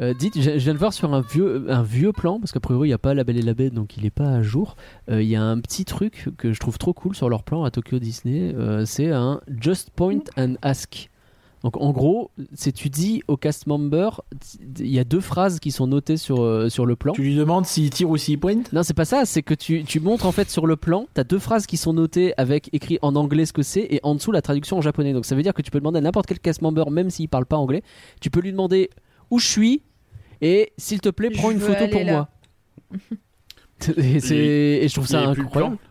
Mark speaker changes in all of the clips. Speaker 1: Euh, dites, je, je viens de voir sur un vieux, un vieux plan, parce qu'a priori il n'y a pas La Belle et la Bête, donc il n'est pas à jour. Euh, Il y a un petit truc que je trouve trop cool sur leur plan à Tokyo Disney, euh, c'est un Just Point and Ask. Donc en gros, c'est tu dis au cast member, il y a deux phrases qui sont notées sur, euh, sur le plan.
Speaker 2: Tu lui demandes s'il tire ou s'il pointe
Speaker 1: Non, c'est pas ça, c'est que tu, tu montres en fait sur le plan, t'as deux phrases qui sont notées avec écrit en anglais ce que c'est et en dessous la traduction en japonais. Donc ça veut dire que tu peux demander à n'importe quel cast member, même s'il parle pas anglais, tu peux lui demander où je suis et s'il te plaît, prends
Speaker 3: Je
Speaker 1: une
Speaker 3: veux
Speaker 1: photo
Speaker 3: aller
Speaker 1: pour
Speaker 3: là.
Speaker 1: moi. et, c'est- et je trouve
Speaker 4: Il y
Speaker 1: ça
Speaker 4: avait plus de
Speaker 1: incroyable.
Speaker 4: plan.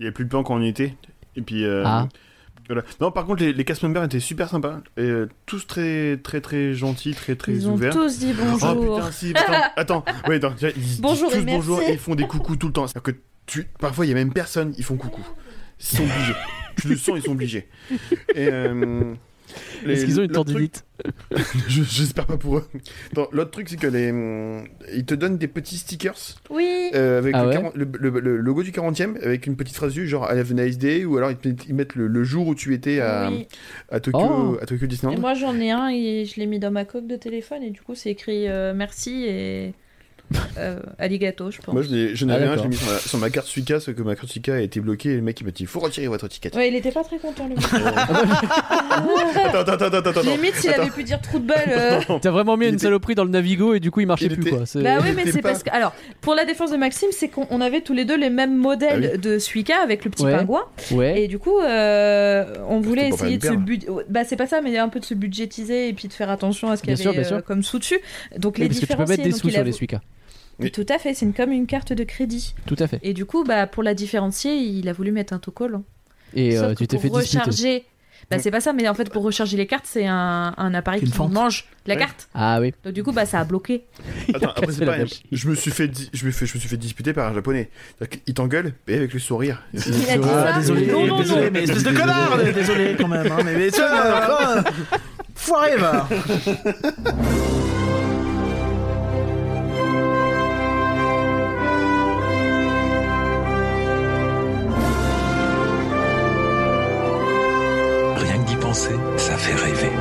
Speaker 4: Il n'y avait plus de plan quand on y était. Et puis. euh,
Speaker 1: Ah.
Speaker 4: voilà. Non, par contre, les, les cast members étaient super sympas. Et, euh, tous très, très, très gentils, très, très
Speaker 3: Ils ont
Speaker 4: ouverts.
Speaker 3: tous dit
Speaker 4: Oh
Speaker 3: bonjour.
Speaker 4: putain, si, attends, attends, ouais, attends, déjà, ils disent
Speaker 3: Bonjour
Speaker 4: tous
Speaker 3: et merci.
Speaker 4: bonjour et ils font des coucous tout le temps. C'est-à-dire que tu, parfois, il y a même personne, ils font coucou. Ils sont obligés. tu le sens, ils sont obligés. Et, euh, les-
Speaker 1: Est-ce qu'ils ont une
Speaker 4: l'autre truc-
Speaker 1: tendinite
Speaker 4: Je- J'espère pas pour eux. Attends, L'autre truc, c'est que les, hum, ils te donnent des petits stickers
Speaker 3: oui.
Speaker 4: euh, avec
Speaker 1: Ah
Speaker 4: le,
Speaker 1: ouais
Speaker 4: 40 le- le- le logo du 40e avec une petite phrase du genre I have a nice day ou alors ils, te mettent- ils mettent le, le jour où tu étais à,
Speaker 3: oui.
Speaker 4: à Tokyo,
Speaker 1: Oh.
Speaker 4: à Tokyo
Speaker 3: Et
Speaker 4: Disneyland.
Speaker 3: moi j'en ai un et je l'ai mis dans ma coque de téléphone et du coup c'est écrit euh, merci et euh, alligato je pense.
Speaker 4: Moi, je n'ai- je
Speaker 1: Ah,
Speaker 4: n'avais rien,
Speaker 1: d'accord.
Speaker 4: j'ai mis sur ma, sur ma carte Suica, parce que ma carte Suica a été bloquée et le mec il m'a dit faut retirer votre ticket.
Speaker 3: Ouais, il était pas très content le mec.
Speaker 4: Oh. attends, attends, attends, attends, attends.
Speaker 3: Limite s'il avait pu dire trou de balle. euh,
Speaker 1: T'as vraiment mis
Speaker 4: Il
Speaker 1: une
Speaker 4: était-
Speaker 1: saloperie dans le Navigo et du coup il marchait
Speaker 4: Il
Speaker 1: plus
Speaker 4: était-
Speaker 1: quoi. C'est-
Speaker 3: Bah oui,
Speaker 4: Il
Speaker 3: mais
Speaker 4: était
Speaker 3: c'est
Speaker 4: pas-
Speaker 3: parce que. Alors, pour la défense de Maxime, c'est qu'on on avait tous les deux les mêmes modèles
Speaker 4: Ah
Speaker 3: de Suica avec le petit
Speaker 1: Ouais.
Speaker 3: pingouin.
Speaker 1: Ouais.
Speaker 3: Et du coup, euh, on voulait
Speaker 4: pour pas
Speaker 3: essayer
Speaker 4: le
Speaker 3: de se.
Speaker 4: perdre.
Speaker 3: bud- Bah, c'est pas ça, mais un peu de se budgétiser et puis de faire attention à ce qu'il y
Speaker 1: Bien sûr,
Speaker 3: avait
Speaker 1: bien
Speaker 3: euh,
Speaker 1: sûr.
Speaker 3: comme sous-dessus. Donc, les
Speaker 1: Oui, parce que tu peux
Speaker 3: différencier,
Speaker 1: mettre des
Speaker 3: donc
Speaker 1: sous
Speaker 3: il
Speaker 1: sur
Speaker 3: a-
Speaker 1: les Suica.
Speaker 3: Mais Tout à fait, c'est une- comme une carte de crédit.
Speaker 1: Tout à fait.
Speaker 3: Et du coup, bah, pour la différencier, il a voulu mettre un autocollant.
Speaker 1: Et
Speaker 3: Sauf
Speaker 1: euh,
Speaker 3: que
Speaker 1: tu t'es
Speaker 3: pour
Speaker 1: fait disputer.
Speaker 3: recharger. Bah, c'est pas ça, mais en fait, pour recharger les cartes, c'est un, un appareil
Speaker 2: Une
Speaker 3: qui
Speaker 2: fente.
Speaker 3: mange la
Speaker 4: Ouais.
Speaker 3: carte.
Speaker 1: Ah oui.
Speaker 3: Donc, du coup, bah, ça a bloqué.
Speaker 4: Attends, après
Speaker 1: cassé
Speaker 4: c'est
Speaker 1: la
Speaker 4: pareil.
Speaker 1: vache.
Speaker 4: Je me suis fait, di- je me fais, je me suis fait disputer par un japonais. C'est-à-dire qu'il t'engueule et avec le sourire.
Speaker 3: Il a dit ça.
Speaker 2: Ah, désolé,
Speaker 3: Non, non,
Speaker 2: désolé,
Speaker 3: non.
Speaker 2: mais espèce de connard Désolé quand même, hein, mais, mais ça, euh, quoi, euh, Foiré, va
Speaker 5: Rien que d'y penser, ça fait rêver.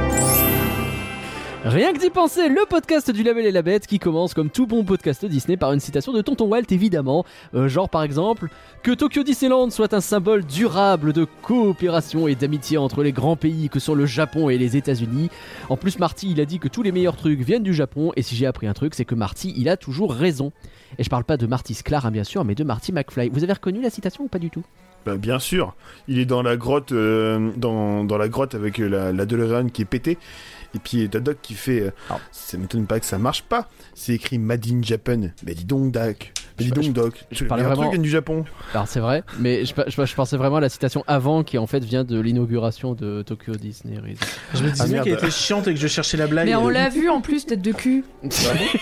Speaker 1: Rien que d'y penser, le podcast du Label et la Bête qui commence comme tout bon podcast Disney par une citation de Tonton Walt évidemment, Euh, genre par exemple que Tokyo Disneyland soit un symbole durable de coopération et d'amitié entre les grands pays que sont le Japon et les États-Unis. En plus Marty, il a dit que tous les meilleurs trucs viennent du Japon et si j'ai appris un truc, c'est que Marty, il a toujours raison. Et je parle pas de Marty Sklar hein, bien sûr, mais de Marty McFly. Vous avez reconnu la citation ou pas du tout
Speaker 4: Ben, bien sûr, il est dans la grotte, euh, dans, dans la grotte avec euh, la, la DeLorean qui est pétée. Et puis t'as Doc qui fait, euh,
Speaker 1: Ah.
Speaker 4: ça m'étonne pas que ça marche pas. C'est écrit Made in Japan. Mais dis donc Doc, mais
Speaker 1: Je-
Speaker 4: dis
Speaker 1: je-
Speaker 4: donc Doc. Je,
Speaker 1: parlais
Speaker 4: un
Speaker 1: vraiment-
Speaker 4: truc vient du Japon.
Speaker 1: Alors c'est vrai, mais je, pa- je, je pensais vraiment à la citation avant qui en fait vient de l'inauguration de Tokyo Disney Resort.
Speaker 2: Je me
Speaker 4: Ah,
Speaker 2: disais
Speaker 4: merde.
Speaker 2: qu'elle était chiante et que je cherchais la blague.
Speaker 3: Mais on
Speaker 2: euh,
Speaker 3: l'a vu en plus, tête de cul. Bah oui.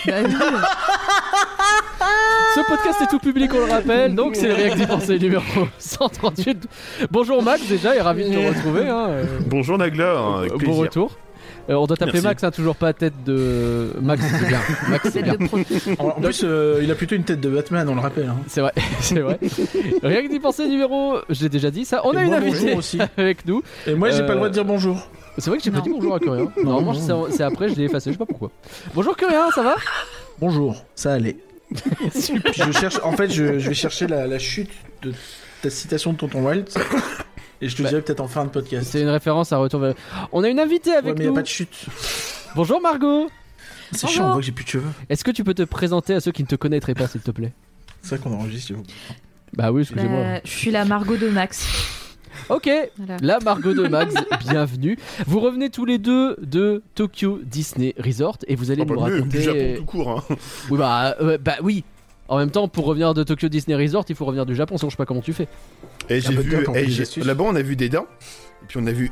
Speaker 1: Ce podcast est tout public, on le rappelle, donc c'est le React d'y penser numéro 138. Bonjour Max déjà, et ravi de te retrouver. hein, euh,
Speaker 4: Bonjour Nagla, hein, avec
Speaker 1: Bon
Speaker 4: plaisir.
Speaker 1: retour. Euh, on doit t'appeler
Speaker 4: Merci.
Speaker 1: Max, hein, toujours pas tête de... Max, c'est bien. Max, c'est
Speaker 3: Tête
Speaker 1: bien.
Speaker 3: de pro-
Speaker 2: En, en plus, euh, il a plutôt une tête de Batman, on le rappelle. Hein.
Speaker 1: C'est vrai, c'est vrai. React d'y penser numéro, j'ai déjà dit ça. On
Speaker 2: Et
Speaker 1: a une
Speaker 2: moi, bonjour
Speaker 1: invitée
Speaker 2: aussi.
Speaker 1: avec nous.
Speaker 2: Et moi, j'ai
Speaker 1: Euh,
Speaker 2: pas le droit de dire bonjour.
Speaker 1: C'est vrai que j'ai pas
Speaker 3: Non.
Speaker 1: dit bonjour à Curien. Normalement, c'est c'est après, je l'ai effacé, je sais pas pourquoi. Bonjour Curien, ça va
Speaker 2: Bonjour, ça allait. je cherche, en fait, je, je vais chercher la, la chute de ta citation de Tonton Walt. Et je te
Speaker 1: Bah,
Speaker 2: dirai peut-être en fin de podcast.
Speaker 1: C'est une référence à retour vers... On a une invitée
Speaker 2: Ouais,
Speaker 1: avec
Speaker 2: mais y a
Speaker 1: nous.
Speaker 2: pas de chute.
Speaker 1: Bonjour Margot.
Speaker 2: C'est
Speaker 3: Bonjour.
Speaker 2: chiant, on voit que j'ai plus de cheveux.
Speaker 1: Est-ce que tu peux te présenter à ceux qui ne te connaîtraient pas, s'il te plaît
Speaker 2: C'est vrai qu'on enregistre, s'il vous plaît.
Speaker 1: Bah oui, excusez-moi.
Speaker 3: Bah, je suis la Margot de Max.
Speaker 1: Ok,
Speaker 3: Voilà.
Speaker 1: la Margot de Max, bienvenue. Vous revenez tous les deux de Tokyo Disney Resort et vous allez
Speaker 4: Ah, bah,
Speaker 1: nous
Speaker 4: mieux, du Japon
Speaker 1: raconter.
Speaker 4: tout court. hein.
Speaker 1: Oui, bah, euh, bah oui. En même temps, pour revenir de Tokyo Disney Resort, il faut revenir du Japon, sinon je sais pas comment tu fais.
Speaker 4: Et
Speaker 2: Un
Speaker 4: j'ai
Speaker 2: peu de
Speaker 4: vu,
Speaker 2: dents pour
Speaker 4: et
Speaker 2: plus
Speaker 4: j'ai-
Speaker 2: d'astuces.
Speaker 4: là-bas on a vu des dents, et puis on a vu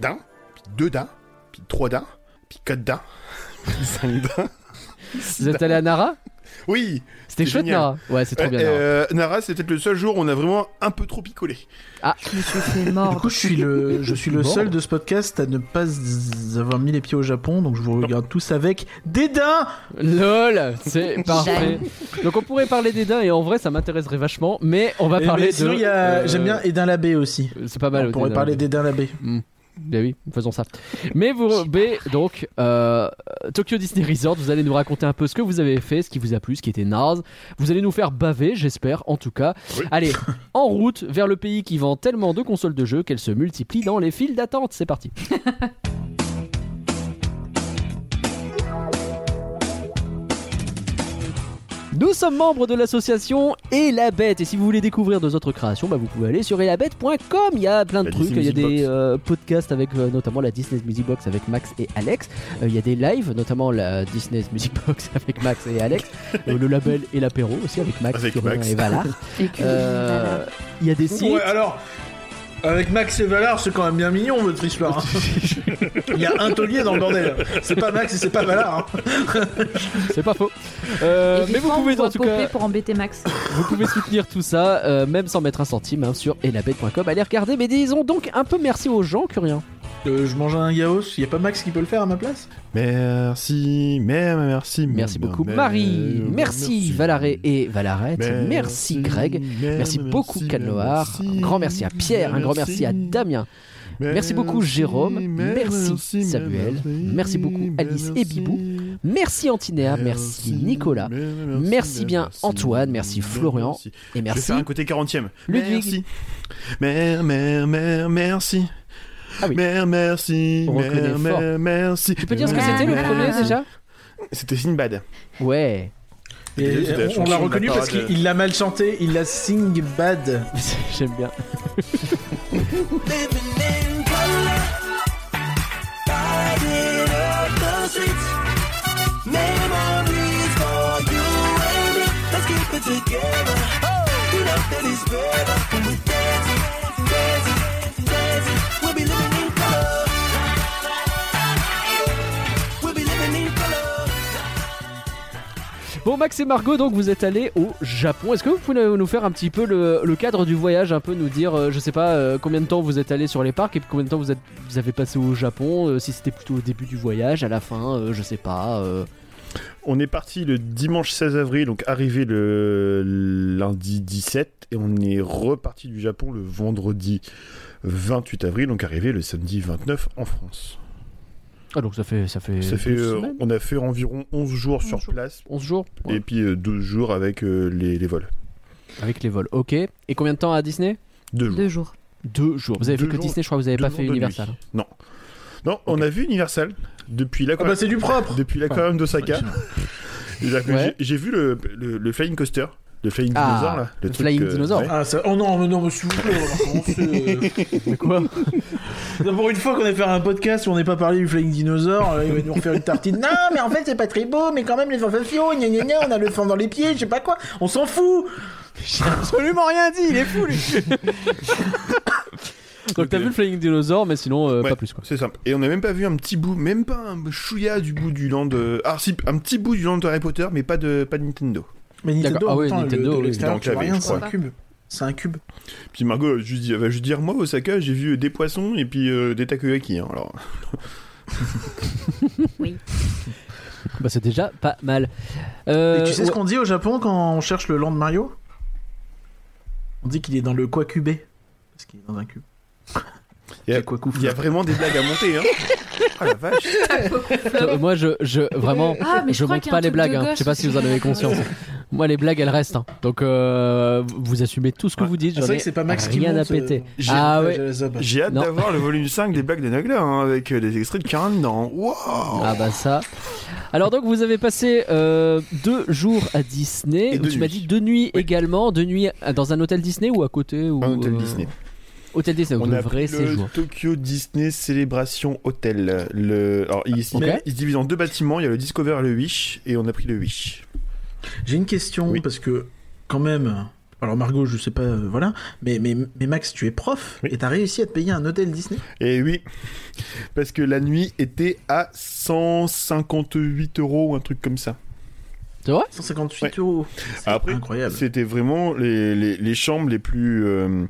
Speaker 4: d'un, puis deux dents, puis trois dents, puis quatre dents, puis cinq dents.
Speaker 1: Vous êtes allé à Nara
Speaker 4: Oui,
Speaker 1: C'était
Speaker 4: C'est
Speaker 1: chouette,
Speaker 4: génial.
Speaker 1: Nara Ouais, c'est trop
Speaker 4: Ouais,
Speaker 1: bien, hein. Nara.
Speaker 4: euh, Nara, c'est peut-être le seul jour où on a vraiment un peu trop picolé.
Speaker 1: Ah.
Speaker 3: Je me suis fait
Speaker 2: Du
Speaker 3: mordre.
Speaker 2: coup, je suis le, je suis le
Speaker 1: Bon.
Speaker 2: seul de ce podcast à ne pas z- avoir mis les pieds au Japon, donc je vous regarde tous avec dédain.
Speaker 1: LOL C'est parfait. Donc on pourrait parler des dins et en vrai, ça m'intéresserait vachement, mais on va
Speaker 2: Et-
Speaker 6: Eh
Speaker 1: parler
Speaker 2: mais sinon,
Speaker 1: de.
Speaker 2: il y a-
Speaker 1: euh,
Speaker 2: j'aime bien Edin Labbé aussi.
Speaker 1: C'est pas mal.
Speaker 2: On pourrait
Speaker 1: Odin.
Speaker 2: parler d'Edin Labbé.
Speaker 1: Ben oui, faisons ça. Mais vous, mais donc, euh, Tokyo Disney Resort, vous allez nous raconter un peu ce que vous avez fait, ce qui vous a plu, ce qui était naze. Vous allez nous faire baver, j'espère, en tout cas.
Speaker 4: Oui.
Speaker 1: Allez, en route vers le pays qui vend tellement de consoles de jeux qu'elles se multiplient dans les files d'attente. C'est parti. Nous sommes membres de l'association Et la Bête. Et si vous voulez découvrir nos autres créations, bah, vous pouvez aller sur elabette.com. Il y a plein de
Speaker 4: La
Speaker 1: trucs.
Speaker 4: Disney
Speaker 1: Il y a
Speaker 4: Music
Speaker 1: des
Speaker 4: Box.
Speaker 1: euh, podcasts avec euh, notamment la Disney Music Box avec Max et Alex. Euh, Il y a des lives, notamment la Disney Music Box avec Max et Alex. Euh, le label et l'apéro aussi avec Max,
Speaker 4: Avec
Speaker 1: Kirin
Speaker 4: Max.
Speaker 1: et Valar.
Speaker 3: Et que-
Speaker 1: Euh, Il y a des sites.
Speaker 6: Ouais, alors, avec Max et Valar, c'est quand même bien mignon votre histoire. hein. Il y a un taulier dans le bordel. C'est pas Max et c'est pas Valar. hein.
Speaker 1: C'est pas faux. Euh,
Speaker 3: Et
Speaker 1: mais vous
Speaker 3: vivement,
Speaker 1: pouvez
Speaker 3: vous
Speaker 1: en tout
Speaker 3: popper
Speaker 1: cas,
Speaker 3: pour embêter Max.
Speaker 1: vous pouvez soutenir tout ça, euh, même sans mettre un centime, hein, sur elabette.com. Allez regarder, mais disons donc un peu merci aux gens, Curien.
Speaker 6: Euh, je mange un yaos. Il y a pas Max qui peut le faire à ma place
Speaker 4: Merci, mais- merci.
Speaker 1: Merci
Speaker 4: mais-
Speaker 1: beaucoup
Speaker 4: mais-
Speaker 1: Marie, merci Valaré et Valarette,
Speaker 4: mais-
Speaker 1: merci Greg,
Speaker 4: mais-
Speaker 1: merci beaucoup
Speaker 4: mais-
Speaker 1: Canoar, un
Speaker 4: merci,
Speaker 1: grand merci à Pierre, un
Speaker 4: mais-
Speaker 1: grand merci à Damien,
Speaker 4: mais-
Speaker 1: merci beaucoup Jérôme,
Speaker 4: mais-
Speaker 1: merci
Speaker 4: mais-
Speaker 1: Samuel, merci beaucoup
Speaker 4: mais-
Speaker 1: Alice et
Speaker 4: merci,
Speaker 1: Bibou,
Speaker 4: mais-
Speaker 1: merci Antinéa, merci Nicolas
Speaker 4: mais- mais-
Speaker 1: merci
Speaker 4: mais-
Speaker 1: bien Antoine, merci
Speaker 4: mais-
Speaker 1: Florian,
Speaker 4: merci.
Speaker 1: et
Speaker 4: Je vais
Speaker 1: merci.
Speaker 4: faire un côté 40ème.
Speaker 1: Ludwig.
Speaker 4: Merci. Mère, mère, mère, merci.
Speaker 1: Ah oui.
Speaker 4: Mère, merci.
Speaker 1: On reconnaît
Speaker 4: Mère,
Speaker 1: fort.
Speaker 4: mère, merci.
Speaker 1: Tu peux dire ce que
Speaker 3: Merci.
Speaker 1: c'était le premier
Speaker 3: Merci.
Speaker 1: déjà
Speaker 4: C'était Sinbad.
Speaker 1: Ouais.
Speaker 6: Et
Speaker 4: C'était la
Speaker 6: On, on l'a
Speaker 4: chanson de
Speaker 6: reconnu
Speaker 4: la
Speaker 6: parce
Speaker 4: parade.
Speaker 6: qu'il l'a mal chanté. Il l'a sing bad.
Speaker 1: J'aime bien. Bon, Max et Margot, donc vous êtes allés au Japon. Est-ce que vous pouvez nous faire un petit peu le, le cadre du voyage, un peu nous dire, euh, je sais pas, euh, combien de temps vous êtes allés sur les parcs et puis combien de temps vous, êtes, vous avez passé au Japon euh, Si c'était plutôt au début du voyage, à la fin, euh, je sais pas. euh.
Speaker 4: On est parti le dimanche 16 avril, donc arrivé le lundi 17, et on est reparti du Japon le vendredi 28 avril, donc arrivé le samedi 29 en France.
Speaker 1: Ah, donc ça fait. Ça fait,
Speaker 4: Ça fait,
Speaker 1: deux
Speaker 4: euh,
Speaker 1: semaines
Speaker 4: on a fait environ 11 jours
Speaker 3: 11
Speaker 4: sur
Speaker 3: jours.
Speaker 4: place,
Speaker 1: 11 jours Ouais.
Speaker 4: et puis euh, 12 jours avec euh, les, les vols.
Speaker 1: Avec les vols, ok. Et combien de temps à Disney
Speaker 4: Deux jours.
Speaker 3: Deux jours.
Speaker 1: Deux jours. Vous avez
Speaker 4: Deux
Speaker 1: fait que
Speaker 4: jours-
Speaker 1: Disney, je crois que vous avez
Speaker 4: deux
Speaker 1: pas
Speaker 4: jours
Speaker 1: fait
Speaker 4: de nuit.
Speaker 1: Universal. hein.
Speaker 4: Non. Non, on a vu Universal depuis
Speaker 6: Ah
Speaker 4: l'aquarium
Speaker 6: bah c'est du propre.
Speaker 4: depuis l'aquarium d'Osaka. C'est-à-dire que
Speaker 1: Ouais.
Speaker 4: J'ai j'ai vu le, le, le flying coaster, le flying
Speaker 1: Ah,
Speaker 4: dinosaure là,
Speaker 1: le
Speaker 4: truc,
Speaker 1: flying
Speaker 4: euh,
Speaker 1: dinosaure.
Speaker 4: ouais.
Speaker 6: Ah, ça... Oh non, mais non, mais s'il vous plaît, on va commencer.
Speaker 1: quoi
Speaker 6: Non, Pour une fois qu'on a fait un podcast où on n'est pas parlé du Flying Dinosaur, là, il va nous refaire une tartine. Non, mais en fait, c'est pas très beau, mais quand même, les sensations, gna gna gna, on a le sang dans les pieds, je sais pas quoi, on s'en fout
Speaker 1: absolument rien dit, il est fou lui Donc t'as vu le Flying Dinosaur, mais sinon euh,
Speaker 4: Ouais.
Speaker 1: pas plus quoi.
Speaker 4: C'est simple. Et on n'a même pas vu un petit bout, même pas un chouïa du bout du land. euh, Ah, si, un petit bout du land de Harry Potter, mais pas de, pas de Nintendo.
Speaker 6: Mais Nintendo,
Speaker 1: D'accord. Ah
Speaker 6: en
Speaker 1: oui,
Speaker 6: même temps,
Speaker 1: Nintendo,
Speaker 6: le, de
Speaker 1: oui.
Speaker 6: l'extérieur,
Speaker 4: Dans
Speaker 6: tu vois
Speaker 4: le
Speaker 6: rien,
Speaker 4: clavier,
Speaker 6: c'est
Speaker 3: je
Speaker 6: un
Speaker 3: crois.
Speaker 6: cube. C'est un cube.
Speaker 4: Puis Margot, elle va juste, dire- elle va juste dire Moi, Osaka, j'ai vu des poissons et puis euh, des takoyaki. hein, alors.
Speaker 1: Bah c'est déjà pas mal. Euh,
Speaker 6: Et tu sais ce
Speaker 1: ouais.
Speaker 6: qu'on dit au Japon quand on cherche le land de Mario On dit qu'il est dans le quoi cubé. Parce qu'il est dans un cube.
Speaker 4: Il y a-
Speaker 6: C'est quoi couf
Speaker 4: Il y a vraiment des blagues à monter. Hein. Ah la vache.
Speaker 1: Euh, Moi, je, je vraiment,
Speaker 3: Ah, mais je
Speaker 1: je
Speaker 3: crois
Speaker 1: monte
Speaker 3: qu'il y a
Speaker 1: pas
Speaker 3: un
Speaker 1: les
Speaker 3: truc
Speaker 1: blagues.
Speaker 3: de
Speaker 1: hein. Je
Speaker 3: gauche.
Speaker 1: sais pas si vous en avez conscience. Moi, les blagues, elles restent. hein. Donc, euh, vous assumez tout ce que
Speaker 4: Ouais.
Speaker 1: vous dites.
Speaker 6: Ah, C'est
Speaker 1: j'en
Speaker 6: vrai
Speaker 1: ai
Speaker 6: que c'est pas Max qui
Speaker 1: rien à
Speaker 6: monte, euh,
Speaker 1: péter.
Speaker 4: j'ai-
Speaker 1: Ah
Speaker 6: Ouais,
Speaker 1: ouais.
Speaker 6: j'ai la zob.
Speaker 4: J'ai hâte
Speaker 1: Non.
Speaker 4: d'avoir le volume 5 des blagues des Nagla hein, avec euh, des extraits de 40 dedans. Waouh
Speaker 1: Ah bah ça. Alors donc vous avez passé euh, deux jours à Disney.
Speaker 4: Et deux
Speaker 1: tu m'as
Speaker 4: nuits.
Speaker 1: dit deux nuits
Speaker 4: Oui.
Speaker 1: également, deux nuits à- dans un hôtel Disney ou à côté ou
Speaker 4: Un hôtel
Speaker 1: euh,
Speaker 4: Disney.
Speaker 1: Hôtel Disney, donc
Speaker 4: On
Speaker 1: le
Speaker 4: a
Speaker 1: vrai
Speaker 4: pris le
Speaker 1: séjour.
Speaker 4: Tokyo Disney Célébration Hotel. Le... Alors, il, il-
Speaker 1: Ok.
Speaker 4: il se divise en deux bâtiments. Il y a le Discover et le Wish. Et on a pris le Wish.
Speaker 6: J'ai une question
Speaker 4: Oui.
Speaker 6: parce que quand même. Alors Margot, je sais pas, euh, voilà, mais, mais, mais Max, tu es prof
Speaker 4: Oui.
Speaker 6: et t'as réussi à te payer un hôtel Disney
Speaker 4: Et Eh oui, parce que la nuit était à 158 euros ou un truc comme ça.
Speaker 1: C'est vrai
Speaker 6: 158
Speaker 4: Ouais.
Speaker 6: euros. C'est
Speaker 4: Après,
Speaker 6: incroyable.
Speaker 4: C'était vraiment les, les- les chambres les plus. euh,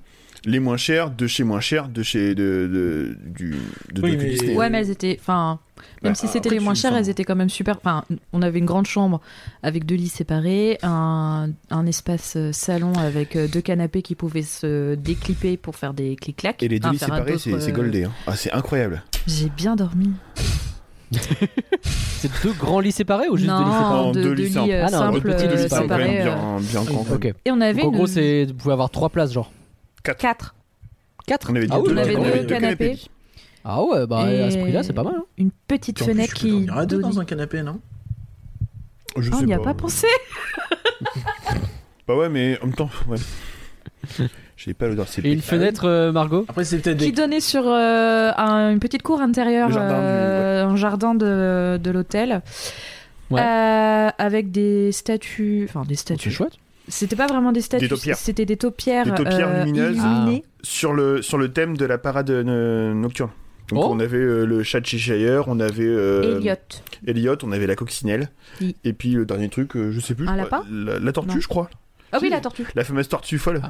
Speaker 4: les moins chères, de chez moins chères, de chez. de, de- du, de
Speaker 6: Oui,
Speaker 4: Tokyo
Speaker 6: mais-
Speaker 4: Disney.
Speaker 6: Ouais,
Speaker 3: Ouais, mais elles étaient. Enfin,
Speaker 4: Bah,
Speaker 3: Même si c'était les
Speaker 4: après,
Speaker 3: moins
Speaker 4: tu-
Speaker 3: chères,
Speaker 4: enfin,
Speaker 3: elles étaient quand même super. Enfin, on avait une grande chambre avec deux lits séparés, un, un espace euh, salon avec euh, deux canapés qui pouvaient se déclipper pour faire des clic-clacs.
Speaker 4: Et les deux
Speaker 3: Enfin,
Speaker 4: lits
Speaker 3: faire un
Speaker 4: séparés, c'est
Speaker 3: d'autres,
Speaker 4: c'est
Speaker 3: euh,
Speaker 4: goldé. hein. Ah, c'est incroyable.
Speaker 3: J'ai bien dormi.
Speaker 1: C'est deux grands lits séparés ou juste
Speaker 3: non,
Speaker 1: deux lits séparés
Speaker 3: deux, deux
Speaker 4: séparés. Non, deux lits
Speaker 3: lits
Speaker 1: simples.
Speaker 3: euh,
Speaker 1: Ah non,
Speaker 3: simples
Speaker 1: deux petits
Speaker 3: euh,
Speaker 1: lits
Speaker 4: C'est quand même
Speaker 3: séparés. euh,
Speaker 4: bien, bien grand. quoi.
Speaker 1: Ok.
Speaker 3: Et on avait
Speaker 1: Donc en
Speaker 3: une-
Speaker 1: gros, c'est vous pouvez avoir trois places, genre.
Speaker 3: quatre.
Speaker 1: Quatre
Speaker 4: On avait
Speaker 1: Ah
Speaker 4: deux-
Speaker 1: oui,
Speaker 4: on
Speaker 1: d'accord.
Speaker 4: avait deux
Speaker 3: canapés.
Speaker 4: canapés.
Speaker 1: Ah ouais, bah
Speaker 3: Et
Speaker 1: à ce prix-là, c'est pas mal. hein.
Speaker 3: Une petite
Speaker 6: Puis en plus,
Speaker 3: fenêtre
Speaker 6: tu peux
Speaker 3: qui.
Speaker 6: dormir à deux
Speaker 3: donne-
Speaker 6: dans un canapé, non
Speaker 4: Oh, Je
Speaker 3: Ah, on
Speaker 4: sais
Speaker 3: n'y a pas pensé.
Speaker 4: Bah ouais, mais en même temps, ouais. J'ai pas l'odeur, c'est
Speaker 1: Et une
Speaker 4: pépé.
Speaker 1: fenêtre, euh, Margot
Speaker 6: Après, c'est peut-être
Speaker 3: Qui
Speaker 6: des.
Speaker 3: donnait sur euh, un- une petite cour intérieure,
Speaker 4: Le jardin du-
Speaker 3: euh, un jardin de, de l'hôtel,
Speaker 1: Ouais.
Speaker 3: Euh, avec des statues, enfin des
Speaker 1: Oh, C'est
Speaker 3: statues.
Speaker 1: chouette.
Speaker 3: C'était pas vraiment des statues,
Speaker 4: Des taupières.
Speaker 3: c'était des taupières,
Speaker 4: Des taupières
Speaker 3: euh,
Speaker 4: lumineuses. Ah,
Speaker 3: illuminées.
Speaker 4: Sur le, sur le thème de la parade euh, nocturne. Donc
Speaker 1: Oh.
Speaker 4: on avait euh, le chat de Cheshire, on avait euh,
Speaker 3: Elliot.
Speaker 4: Elliot, on avait la coccinelle.
Speaker 3: Oui.
Speaker 4: Et puis le dernier truc, euh, je sais plus.
Speaker 3: Un
Speaker 4: je crois,
Speaker 3: lapin
Speaker 4: la, la tortue,
Speaker 3: Non.
Speaker 4: je crois.
Speaker 3: Ah oui,
Speaker 4: Si.
Speaker 3: la tortue.
Speaker 4: La fameuse tortue folle.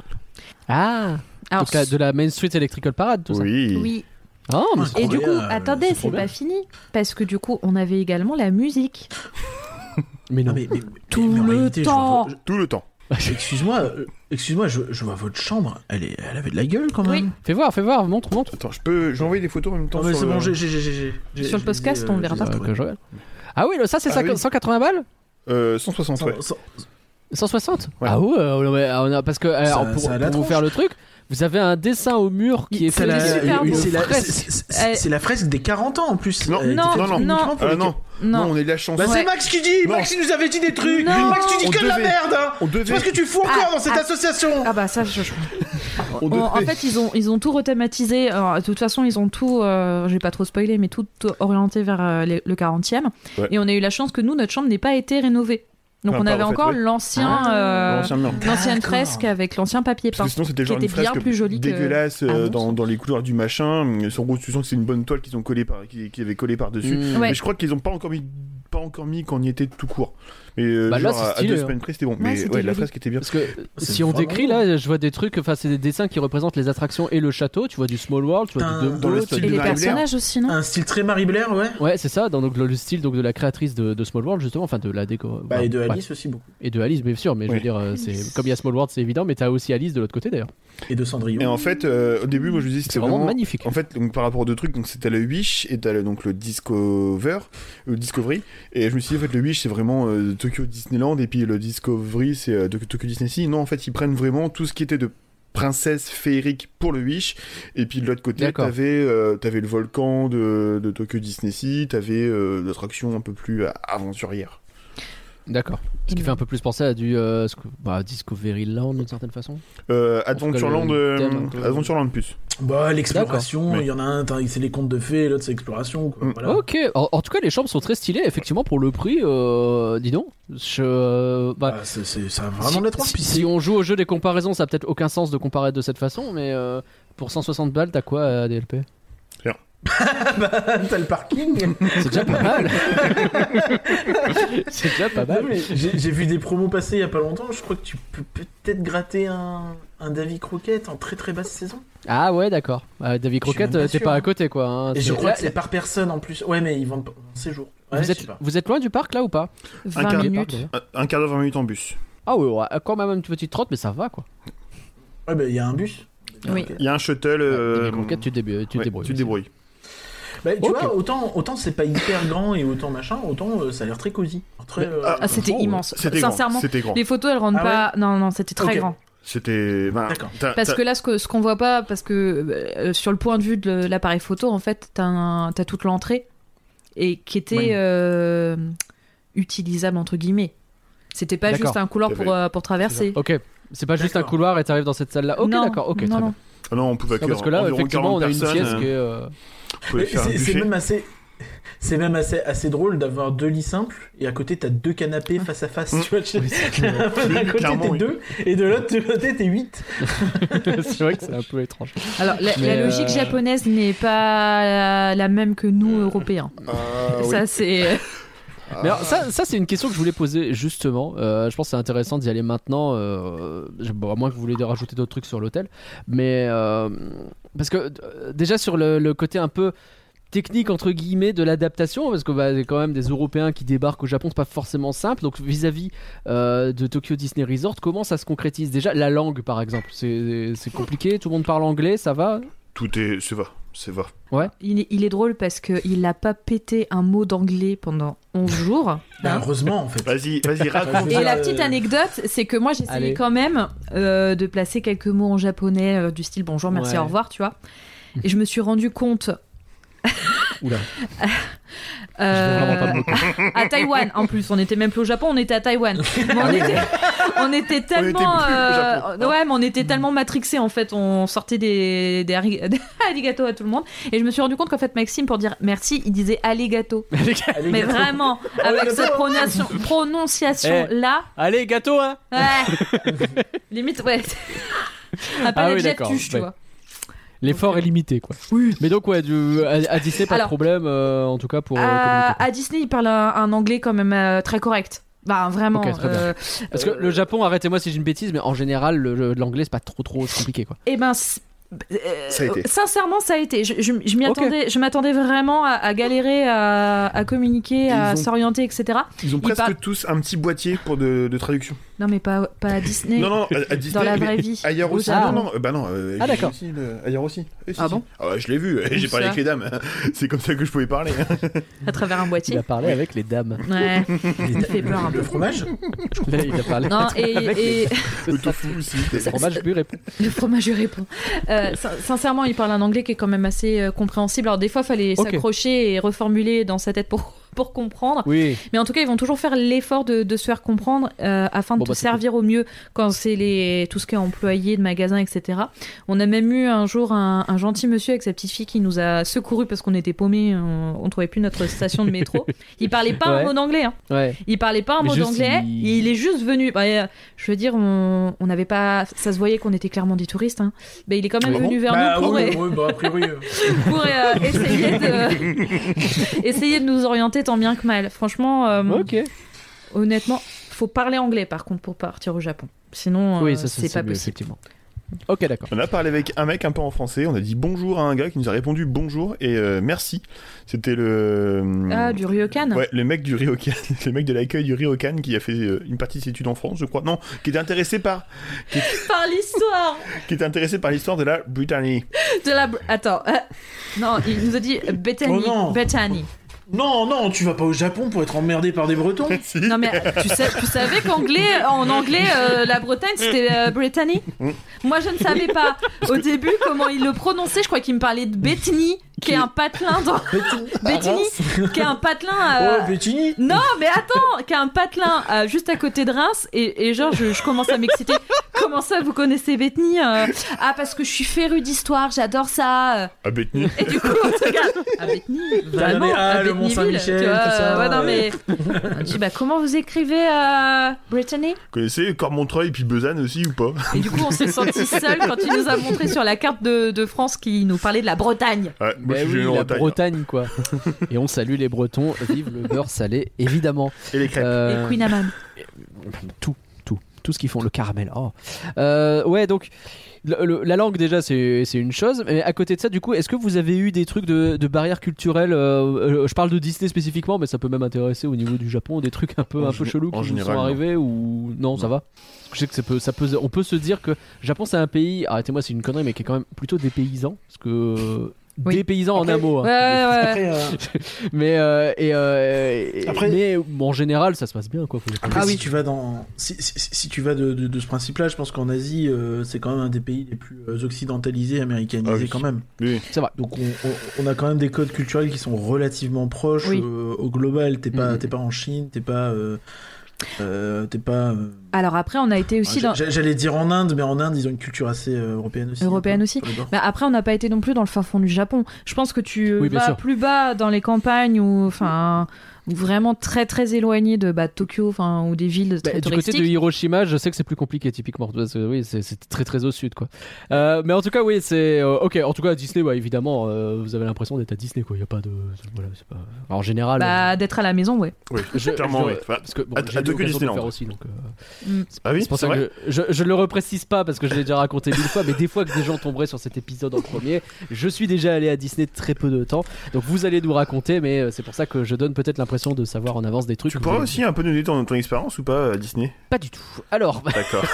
Speaker 1: Ah
Speaker 3: Alors,
Speaker 1: Donc la- de la Main Street Electrical Parade, tout ça.
Speaker 4: oui.
Speaker 3: oui.
Speaker 1: Ah, mais
Speaker 6: Ouais.
Speaker 3: Et du coup,
Speaker 6: Incroyable,
Speaker 3: attendez,
Speaker 6: c'est
Speaker 3: c'est
Speaker 6: trop bien.
Speaker 3: pas fini, parce que du coup, on avait également la musique.
Speaker 1: Mais
Speaker 6: Ah,
Speaker 1: non.
Speaker 6: mais- mais- mais-
Speaker 3: Tout
Speaker 6: mais en
Speaker 3: le
Speaker 6: réalité, je-
Speaker 3: temps.
Speaker 6: je-
Speaker 4: Tout le temps.
Speaker 6: Excuse-moi, euh, excuse-moi, je, je vois votre chambre. Elle, est, elle avait de la gueule quand même.
Speaker 3: Oui.
Speaker 1: Fais voir, fais voir, montre, montre.
Speaker 4: Attends, je peux. J'ai envoyé des photos en même temps.
Speaker 6: Non, Ah, mais
Speaker 4: sur
Speaker 6: c'est
Speaker 4: le-
Speaker 6: bon, j'ai, j'ai, j'ai, j'ai- j'ai-
Speaker 3: Sur le
Speaker 6: j'ai-
Speaker 3: podcast,
Speaker 6: j'ai-
Speaker 3: on verra
Speaker 6: j'ai-
Speaker 3: pas.
Speaker 6: j'ai-
Speaker 1: Euh, que je regarde. Ah oui, le- ça c'est
Speaker 4: Ah
Speaker 1: cinq-
Speaker 4: oui.
Speaker 1: 180 balles
Speaker 4: Euh, 160,
Speaker 6: Sans-
Speaker 4: ouais.
Speaker 6: sans-
Speaker 1: 160
Speaker 4: Ouais.
Speaker 1: Ah ouais, euh, ouais, on a- parce que euh,
Speaker 6: Ça-
Speaker 1: alors, pour,
Speaker 6: ça a la
Speaker 1: pour vous
Speaker 6: tronche.
Speaker 1: faire le truc, vous avez un dessin au mur qui est
Speaker 6: C'est
Speaker 1: fait
Speaker 6: la-
Speaker 3: C'était super
Speaker 1: une, une
Speaker 3: beau.
Speaker 6: c'est la-
Speaker 1: fresque.
Speaker 6: c'est- c'est- c'est- c'est la fresque des 40 ans en plus.
Speaker 4: Non,
Speaker 6: Elle était
Speaker 3: non,
Speaker 6: faite
Speaker 4: non,
Speaker 6: uniquement
Speaker 3: non.
Speaker 6: pour
Speaker 4: Ah
Speaker 6: les-
Speaker 4: non. non,
Speaker 3: Non,
Speaker 4: on est de la chance.
Speaker 6: Bah,
Speaker 3: Ouais.
Speaker 6: c'est Max qui dit
Speaker 4: Non.
Speaker 6: Max il nous avait dit des trucs
Speaker 3: Non.
Speaker 6: Max tu dis
Speaker 4: On
Speaker 6: que de la
Speaker 4: devait.
Speaker 6: merde hein.
Speaker 4: On
Speaker 6: C'est
Speaker 4: devait.
Speaker 6: parce que tu fous encore
Speaker 3: Ah,
Speaker 6: dans cette
Speaker 3: ah.
Speaker 6: association
Speaker 3: ah bah ça, je... je-
Speaker 4: On
Speaker 3: En- en
Speaker 4: devait.
Speaker 3: fait, ils ont, ils ont tout rethématisé. Alors, de toute façon, ils ont tout, euh, je vais pas trop spoiler, mais tout orienté vers euh, les- le 40e.
Speaker 4: Ouais.
Speaker 3: Et on a eu la chance que nous, notre chambre n'ait pas été rénovée. Donc
Speaker 4: Enfin,
Speaker 3: on
Speaker 4: pas,
Speaker 3: avait
Speaker 4: en fait,
Speaker 3: encore
Speaker 4: oui.
Speaker 3: l'ancien,
Speaker 1: Ah.
Speaker 6: Bah,
Speaker 3: euh,
Speaker 4: L'ancien mur.
Speaker 3: l'ancienne
Speaker 6: D'accord.
Speaker 3: fresque avec l'ancien papier peint.
Speaker 4: Parce que sinon, c'était genre
Speaker 3: qui
Speaker 4: une
Speaker 3: était bien
Speaker 4: fresque
Speaker 3: plus jolie que-
Speaker 4: dégueulasse euh,
Speaker 3: Ah non,
Speaker 4: dans,
Speaker 3: ça.
Speaker 4: dans les couleurs du machin. Sur gros, tu sens que c'est une bonne toile qu'ils ont collé par, qui, qui avait collé par-dessus.
Speaker 1: Mmh.
Speaker 3: Ouais.
Speaker 4: Mais je crois qu'ils ont pas encore mis, pas encore mis quand on y était tout court. Mais euh,
Speaker 1: Bah là,
Speaker 4: genre,
Speaker 1: c'est
Speaker 4: à- à
Speaker 1: stylé,
Speaker 4: deux
Speaker 1: hein.
Speaker 4: semaines près, c'était bon.
Speaker 3: Ouais,
Speaker 4: Mais
Speaker 3: c'était
Speaker 4: ouais, la
Speaker 3: joli.
Speaker 4: fresque était bien.
Speaker 1: Parce que
Speaker 6: C'est
Speaker 1: si on
Speaker 6: vraiment-
Speaker 1: décrit là, je vois des trucs, enfin c'est des dessins qui représentent les attractions et le château. Tu vois du Small World, tu vois
Speaker 6: Dans
Speaker 1: du
Speaker 6: le
Speaker 1: Dumbo, tu vois
Speaker 4: style
Speaker 1: du-
Speaker 3: Et les
Speaker 4: Marie Blair.
Speaker 3: personnages aussi, non
Speaker 1: Ah,
Speaker 6: Un style très Marie Blair ouais
Speaker 1: Ouais, c'est ça, dans donc, le style donc, de la créatrice de, de Small World, justement, enfin de la déco.
Speaker 6: Bah et de
Speaker 1: ouais.
Speaker 6: Alice aussi beaucoup
Speaker 1: Et de Alice, bien sûr, mais je veux
Speaker 4: Oui.
Speaker 1: dire, euh, c'est comme il y a Small World, c'est évident, mais t'as aussi Alice de l'autre côté d'ailleurs.
Speaker 6: Et de
Speaker 4: Et
Speaker 6: Cendrillon
Speaker 4: en fait, euh, au début, moi je me disais
Speaker 1: C'est
Speaker 4: c'était
Speaker 1: vraiment
Speaker 4: vraiment.
Speaker 1: magnifique.
Speaker 4: En fait, donc, par rapport aux deux trucs, donc c'était le Wish et t'as le- donc le Discover, le Discovery. Et je me suis dit, en fait, le Wish c'est vraiment euh, Tokyo Disneyland et puis le Discovery c'est euh, Tok- Tokyo Disney Sea. Non, en fait, ils prennent vraiment tout ce qui était de princesse féerique pour le Wish. Et puis de l'autre côté,
Speaker 1: D'accord.
Speaker 4: t'avais euh, t'avais le volcan de, de Tokyo Disney Sea, t'avais euh, l'attraction un peu plus euh, aventurière.
Speaker 1: D'accord. Ce qui
Speaker 6: Mm.
Speaker 1: fait un peu plus penser à du euh, ce que- bah, Discovery Land d'une certaine façon.
Speaker 4: Euh,
Speaker 1: tout cas,
Speaker 4: Adventureland,
Speaker 1: le
Speaker 4: euh,
Speaker 1: thème un peu-
Speaker 4: Adventureland plus.
Speaker 6: Bah l'exploration
Speaker 4: D'accord.
Speaker 6: il y en a un t'as- c'est les contes de fées l'autre c'est exploration quoi
Speaker 4: Mm.
Speaker 6: voilà.
Speaker 1: Ok. En, en tout cas, les chambres sont très stylées, effectivement, pour le prix. euh, dis donc. Je, bah,
Speaker 6: Ah, c'est- c'est- ça a
Speaker 1: si,
Speaker 6: vraiment de la tronche
Speaker 1: si-
Speaker 6: puis
Speaker 1: si on joue au jeu des comparaisons, ça a peut-être aucun sens de comparer de cette façon, mais euh, pour 160 balles, t'as quoi euh, à DLP
Speaker 6: t'as le parking
Speaker 1: C'est déjà pas mal. C'est déjà pas
Speaker 6: Ouais,
Speaker 1: mal.
Speaker 6: mais J'ai j'ai vu des promos passer il y a pas longtemps je crois que tu peux peut-être gratter un, un Davy Croquette en très très basse saison
Speaker 1: Ah ouais, d'accord. Euh, David
Speaker 6: Je suis
Speaker 1: Croquette,
Speaker 6: même pas
Speaker 1: euh, t'es
Speaker 6: sûr,
Speaker 1: pas à
Speaker 6: hein.
Speaker 1: côté quoi. hein.
Speaker 6: Et
Speaker 1: C'est-
Speaker 6: je crois
Speaker 1: Là,
Speaker 6: que c'est par personne en plus. Ouais, mais ils vendent pas en séjour. Ouais,
Speaker 1: vous,
Speaker 6: je
Speaker 1: êtes,
Speaker 6: sais pas.
Speaker 1: vous êtes loin du parc là ou pas
Speaker 3: 20
Speaker 4: quart-
Speaker 3: minutes.
Speaker 1: d'ailleurs.
Speaker 4: Un- Un quart d'heure, 20 minutes en bus.
Speaker 1: Ah ouais, ouais, quand même une petite trotte, mais ça va quoi.
Speaker 6: Ouais, bah il y a un bus.
Speaker 3: Oui.
Speaker 4: Il y a un
Speaker 1: Ah,
Speaker 4: shuttle. euh,
Speaker 1: David Croquette, tu te débrouilles. Tu te
Speaker 4: ouais,
Speaker 1: débrouilles.
Speaker 4: Tu te débrouilles.
Speaker 6: Bah, tu
Speaker 1: Ok.
Speaker 6: vois, autant, autant c'est pas hyper grand et autant machin, autant euh, ça a l'air très cosy. Très, euh,
Speaker 4: ah,
Speaker 3: Ah, c'était
Speaker 4: Oh,
Speaker 3: immense.
Speaker 4: C'était grand,
Speaker 3: Sincèrement,
Speaker 4: C'était grand.
Speaker 3: les photos, elles rendent
Speaker 6: Ah
Speaker 3: pas. Non, non, c'était très
Speaker 6: Ok.
Speaker 3: grand.
Speaker 4: C'était. ben,
Speaker 6: ah, D'accord.
Speaker 4: t'as-
Speaker 3: Parce
Speaker 4: t'as-
Speaker 3: que là, ce qu'on ce qu'on voit pas, parce que euh, sur le point de vue de l'appareil photo, en fait, t'as un- t'as toute l'entrée et qui était
Speaker 6: Ouais.
Speaker 3: euh, utilisable entre guillemets. C'était pas
Speaker 1: D'accord. Eh ben,
Speaker 3: juste un couloir pour,
Speaker 4: T'avais-
Speaker 3: euh, pour traverser.
Speaker 1: Ok, c'est pas juste un
Speaker 6: D'accord. Bah,
Speaker 1: couloir et t'arrives dans cette salle là. Ok,
Speaker 3: Non,
Speaker 1: d'accord, ok,
Speaker 3: non,
Speaker 1: très
Speaker 3: non.
Speaker 1: bien.
Speaker 4: Ah non, on pouvait
Speaker 1: Non,
Speaker 4: accueillir
Speaker 1: parce que là,
Speaker 4: environ
Speaker 1: effectivement, on
Speaker 4: 40
Speaker 1: a une
Speaker 4: personnes,
Speaker 1: pièce
Speaker 4: euh,
Speaker 1: qui est. euh,
Speaker 4: on
Speaker 6: mais
Speaker 4: pouvait faire un
Speaker 6: C'est c'est
Speaker 4: buffet.
Speaker 6: même assez. C'est même assez, assez drôle d'avoir deux lits simples et à côté t'as deux canapés
Speaker 3: Hein.
Speaker 6: face à face.
Speaker 4: Mm.
Speaker 6: Tu vois, tu-
Speaker 1: Oui,
Speaker 6: d'un côté
Speaker 4: Clairement,
Speaker 6: t'es
Speaker 4: oui.
Speaker 6: deux et de l'autre côté t'es huit.
Speaker 1: c'est vrai que c'est un peu étrange.
Speaker 3: Alors, la,
Speaker 1: Mais,
Speaker 3: la logique
Speaker 1: euh,
Speaker 3: japonaise n'est pas la, la même que nous, Européens.
Speaker 4: Ah, oui.
Speaker 3: Ça, c'est. euh,
Speaker 4: Ah.
Speaker 1: Mais alors, ça, ça c'est une question que je voulais poser justement. Euh, je pense que c'est intéressant d'y aller maintenant. euh, je- bon, à moins que vous voulez rajouter d'autres trucs sur l'hôtel. Mais euh, parce que euh, déjà sur le, le côté un peu technique entre guillemets de l'adaptation parce bah, qu'on va quand même des Européens qui débarquent au Japon, c'est pas forcément simple. Donc vis-à-vis euh, de Tokyo Disney Resort, comment ça se concrétise Déjà la langue par exemple, c'est c'est compliqué. Tout le monde parle anglais, ça va
Speaker 4: Tout est. C'est va. C'est va.
Speaker 3: Il est, il est drôle parce qu'il n'a pas pété un mot d'anglais pendant 11 jours.
Speaker 2: Bah, heureusement, en fait.
Speaker 4: Vas-y, vas-y, raconte.
Speaker 3: Hein. Et
Speaker 2: Genre,
Speaker 3: la petite
Speaker 2: euh,
Speaker 3: anecdote, c'est que moi j'essayais
Speaker 1: Allez.
Speaker 3: quand même euh, de placer quelques mots en japonais euh, du style bonjour, merci,
Speaker 1: Ouais.
Speaker 3: au revoir, tu vois. Et je me suis rendu compte.
Speaker 1: Oula.
Speaker 3: Euh,
Speaker 1: Je vais vraiment pas
Speaker 3: à Taïwan, en plus, on était même plus au Japon, on était à Taïwan. Mais on,
Speaker 2: Ah oui.
Speaker 3: était, on était tellement,
Speaker 4: plus au
Speaker 3: euh,
Speaker 4: Japon.
Speaker 3: ouais, mais on était tellement matrixés en fait, on sortait des, des, ari- des arigato à tout le monde. Et je me suis rendu compte qu'en fait Maxime, pour dire merci, il disait alligato.
Speaker 2: Allez,
Speaker 3: Mais
Speaker 2: gâteau.
Speaker 3: vraiment, avec cette prononciation, prononciation là,
Speaker 1: Allez gâteau hein
Speaker 3: Ouais. Limite, ouais. Appelle
Speaker 1: Ah
Speaker 3: la
Speaker 1: oui,
Speaker 3: Jeff
Speaker 1: d'accord,
Speaker 3: Tuche, tu
Speaker 1: ouais.
Speaker 3: vois.
Speaker 1: L'effort est limité quoi. Oui. Mais donc ouais, du- à, à Disney pas de
Speaker 3: Alors.
Speaker 1: problème euh, en tout cas pour. euh,
Speaker 3: à,
Speaker 1: communiquer.
Speaker 3: à Disney, ils parlent un, un anglais quand même euh, très correct. Bah, vraiment.
Speaker 1: Ok, très bien.
Speaker 3: euh,
Speaker 1: Parce que le Japon, arrêtez-moi si j'ai une bêtise, mais en général le- le- l'anglais c'est pas trop trop compliqué quoi.
Speaker 3: eh ben. c'est- euh,
Speaker 4: Ça a été.
Speaker 3: Sincèrement, ça a été. Je, je- je m'y
Speaker 1: Ok.
Speaker 3: attendais, je m'attendais vraiment à, à galérer, à, à communiquer, à
Speaker 4: ont-
Speaker 3: s'orienter, etc.
Speaker 4: Ils ont presque
Speaker 3: parlent-
Speaker 4: tous un petit boîtier pour de, de traduction.
Speaker 3: Non, mais pas, pas à Disney.
Speaker 4: Non, non, à, à Disney.
Speaker 3: Dans la
Speaker 4: mais
Speaker 3: vraie vie.
Speaker 4: Ailleurs
Speaker 3: Au
Speaker 4: aussi.
Speaker 1: Japon.
Speaker 4: Non, non, euh, bah non. euh,
Speaker 1: Ah,
Speaker 4: j'ai
Speaker 1: d'accord.
Speaker 4: aussi le- Ailleurs aussi. Eh, si,
Speaker 3: Ah
Speaker 4: si.
Speaker 3: bon
Speaker 4: Ah ouais, je l'ai vu. J'ai
Speaker 3: Où
Speaker 4: parlé
Speaker 3: ça
Speaker 4: avec les dames. C'est comme ça que je pouvais parler. hein,
Speaker 3: À travers un
Speaker 1: Il
Speaker 3: boîtier.
Speaker 1: a parlé avec les dames.
Speaker 3: Ouais. Ça fait peur un peu.
Speaker 2: Le fromage
Speaker 1: Là, il a parlé.
Speaker 3: Non, et, et,
Speaker 4: Le tofu aussi.
Speaker 1: Le fromage lui répond.
Speaker 3: Le fromage répond. Euh, sin- sincèrement, il parle un anglais qui est quand même assez euh, compréhensible. Alors des fois, fallait
Speaker 1: Ok.
Speaker 3: s'accrocher et reformuler dans sa tête pour pour comprendre.
Speaker 1: Oui.
Speaker 3: Mais en tout cas, ils vont toujours faire l'effort de, de se faire comprendre euh, afin de
Speaker 1: Bon,
Speaker 3: te
Speaker 1: bah, c'est
Speaker 3: servir au mieux quand c'est les tout ce qui est employé de magasin, etc. On a même eu un jour un, un gentil monsieur avec sa petite fille qui nous a secouru parce qu'on était paumés, on, on trouvait plus notre station de métro. Il parlait pas
Speaker 1: Ouais.
Speaker 3: un mot d'anglais. hein.
Speaker 1: Ouais.
Speaker 3: Il parlait pas un
Speaker 1: Mais
Speaker 3: mot
Speaker 1: juste,
Speaker 3: d'anglais.
Speaker 1: il-
Speaker 3: Il... est juste venu. Bah, euh, je veux dire, on on n'avait pas. Ça se voyait qu'on était clairement des touristes. Hein. Mais il est quand même
Speaker 4: Ah bon
Speaker 3: venu vers
Speaker 2: Bah,
Speaker 3: nous pour,
Speaker 2: oui,
Speaker 3: euh,
Speaker 2: oui, bah, a priori. euh,
Speaker 3: pour, euh, essayer de essayer de nous orienter tant bien que mal. Franchement, euh,
Speaker 1: Ok.
Speaker 3: honnêtement, faut parler anglais par contre pour partir au Japon. Sinon, euh,
Speaker 1: Oui, ça
Speaker 3: c'est
Speaker 1: c'est
Speaker 3: pas
Speaker 1: mieux,
Speaker 3: possible.
Speaker 1: effectivement. Ok, d'accord.
Speaker 4: On a parlé avec un mec un peu en français. On a dit bonjour à un gars qui nous a répondu bonjour et euh, merci. C'était le. euh,
Speaker 3: Ah, du ryokan.
Speaker 4: Ouais, le mec du Ryokan, le mec de l'accueil du Ryokan qui a fait euh, une partie de ses études en France, je crois. Non, qui était intéressé par,
Speaker 3: Par l'histoire
Speaker 4: qui était intéressé par l'histoire de la Britannie.
Speaker 3: de la. Br- Attends. euh, Non, il nous a dit euh, Bethany.
Speaker 2: Oh non.
Speaker 3: Bethany.
Speaker 2: Non, non, tu vas pas au Japon pour être emmerdé par des Bretons.
Speaker 4: Si.
Speaker 3: Non mais euh, tu, sais, tu savais qu'anglais, en anglais, euh, la Bretagne c'était euh, Brittany Moi je ne savais pas au début comment il le prononçait. Je crois qu'il me parlait de Bethany, qui est un patelin dans
Speaker 6: Ah,
Speaker 3: Bethany, qui est un patelin. euh,
Speaker 2: Oh, Bettini
Speaker 3: Non mais attends, qui est un patelin euh, juste à côté de Reims et, et genre je, je commence à m'exciter. Comment ça vous connaissez Bethany euh, Ah parce que je suis féru d'histoire, j'adore ça. euh.
Speaker 4: Ah, Bethany.
Speaker 3: Et du coup on se regarde. Ah Bethany, vraiment
Speaker 2: mais, ah,
Speaker 3: à
Speaker 2: le
Speaker 3: Bethanyville,
Speaker 2: Mont-Saint-Michel,
Speaker 3: tu vois,
Speaker 2: tout ça,
Speaker 3: ouais, non mais.
Speaker 2: ouais.
Speaker 3: On dit bah comment vous écrivez euh, Brittany
Speaker 4: Vous connaissez Cormontreuil et puis Besançon aussi ou pas
Speaker 3: Et du coup, on s'est senti seul quand il nous a montré sur la carte de, de France qu'il nous parlait de la Bretagne.
Speaker 4: Ouais,
Speaker 1: Bah
Speaker 4: moi, je suis
Speaker 1: oui,
Speaker 4: venu en
Speaker 1: la
Speaker 4: Bretagne.
Speaker 1: Bretagne quoi. Et on salue les Bretons, vive le beurre salé évidemment.
Speaker 4: Et les crêpes.
Speaker 1: Euh,
Speaker 3: Et Queen Amman.
Speaker 1: tout, tout, tout ce qu'ils font, le caramel. Oh. Euh, ouais, donc le- le- la langue déjà c'est c'est une chose, mais à côté de ça, du coup, est-ce que vous avez eu des trucs de, de barrières culturelles euh, euh, Je parle de Disney spécifiquement, mais ça peut même intéresser au niveau du Japon, des trucs un peu
Speaker 4: En
Speaker 1: un peu
Speaker 4: gé-
Speaker 1: chelous
Speaker 4: en
Speaker 1: qui vous
Speaker 4: général,
Speaker 1: sont
Speaker 4: non.
Speaker 1: arrivés ou non, ça va. Parce que Je sais que ça peut, ça peut, on peut se dire que Japon c'est un pays. Arrêtez-moi, c'est une connerie, mais qui est quand même plutôt des paysans, parce que
Speaker 3: Oui.
Speaker 1: des paysans en un mot. hein.
Speaker 3: Ouais, ouais,
Speaker 2: Après,
Speaker 3: ouais.
Speaker 2: euh,
Speaker 1: Mais euh, et, euh, et-
Speaker 2: Après-
Speaker 1: mais bon, en général, ça se passe bien quoi. faut le dire.
Speaker 2: Après, si tu vas dans, si, si- si- si tu vas de, de- de ce principe-là, je pense qu'en Asie, euh, c'est quand même un des pays les plus euh, occidentalisés, américanisés
Speaker 4: Ah oui.
Speaker 2: quand même.
Speaker 4: Oui.
Speaker 1: C'est vrai.
Speaker 2: Donc on, on- on a quand même des codes culturels qui sont relativement proches
Speaker 3: Oui.
Speaker 2: euh, au global. T'es pas,
Speaker 1: Mhm.
Speaker 2: t'es pas en Chine, t'es pas, euh, euh, t'es pas. euh,
Speaker 3: Alors après, on a été aussi
Speaker 2: j'a-
Speaker 3: dans.
Speaker 2: j'a- J'allais dire en Inde, mais en Inde, ils ont une culture assez euh, européenne aussi.
Speaker 3: Européenne
Speaker 2: un peu,
Speaker 3: aussi.
Speaker 2: sur les bords.
Speaker 3: Mais Bah, après, on n'a pas été non plus dans le fin fond du Japon. Je pense que tu
Speaker 1: Oui, bien
Speaker 3: vas
Speaker 1: sûr.
Speaker 3: plus bas dans les campagnes ou enfin vraiment très très éloignées de bah, Tokyo, enfin ou des villes très
Speaker 1: Bah, du côté
Speaker 3: touristiques.
Speaker 1: de Hiroshima, je sais que c'est plus compliqué typiquement parce que oui, c'est- c'est très très au sud quoi. Euh, mais en tout cas, oui, c'est euh, ok. En tout cas, à Disney, ouais, évidemment, euh, vous avez l'impression d'être à Disney quoi. Il y a pas de voilà, c'est pas. Alors, en général, euh,
Speaker 3: Bah, d'être à la maison, ouais.
Speaker 4: Oui,
Speaker 1: je-
Speaker 4: clairement,
Speaker 1: je-
Speaker 4: oui. Enfin,
Speaker 1: parce que bon,
Speaker 4: à-
Speaker 1: j'ai
Speaker 4: à
Speaker 1: eu l'occasion
Speaker 4: Tokyo
Speaker 1: de le
Speaker 4: Disneyland.
Speaker 1: faire aussi donc. euh,
Speaker 4: ah oui,
Speaker 1: C'est pour ça
Speaker 4: c'est vrai.
Speaker 1: que je, je le reprécise pas parce que je l'ai déjà raconté mille fois, mais des fois que des gens tomberaient sur cet épisode en premier, je suis déjà allé à Disney très peu de temps, donc vous allez nous raconter, mais euh, c'est pour ça que je donne peut-être l'impression de savoir en avance des trucs.
Speaker 4: Tu
Speaker 1: que
Speaker 4: pourrais
Speaker 1: vous-
Speaker 4: aussi un peu nous dire ton, ton expérience ou pas à Disney
Speaker 1: Pas du tout. Alors,
Speaker 4: D'accord.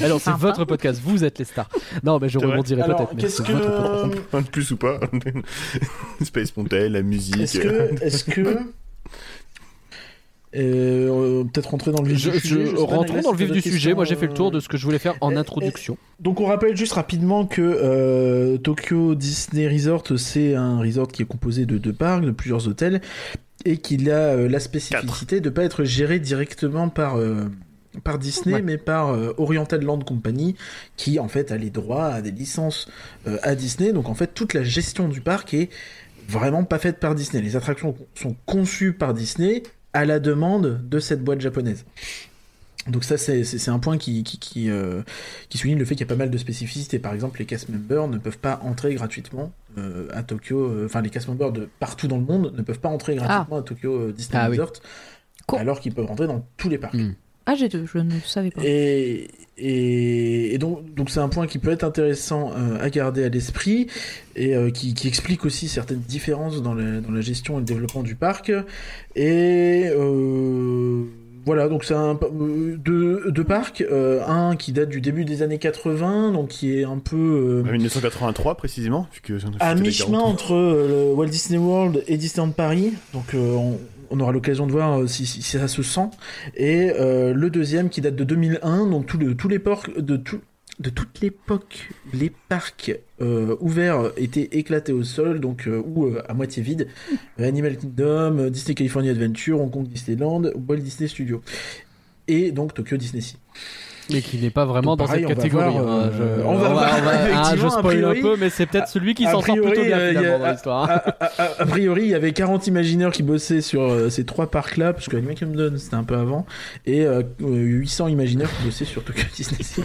Speaker 1: alors Ah c'est
Speaker 3: Sympa.
Speaker 1: votre podcast, vous êtes les stars. Non, mais je
Speaker 4: C'est vrai.
Speaker 1: rebondirai
Speaker 6: Alors,
Speaker 1: peut-être. mais
Speaker 6: qu'est-ce
Speaker 1: c'est votre podcast.
Speaker 6: que.
Speaker 4: un de plus ou pas Space Pontel, la musique.
Speaker 6: Est-ce que. Est-ce que. Euh, on va peut-être rentrer dans le vif
Speaker 1: Je,
Speaker 6: du
Speaker 1: je-
Speaker 6: sujet. je sais pas,
Speaker 1: rentrons
Speaker 6: Naglas,
Speaker 1: dans le
Speaker 6: si
Speaker 1: vif
Speaker 6: t'as
Speaker 1: du
Speaker 6: d'autres
Speaker 1: sujet. Moi, j'ai
Speaker 6: questions,
Speaker 1: fait le tour
Speaker 6: euh,
Speaker 1: de ce que je voulais faire en
Speaker 6: euh,
Speaker 1: introduction.
Speaker 6: Donc on rappelle juste rapidement que euh, Tokyo Disney Resort, c'est un resort qui est composé de deux parcs, de plusieurs hôtels, et qu'il a euh, la spécificité de ne pas être géré directement par, euh, par Disney,
Speaker 1: Ouais.
Speaker 6: mais par euh, Oriental Land Company, qui en fait a les droits à des licences euh, à Disney. Donc en fait, toute la gestion du parc est vraiment pas faite par Disney. Les attractions sont conçues par Disney à la demande de cette boîte japonaise. Donc ça, c'est- c'est c'est un point qui, qui, qui, euh, qui souligne le fait qu'il y a pas mal de spécificités. Par exemple, les cast members ne peuvent pas entrer gratuitement euh, à Tokyo. euh, Enfin, les cast members de partout dans le monde ne peuvent pas entrer gratuitement à Tokyo euh, Disney
Speaker 1: Ah oui.
Speaker 6: Resort,
Speaker 3: Co-
Speaker 6: alors qu'ils peuvent rentrer dans tous les parcs.
Speaker 1: Mm.
Speaker 3: Ah, j'ai deux, je ne savais pas.
Speaker 6: Et, et, et donc, donc c'est un point qui peut être intéressant euh, à garder à l'esprit et euh, qui, qui explique aussi certaines différences dans la, dans la gestion et le développement du parc. Et euh, voilà, donc c'est un euh, deux, deux parcs, euh, un qui date du début des années 80, donc qui est un peu euh,
Speaker 4: En 1983 précisément vu que c'était
Speaker 6: à
Speaker 4: les
Speaker 6: mi-chemin
Speaker 4: 40.
Speaker 6: entre euh, le Walt Disney World et Disneyland Paris. Donc euh, on, on aura l'occasion de voir euh, si, si- si ça se sent. Et euh, le deuxième qui date de 2001, donc tout le- tous les porcs de tout. De toute l'époque, les parcs euh, ouverts étaient éclatés au sol, donc euh, ou euh, à moitié vides. Euh, Animal Kingdom, euh, Disney California Adventure, Hong Kong Disneyland, Walt Disney Studio, et donc Tokyo Disney Sea.
Speaker 1: Mais qui n'est pas vraiment
Speaker 6: Donc,
Speaker 1: dans
Speaker 6: pareil,
Speaker 1: cette
Speaker 6: on va
Speaker 1: catégorie.
Speaker 6: voir,
Speaker 1: hein,
Speaker 6: euh,
Speaker 1: je-
Speaker 6: on va voir,
Speaker 1: ah, je
Speaker 6: effectivement, a
Speaker 1: spoil un
Speaker 6: priori-
Speaker 1: peu, mais c'est peut-être
Speaker 6: a-
Speaker 1: celui qui
Speaker 6: a
Speaker 1: s'en sort plutôt
Speaker 6: priori,
Speaker 1: bien
Speaker 6: euh, y
Speaker 1: finalement
Speaker 6: a-
Speaker 1: dans l'histoire. hein.
Speaker 6: a, a- a- a priori, il y avait 40 imagineurs qui bossaient sur euh, ces trois parcs-là, parce que Animal Kingdom c'était un peu avant, et euh, euh, 800 imagineurs qui bossaient sur Tokyo Disney. Sea.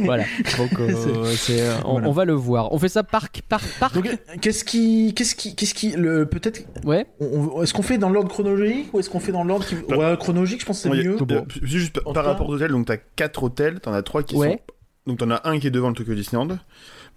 Speaker 1: Voilà. Donc, euh, Oh, c'est, euh, on,
Speaker 6: Voilà.
Speaker 1: on va le voir. On fait ça parc par parc.
Speaker 6: Donc, euh, qu'est-ce qui, qu'est-ce qui, qu'est-ce qui, le peut-être,
Speaker 1: ouais.
Speaker 6: on- on- est-ce qu'on fait dans l'ordre chronologique ou est-ce qu'on fait dans l'ordre qui,
Speaker 4: Bah,
Speaker 6: ouais, chronologique, je pense que
Speaker 4: Ouais,
Speaker 6: c'est mieux.
Speaker 4: euh, juste par-
Speaker 6: En
Speaker 4: par
Speaker 6: tout cas-
Speaker 4: rapport aux hôtels, donc t'as 4 hôtels, t'en as 3 qui
Speaker 1: Ouais.
Speaker 4: sont. Donc t'en as un qui est devant le Tokyo Disneyland,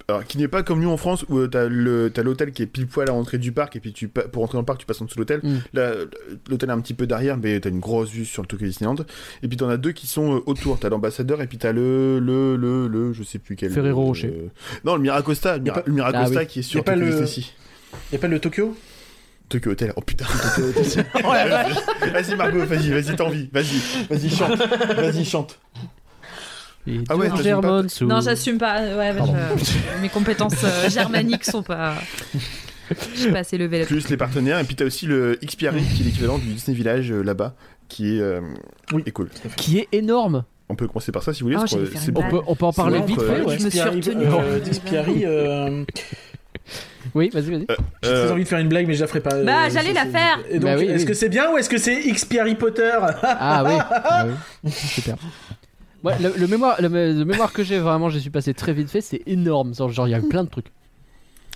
Speaker 4: alors, qui n'est pas comme nous en France où euh, t'as le- t'as l'hôtel qui est pile poil à l'entrée du parc et puis tu, pa- pour entrer dans le parc tu passes en dessous de l'hôtel.
Speaker 1: Mm.
Speaker 4: Là, euh, l'hôtel est un petit peu derrière, mais t'as une grosse vue sur le Tokyo Disneyland. Et puis t'en as deux qui sont euh, autour, t'as l'ambassadeur et puis t'as le, le, le, le, je sais plus quel.
Speaker 1: Ferrero
Speaker 4: euh,
Speaker 1: Rocher.
Speaker 4: Non, le Miracosta, le,
Speaker 6: Y a pas-
Speaker 4: Mira- le Miracosta
Speaker 1: Ah oui.
Speaker 4: qui est
Speaker 6: Y a
Speaker 4: sur
Speaker 6: pas
Speaker 4: Tokyo
Speaker 6: le-
Speaker 4: Disney Sea.
Speaker 6: Y a pas le Tokyo
Speaker 4: Tokyo Hotel, oh putain. vas-y Margot, vas-y, vas-y, t'envie, vas-y, vas-y, chante, vas-y, chante. Ah ouais, t'assumes pas.
Speaker 1: German sous-
Speaker 3: Non, j'assume pas. Ouais, bah, je- mes compétences euh, germaniques sont pas. Je suis pas assez levée là
Speaker 4: plus les partenaires et puis t'as aussi le Xpiari qui est l'équivalent du Disney Village euh, là-bas qui est, euh,
Speaker 6: Oui.
Speaker 4: est cool
Speaker 1: qui est énorme.
Speaker 4: on peut commencer par ça si vous voulez
Speaker 3: Oh,
Speaker 4: parce
Speaker 3: j'allais
Speaker 4: que
Speaker 3: faire
Speaker 4: c'est
Speaker 3: une
Speaker 1: On
Speaker 4: bon
Speaker 3: blague.
Speaker 1: peut, on peut en parler
Speaker 4: vrai
Speaker 1: vite
Speaker 4: que-
Speaker 1: fait.
Speaker 3: Je
Speaker 1: ouais.
Speaker 3: me suis
Speaker 6: Dixpiari,
Speaker 3: retenue.
Speaker 6: euh, Dixpiari, euh,
Speaker 1: Oui, vas-y, vas-y.
Speaker 6: j'ai
Speaker 4: Euh,
Speaker 6: très envie de faire une blague, mais je la ferai pas.
Speaker 3: Bah,
Speaker 6: euh,
Speaker 3: j'allais
Speaker 6: c'est-
Speaker 3: la
Speaker 6: c'est-
Speaker 3: faire.
Speaker 6: Et donc,
Speaker 1: Bah oui,
Speaker 6: est-ce
Speaker 1: oui.
Speaker 6: que c'est bien ou est-ce que c'est Xpiari Potter
Speaker 1: Ah oui, ah oui. super. Ouais, le, le mémoire, le, mé- le mémoire que j'ai vraiment, j'y suis passé très vite fait, c'est énorme. Genre, genre, il y a plein de trucs.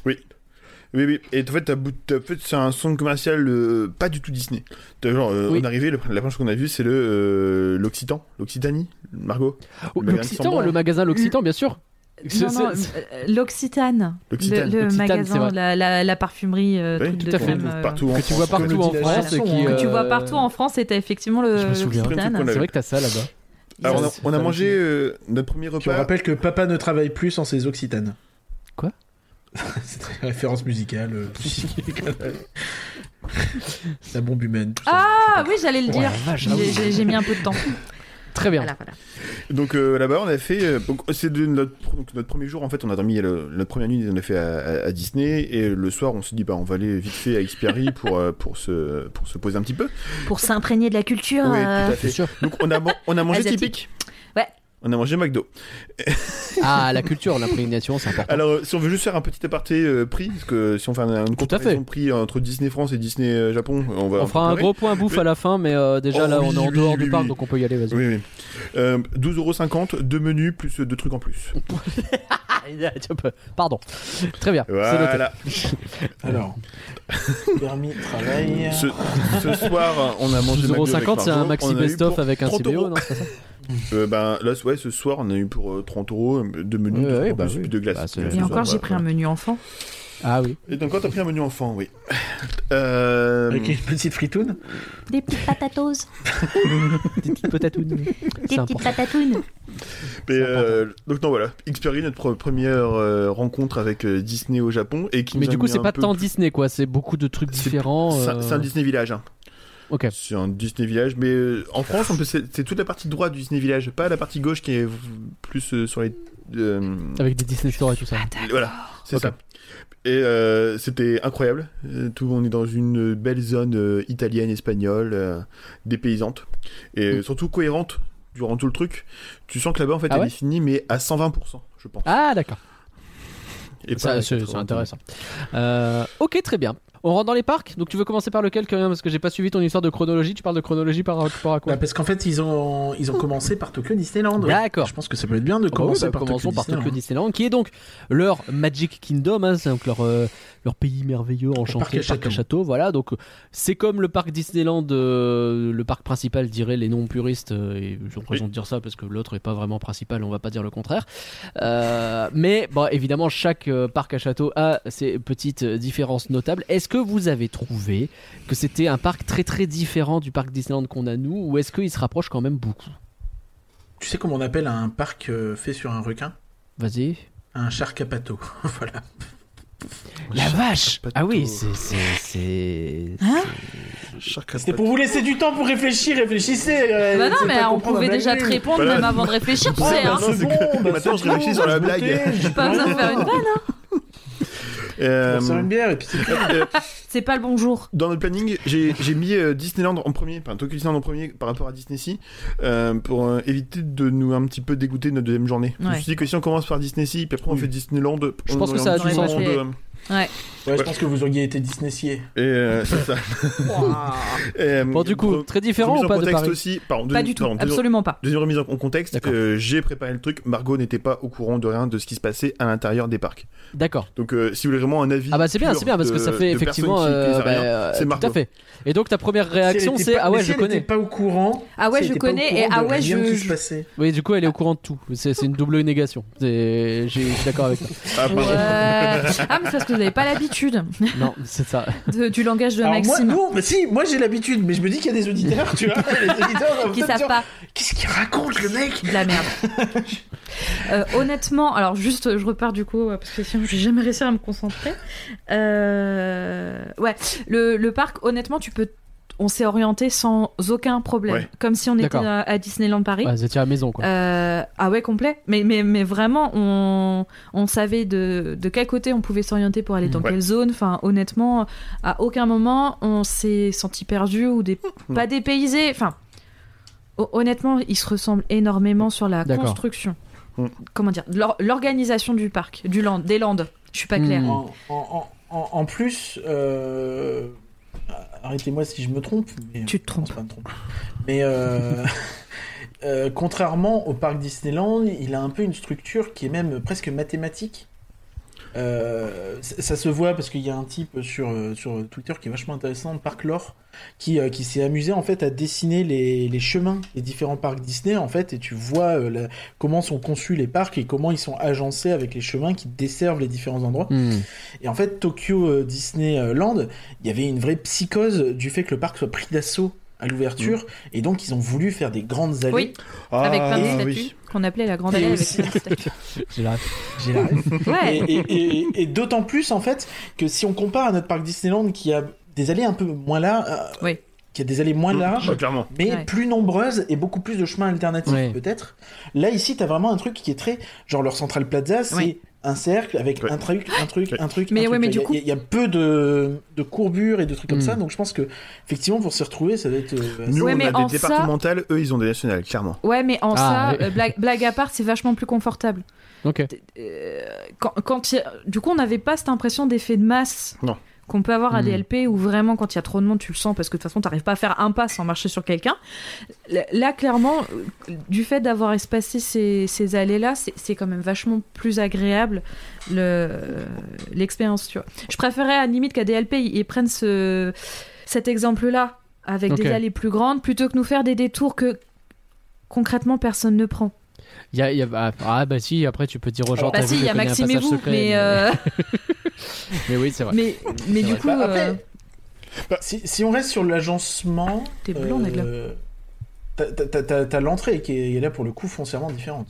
Speaker 4: oui oui et en fait, t'as bou- t'as- en fait c'est un centre commercial euh, pas du tout Disney T'as genre euh,
Speaker 1: Oui.
Speaker 4: on est arrivé le- la première chose qu'on a vu c'est le euh, l'Occitan l'Occitanie Margot
Speaker 1: Oh,
Speaker 4: magasin
Speaker 1: L'Occitan,
Speaker 4: Sambor.
Speaker 1: le magasin L'Occitan, bien sûr. C'est-
Speaker 3: Non, non,
Speaker 1: c'est- c'est-
Speaker 3: euh, l'Occitane. Le,
Speaker 4: l'Occitane
Speaker 3: le
Speaker 1: L'Occitane, c'est
Speaker 3: magasin,
Speaker 1: vrai.
Speaker 3: la, la- la parfumerie, euh,
Speaker 4: Oui,
Speaker 3: truc
Speaker 1: tout
Speaker 3: de
Speaker 1: à fait.
Speaker 3: crème, euh,
Speaker 4: partout en
Speaker 1: que tu vois
Speaker 4: France,
Speaker 1: partout
Speaker 4: comme le
Speaker 1: en
Speaker 4: dit la
Speaker 1: France.
Speaker 6: chanson,
Speaker 1: et
Speaker 6: hein.
Speaker 1: qui,
Speaker 3: Que tu
Speaker 1: euh,
Speaker 3: vois partout en France, et t'as effectivement le.
Speaker 1: Je me souviens.
Speaker 3: l'Occitane.
Speaker 4: Plein de trucs
Speaker 1: C'est vrai que t'as ça là-bas.
Speaker 4: Alors, on a,
Speaker 1: Ça,
Speaker 4: on a
Speaker 1: ça
Speaker 4: mangé euh, notre premier
Speaker 6: Je vous
Speaker 4: repas
Speaker 6: rappelle que papa ne travaille plus sans ses Occitanes.
Speaker 1: Quoi
Speaker 6: C'est une référence musicale. euh, La bombe humaine, tout ça.
Speaker 3: Ah oui, j'allais le
Speaker 1: Oh la
Speaker 3: dire.
Speaker 1: vache, ah
Speaker 3: J'ai-
Speaker 1: oui.
Speaker 3: J'ai j'ai mis un peu de temps.
Speaker 1: Très bien.
Speaker 3: Voilà, voilà.
Speaker 4: Donc euh, là-bas, on a fait. euh, donc, c'est de notre, donc, notre premier jour, en fait, on a dormi le- notre première nuit, on a fait à, à- à Disney. Et le soir, on se dit, bah, on va aller vite fait à Xpiari pour, euh, pour, se, pour se poser un petit peu.
Speaker 3: Pour s'imprégner de la culture.
Speaker 4: Ouais,
Speaker 3: euh,
Speaker 1: Ah,
Speaker 4: tout à
Speaker 1: C'est
Speaker 4: fait.
Speaker 1: sûr.
Speaker 4: Donc on a, man- on a mangé
Speaker 3: Asiatique.
Speaker 4: typique.
Speaker 3: Ouais.
Speaker 4: On on a mangé McDo.
Speaker 1: Ah, la culture, l'imprégnation, c'est important.
Speaker 4: Alors, euh, si on veut juste faire un petit aparté euh, prix, parce que si on fait un- une
Speaker 1: Tout à
Speaker 4: comparaison
Speaker 1: fait.
Speaker 4: prix entre Disney France et Disney euh, Japon, on va.
Speaker 1: On fera un
Speaker 4: peu pleurer.
Speaker 1: gros point bouffe à la fin, mais euh, déjà
Speaker 4: Oh
Speaker 1: là on
Speaker 4: oui,
Speaker 1: est en
Speaker 4: oui,
Speaker 1: dehors
Speaker 4: oui,
Speaker 1: du parc
Speaker 4: oui.
Speaker 1: donc on peut y aller, vas-y.
Speaker 4: Oui, oui. Euh, 12,50€, deux menus plus euh, deux trucs en plus.
Speaker 1: Ah, Pardon. Très bien. c'est noté.
Speaker 4: Voilà.
Speaker 3: Ah
Speaker 6: Alors, permis de travail.
Speaker 4: Ce, ce soir, on a mangé McDo avec
Speaker 1: 12,50€, c'est un
Speaker 4: Margot. On
Speaker 1: maxi
Speaker 4: en a eu
Speaker 1: best-of
Speaker 4: pour
Speaker 1: avec un
Speaker 4: 30
Speaker 1: CBO,
Speaker 4: euros.
Speaker 1: non c'est pas ça
Speaker 4: Euh, ben, là, ouais, ce soir, on a eu pour euh, 30 euros euh, deux menus,
Speaker 1: Ouais,
Speaker 4: deux
Speaker 1: ouais,
Speaker 4: trucs en
Speaker 1: bah
Speaker 4: plus,
Speaker 1: oui.
Speaker 4: puis deux glaces.
Speaker 1: Bah, c'est-
Speaker 4: Donc,
Speaker 1: Et
Speaker 4: ce
Speaker 3: Et
Speaker 4: soir,
Speaker 3: encore, j'ai
Speaker 4: voilà.
Speaker 3: pris un menu enfant.
Speaker 1: Ah oui.
Speaker 4: Et donc, quand t'as pris un menu enfant, oui. Euh,
Speaker 6: Avec une petite fritoune
Speaker 7: Des petites patatos,
Speaker 1: Des petites patatounes.
Speaker 7: des
Speaker 1: C'est
Speaker 7: petites
Speaker 1: important.
Speaker 7: patatounes.
Speaker 4: mais, euh, donc, non, voilà. Xperi, notre pre- première euh, rencontre avec euh, Disney au Japon. Et qui
Speaker 1: Mais
Speaker 4: nous a
Speaker 1: du coup,
Speaker 4: mis
Speaker 1: c'est
Speaker 4: un
Speaker 1: pas
Speaker 4: peu
Speaker 1: tant
Speaker 4: plus-
Speaker 1: Disney quoi, c'est beaucoup de trucs
Speaker 4: C'est-
Speaker 1: différents.
Speaker 4: C'est un-
Speaker 1: euh,
Speaker 4: c'est un Disney Village. hein.
Speaker 1: Ok.
Speaker 4: C'est un Disney Village, mais euh, en France, on peut- c'est c'est toute la partie droite du Disney Village, pas la partie gauche qui est v- plus euh, sur les. euh,
Speaker 1: Avec des Disney Store et tout ça.
Speaker 4: Voilà, c'est
Speaker 1: Ok.
Speaker 4: ça. Et euh, c'était incroyable. Euh, Tout, on est dans une belle zone euh, italienne, espagnole, euh, dépaysante. Et euh, surtout cohérente durant tout le truc. Tu sens que là-bas, en fait,
Speaker 1: Mm. Ah
Speaker 4: elle
Speaker 1: ouais
Speaker 4: est finie, mais à 120%, je pense.
Speaker 1: Ah d'accord.
Speaker 4: Et pas à
Speaker 1: Ça, C'est c'est
Speaker 4: 80.
Speaker 1: intéressant. Euh, ok, très bien. On rentre dans les parcs. Donc tu veux commencer par lequel quand même parce que j'ai pas suivi ton histoire de chronologie. Tu parles de chronologie par rapport à quoi
Speaker 6: Bah, Parce qu'en fait, ils ont, ils ont commencé par Tokyo Disneyland. ouais.
Speaker 1: D'accord.
Speaker 6: Je pense que ça peut être bien de
Speaker 1: Bah oui,
Speaker 6: commencer
Speaker 1: bah,
Speaker 6: par,
Speaker 1: commençons
Speaker 6: Tokyo
Speaker 1: par Tokyo
Speaker 6: Disneyland.
Speaker 1: Disneyland,
Speaker 6: hein.
Speaker 1: qui est donc leur Magic Kingdom, hein, c'est donc leur, euh, leur pays merveilleux, enchanté,
Speaker 6: parc à château.
Speaker 1: Voilà, donc euh, c'est comme le parc Disneyland, euh, le parc principal, diraient les non-puristes, euh, et j'ai l'impression de dire ça parce que l'autre est pas vraiment principal, on va pas dire le contraire. Euh, mais bon, évidemment, chaque euh, parc à château a ses petites euh, différences notables. Est-ce que vous avez trouvé que c'était un parc très très différent du parc Disneyland qu'on a nous, ou est-ce qu'il se rapproche quand même beaucoup
Speaker 6: Tu sais comment on appelle un parc euh, fait sur un requin
Speaker 1: Vas-y.
Speaker 6: Un charcapato. voilà.
Speaker 1: La vache
Speaker 4: pas de
Speaker 1: Ah oui,
Speaker 4: taux.
Speaker 1: c'est... c'est- c'est-
Speaker 3: Hein
Speaker 4: Chaque-
Speaker 6: C'était pour vous laisser du temps pour réfléchir, réfléchissez euh,
Speaker 3: Bah non,
Speaker 6: c'est
Speaker 3: mais
Speaker 6: pas
Speaker 3: on
Speaker 6: comprendre
Speaker 3: pouvait
Speaker 6: à
Speaker 3: déjà
Speaker 6: vingt
Speaker 3: te
Speaker 6: minutes.
Speaker 3: répondre
Speaker 4: Voilà.
Speaker 3: même avant de réfléchir, tu
Speaker 6: Ah, bah,
Speaker 3: sais. Hein.
Speaker 4: non,
Speaker 6: c'est
Speaker 4: c'est
Speaker 6: bon,
Speaker 4: que-
Speaker 6: bah,
Speaker 4: maintenant,
Speaker 6: c'est
Speaker 4: je réfléchis
Speaker 6: bon,
Speaker 4: sur la
Speaker 6: je
Speaker 4: blague.
Speaker 6: notais, j'ai
Speaker 3: Pas besoin de faire une vanne.
Speaker 4: Euh,
Speaker 6: On sort une bière et puis c'est
Speaker 3: C'est pas le bon jour.
Speaker 4: dans notre planning, j'ai j'ai mis euh, Disneyland en premier, enfin Tokyo Disneyland en premier par rapport à Disney Sea, euh, pour euh, éviter de nous un petit peu dégoûter de notre deuxième journée. Je me
Speaker 3: Ouais.
Speaker 4: suis dit que si on commence par Disney Sea, puis après on
Speaker 6: Oui.
Speaker 4: fait Disneyland,
Speaker 1: Mm. Je
Speaker 4: on
Speaker 1: pense que
Speaker 4: aurait
Speaker 1: ça a
Speaker 4: un
Speaker 1: du
Speaker 4: petit
Speaker 1: sens.
Speaker 4: moment de-
Speaker 6: Ouais, je pense que vous auriez été Disneysier.
Speaker 4: Et euh, c'est ça. Et, euh,
Speaker 1: Bon, du coup,
Speaker 4: re-
Speaker 1: très différent
Speaker 4: remise
Speaker 1: ou
Speaker 4: en
Speaker 1: pas de
Speaker 4: contexte
Speaker 1: Paris
Speaker 4: aussi. Pardon,
Speaker 3: Pas
Speaker 4: deuxi-
Speaker 3: du tout,
Speaker 4: pardon, deuxi-
Speaker 3: absolument pas.
Speaker 4: Deuxième remise en en contexte,
Speaker 1: D'accord.
Speaker 4: euh, j'ai préparé le truc. Margot n'était pas au courant de rien de ce qui se passait à l'intérieur des parcs.
Speaker 1: D'accord.
Speaker 4: Donc, euh, si vous voulez vraiment un avis,
Speaker 1: Ah bah c'est bien,
Speaker 4: pur
Speaker 1: c'est bien parce que
Speaker 4: de-
Speaker 1: ça
Speaker 4: de
Speaker 1: fait
Speaker 4: personnes
Speaker 1: effectivement...
Speaker 4: qui
Speaker 1: euh,
Speaker 4: connaissent rien,
Speaker 1: bah,
Speaker 4: c'est
Speaker 1: tout
Speaker 4: Margot.
Speaker 1: à fait. Et donc ta première
Speaker 3: Euh,
Speaker 1: réaction
Speaker 6: Si elle
Speaker 1: c'est
Speaker 6: était pas-
Speaker 1: ah ouais
Speaker 6: mais si
Speaker 1: je
Speaker 6: elle était
Speaker 1: connais.
Speaker 6: pas au courant.
Speaker 3: Ah ouais,
Speaker 6: si elle
Speaker 3: je
Speaker 6: était pas au
Speaker 3: connais
Speaker 6: courant
Speaker 3: et
Speaker 6: de
Speaker 3: ah ouais,
Speaker 6: rien
Speaker 3: je.
Speaker 6: qui se passait.
Speaker 1: Oui du coup elle est au courant de tout. C'est c'est une double négation. C'est- j'ai- Je suis d'accord avec toi.
Speaker 4: Ah,
Speaker 3: Ouais.
Speaker 4: pardon.
Speaker 3: Ah, mais c'est parce que vous n'avez pas l'habitude
Speaker 1: Non c'est ça.
Speaker 3: de- du langage de
Speaker 6: Alors moi,
Speaker 3: Maxime
Speaker 6: non, mais si, moi j'ai l'habitude, mais je me dis qu'il y a des auditeurs, tu vois. les auditeurs doivent
Speaker 3: qui
Speaker 6: peut-être
Speaker 3: savent
Speaker 6: dire,
Speaker 3: pas
Speaker 6: Qu'est-ce qu'il raconte le mec
Speaker 3: de la merde. Euh, honnêtement, alors juste, je repars du coup parce que sinon je vais jamais réussir à me concentrer. Euh, Ouais, le, le parc, honnêtement, tu peux. On s'est orienté sans aucun problème,
Speaker 4: Ouais.
Speaker 3: comme si on était
Speaker 1: D'accord.
Speaker 3: à, à Disneyland Paris.
Speaker 1: Ouais, vous étiez à la maison quoi.
Speaker 3: Euh, ah ouais, complet. Mais, mais, mais vraiment, on, on savait de, de quel côté on pouvait s'orienter pour aller dans
Speaker 1: Mm.
Speaker 3: quelle zone. Enfin, honnêtement, à aucun moment on s'est senti perdu ou des,
Speaker 4: Mm.
Speaker 3: pas dépaysé. Enfin, ho- honnêtement, ils se ressemblent énormément sur la
Speaker 1: D'accord.
Speaker 3: construction.
Speaker 4: Mm.
Speaker 3: Comment dire l'or- L'organisation du parc, du land, des landes. Je suis pas claire.
Speaker 1: Mm.
Speaker 6: En, en- en- en plus, euh, arrêtez-moi si je me trompe. Mais...
Speaker 3: Tu te
Speaker 6: Je
Speaker 3: trompes.
Speaker 6: pense pas me tromper. Mais euh, euh, contrairement au parc Disneyland, il a un peu une structure qui est même presque mathématique. Euh, c- ça se voit parce qu'il y a un type sur, euh, sur Twitter qui est vachement intéressant, Parc Lore, qui, euh, qui s'est amusé en fait à dessiner les, les chemins des différents parcs Disney en fait, et tu vois euh, la- comment sont conçus les parcs et comment ils sont agencés avec les chemins qui desservent les différents endroits.
Speaker 1: Hmm.
Speaker 6: Et en fait, Tokyo euh, Disneyland, il y avait une vraie psychose du fait que le parc soit pris d'assaut à l'ouverture, et donc ils ont voulu faire des grandes allées.
Speaker 3: Oui,
Speaker 4: Ah,
Speaker 3: avec plein de
Speaker 4: oui.
Speaker 3: statues qu'on appelait la grande
Speaker 6: Et
Speaker 3: allée avec
Speaker 6: aussi-
Speaker 3: plein de statues.
Speaker 1: J'ai la-
Speaker 6: J'ai la ref.
Speaker 3: Ouais.
Speaker 6: et et- et- et d'autant plus, en fait, que si on compare à notre parc Disneyland qui a des allées un peu moins larges,
Speaker 3: Oui.
Speaker 6: qui a des allées moins larges,
Speaker 4: Ouais, clairement.
Speaker 6: mais
Speaker 3: Ouais.
Speaker 6: plus nombreuses et beaucoup plus de chemins alternatifs
Speaker 1: Ouais.
Speaker 6: peut-être. Là ici, t'as vraiment un truc qui est très genre leur Central Plaza, c'est
Speaker 3: Oui.
Speaker 6: un cercle avec
Speaker 4: Ouais.
Speaker 6: un truc, un truc,
Speaker 4: Ouais.
Speaker 6: un truc.
Speaker 3: Mais
Speaker 6: un
Speaker 3: ouais,
Speaker 6: truc.
Speaker 3: mais
Speaker 6: Il y
Speaker 3: du
Speaker 6: a-
Speaker 3: coup-
Speaker 6: il y, a peu de, de courbures et de trucs comme
Speaker 1: Hmm.
Speaker 6: ça, donc je pense que effectivement pour se retrouver, ça va être. euh,
Speaker 4: Nous,
Speaker 3: Ouais,
Speaker 4: on
Speaker 3: mais
Speaker 4: a
Speaker 3: en
Speaker 4: des
Speaker 3: ça-
Speaker 4: départementales, eux, ils ont des nationales, clairement.
Speaker 3: Ouais, mais en
Speaker 1: Ah,
Speaker 3: ça,
Speaker 1: ouais.
Speaker 3: euh, blague, blague à part, c'est vachement plus confortable.
Speaker 1: Ok.
Speaker 3: Euh, quand, quand il y a- du coup, on n'avait pas cette impression d'effet de masse
Speaker 4: Non.
Speaker 3: qu'on peut avoir à
Speaker 1: Mm.
Speaker 3: DLP où vraiment, quand il y a trop de monde, tu le sens parce que de toute façon, t'arrives pas à faire un pas sans marcher sur quelqu'un. Là- Là, clairement, euh, du fait d'avoir espacé ces, ces allées-là, c'est c'est quand même vachement plus agréable le- l'expérience, tu vois. Je préférais à la limite qu'à DLP, ils ils prennent ce, cet exemple-là avec
Speaker 1: Ok.
Speaker 3: des allées plus grandes plutôt que nous faire des détours que concrètement personne ne prend.
Speaker 1: Il y a, il y a- ah, ah, bah si, après tu peux dire aux gens.
Speaker 6: Alors,
Speaker 1: t'as
Speaker 3: bah si,
Speaker 1: vu,
Speaker 3: il y
Speaker 1: je
Speaker 3: a
Speaker 1: connais un
Speaker 3: Maxime et
Speaker 1: passage
Speaker 3: vous,
Speaker 1: secret,
Speaker 3: mais, euh,
Speaker 1: mais oui, c'est vrai.
Speaker 3: mais, mais
Speaker 1: C'est
Speaker 3: du
Speaker 1: vrai.
Speaker 3: coup,
Speaker 6: Bah, après,
Speaker 3: euh,
Speaker 4: bah,
Speaker 6: Si, si on reste sur l'agencement,
Speaker 3: t'es blond, mec, là.
Speaker 6: euh, t'as- t'as- t'as t'as- t'as l'entrée qui est là pour le coup foncièrement différente.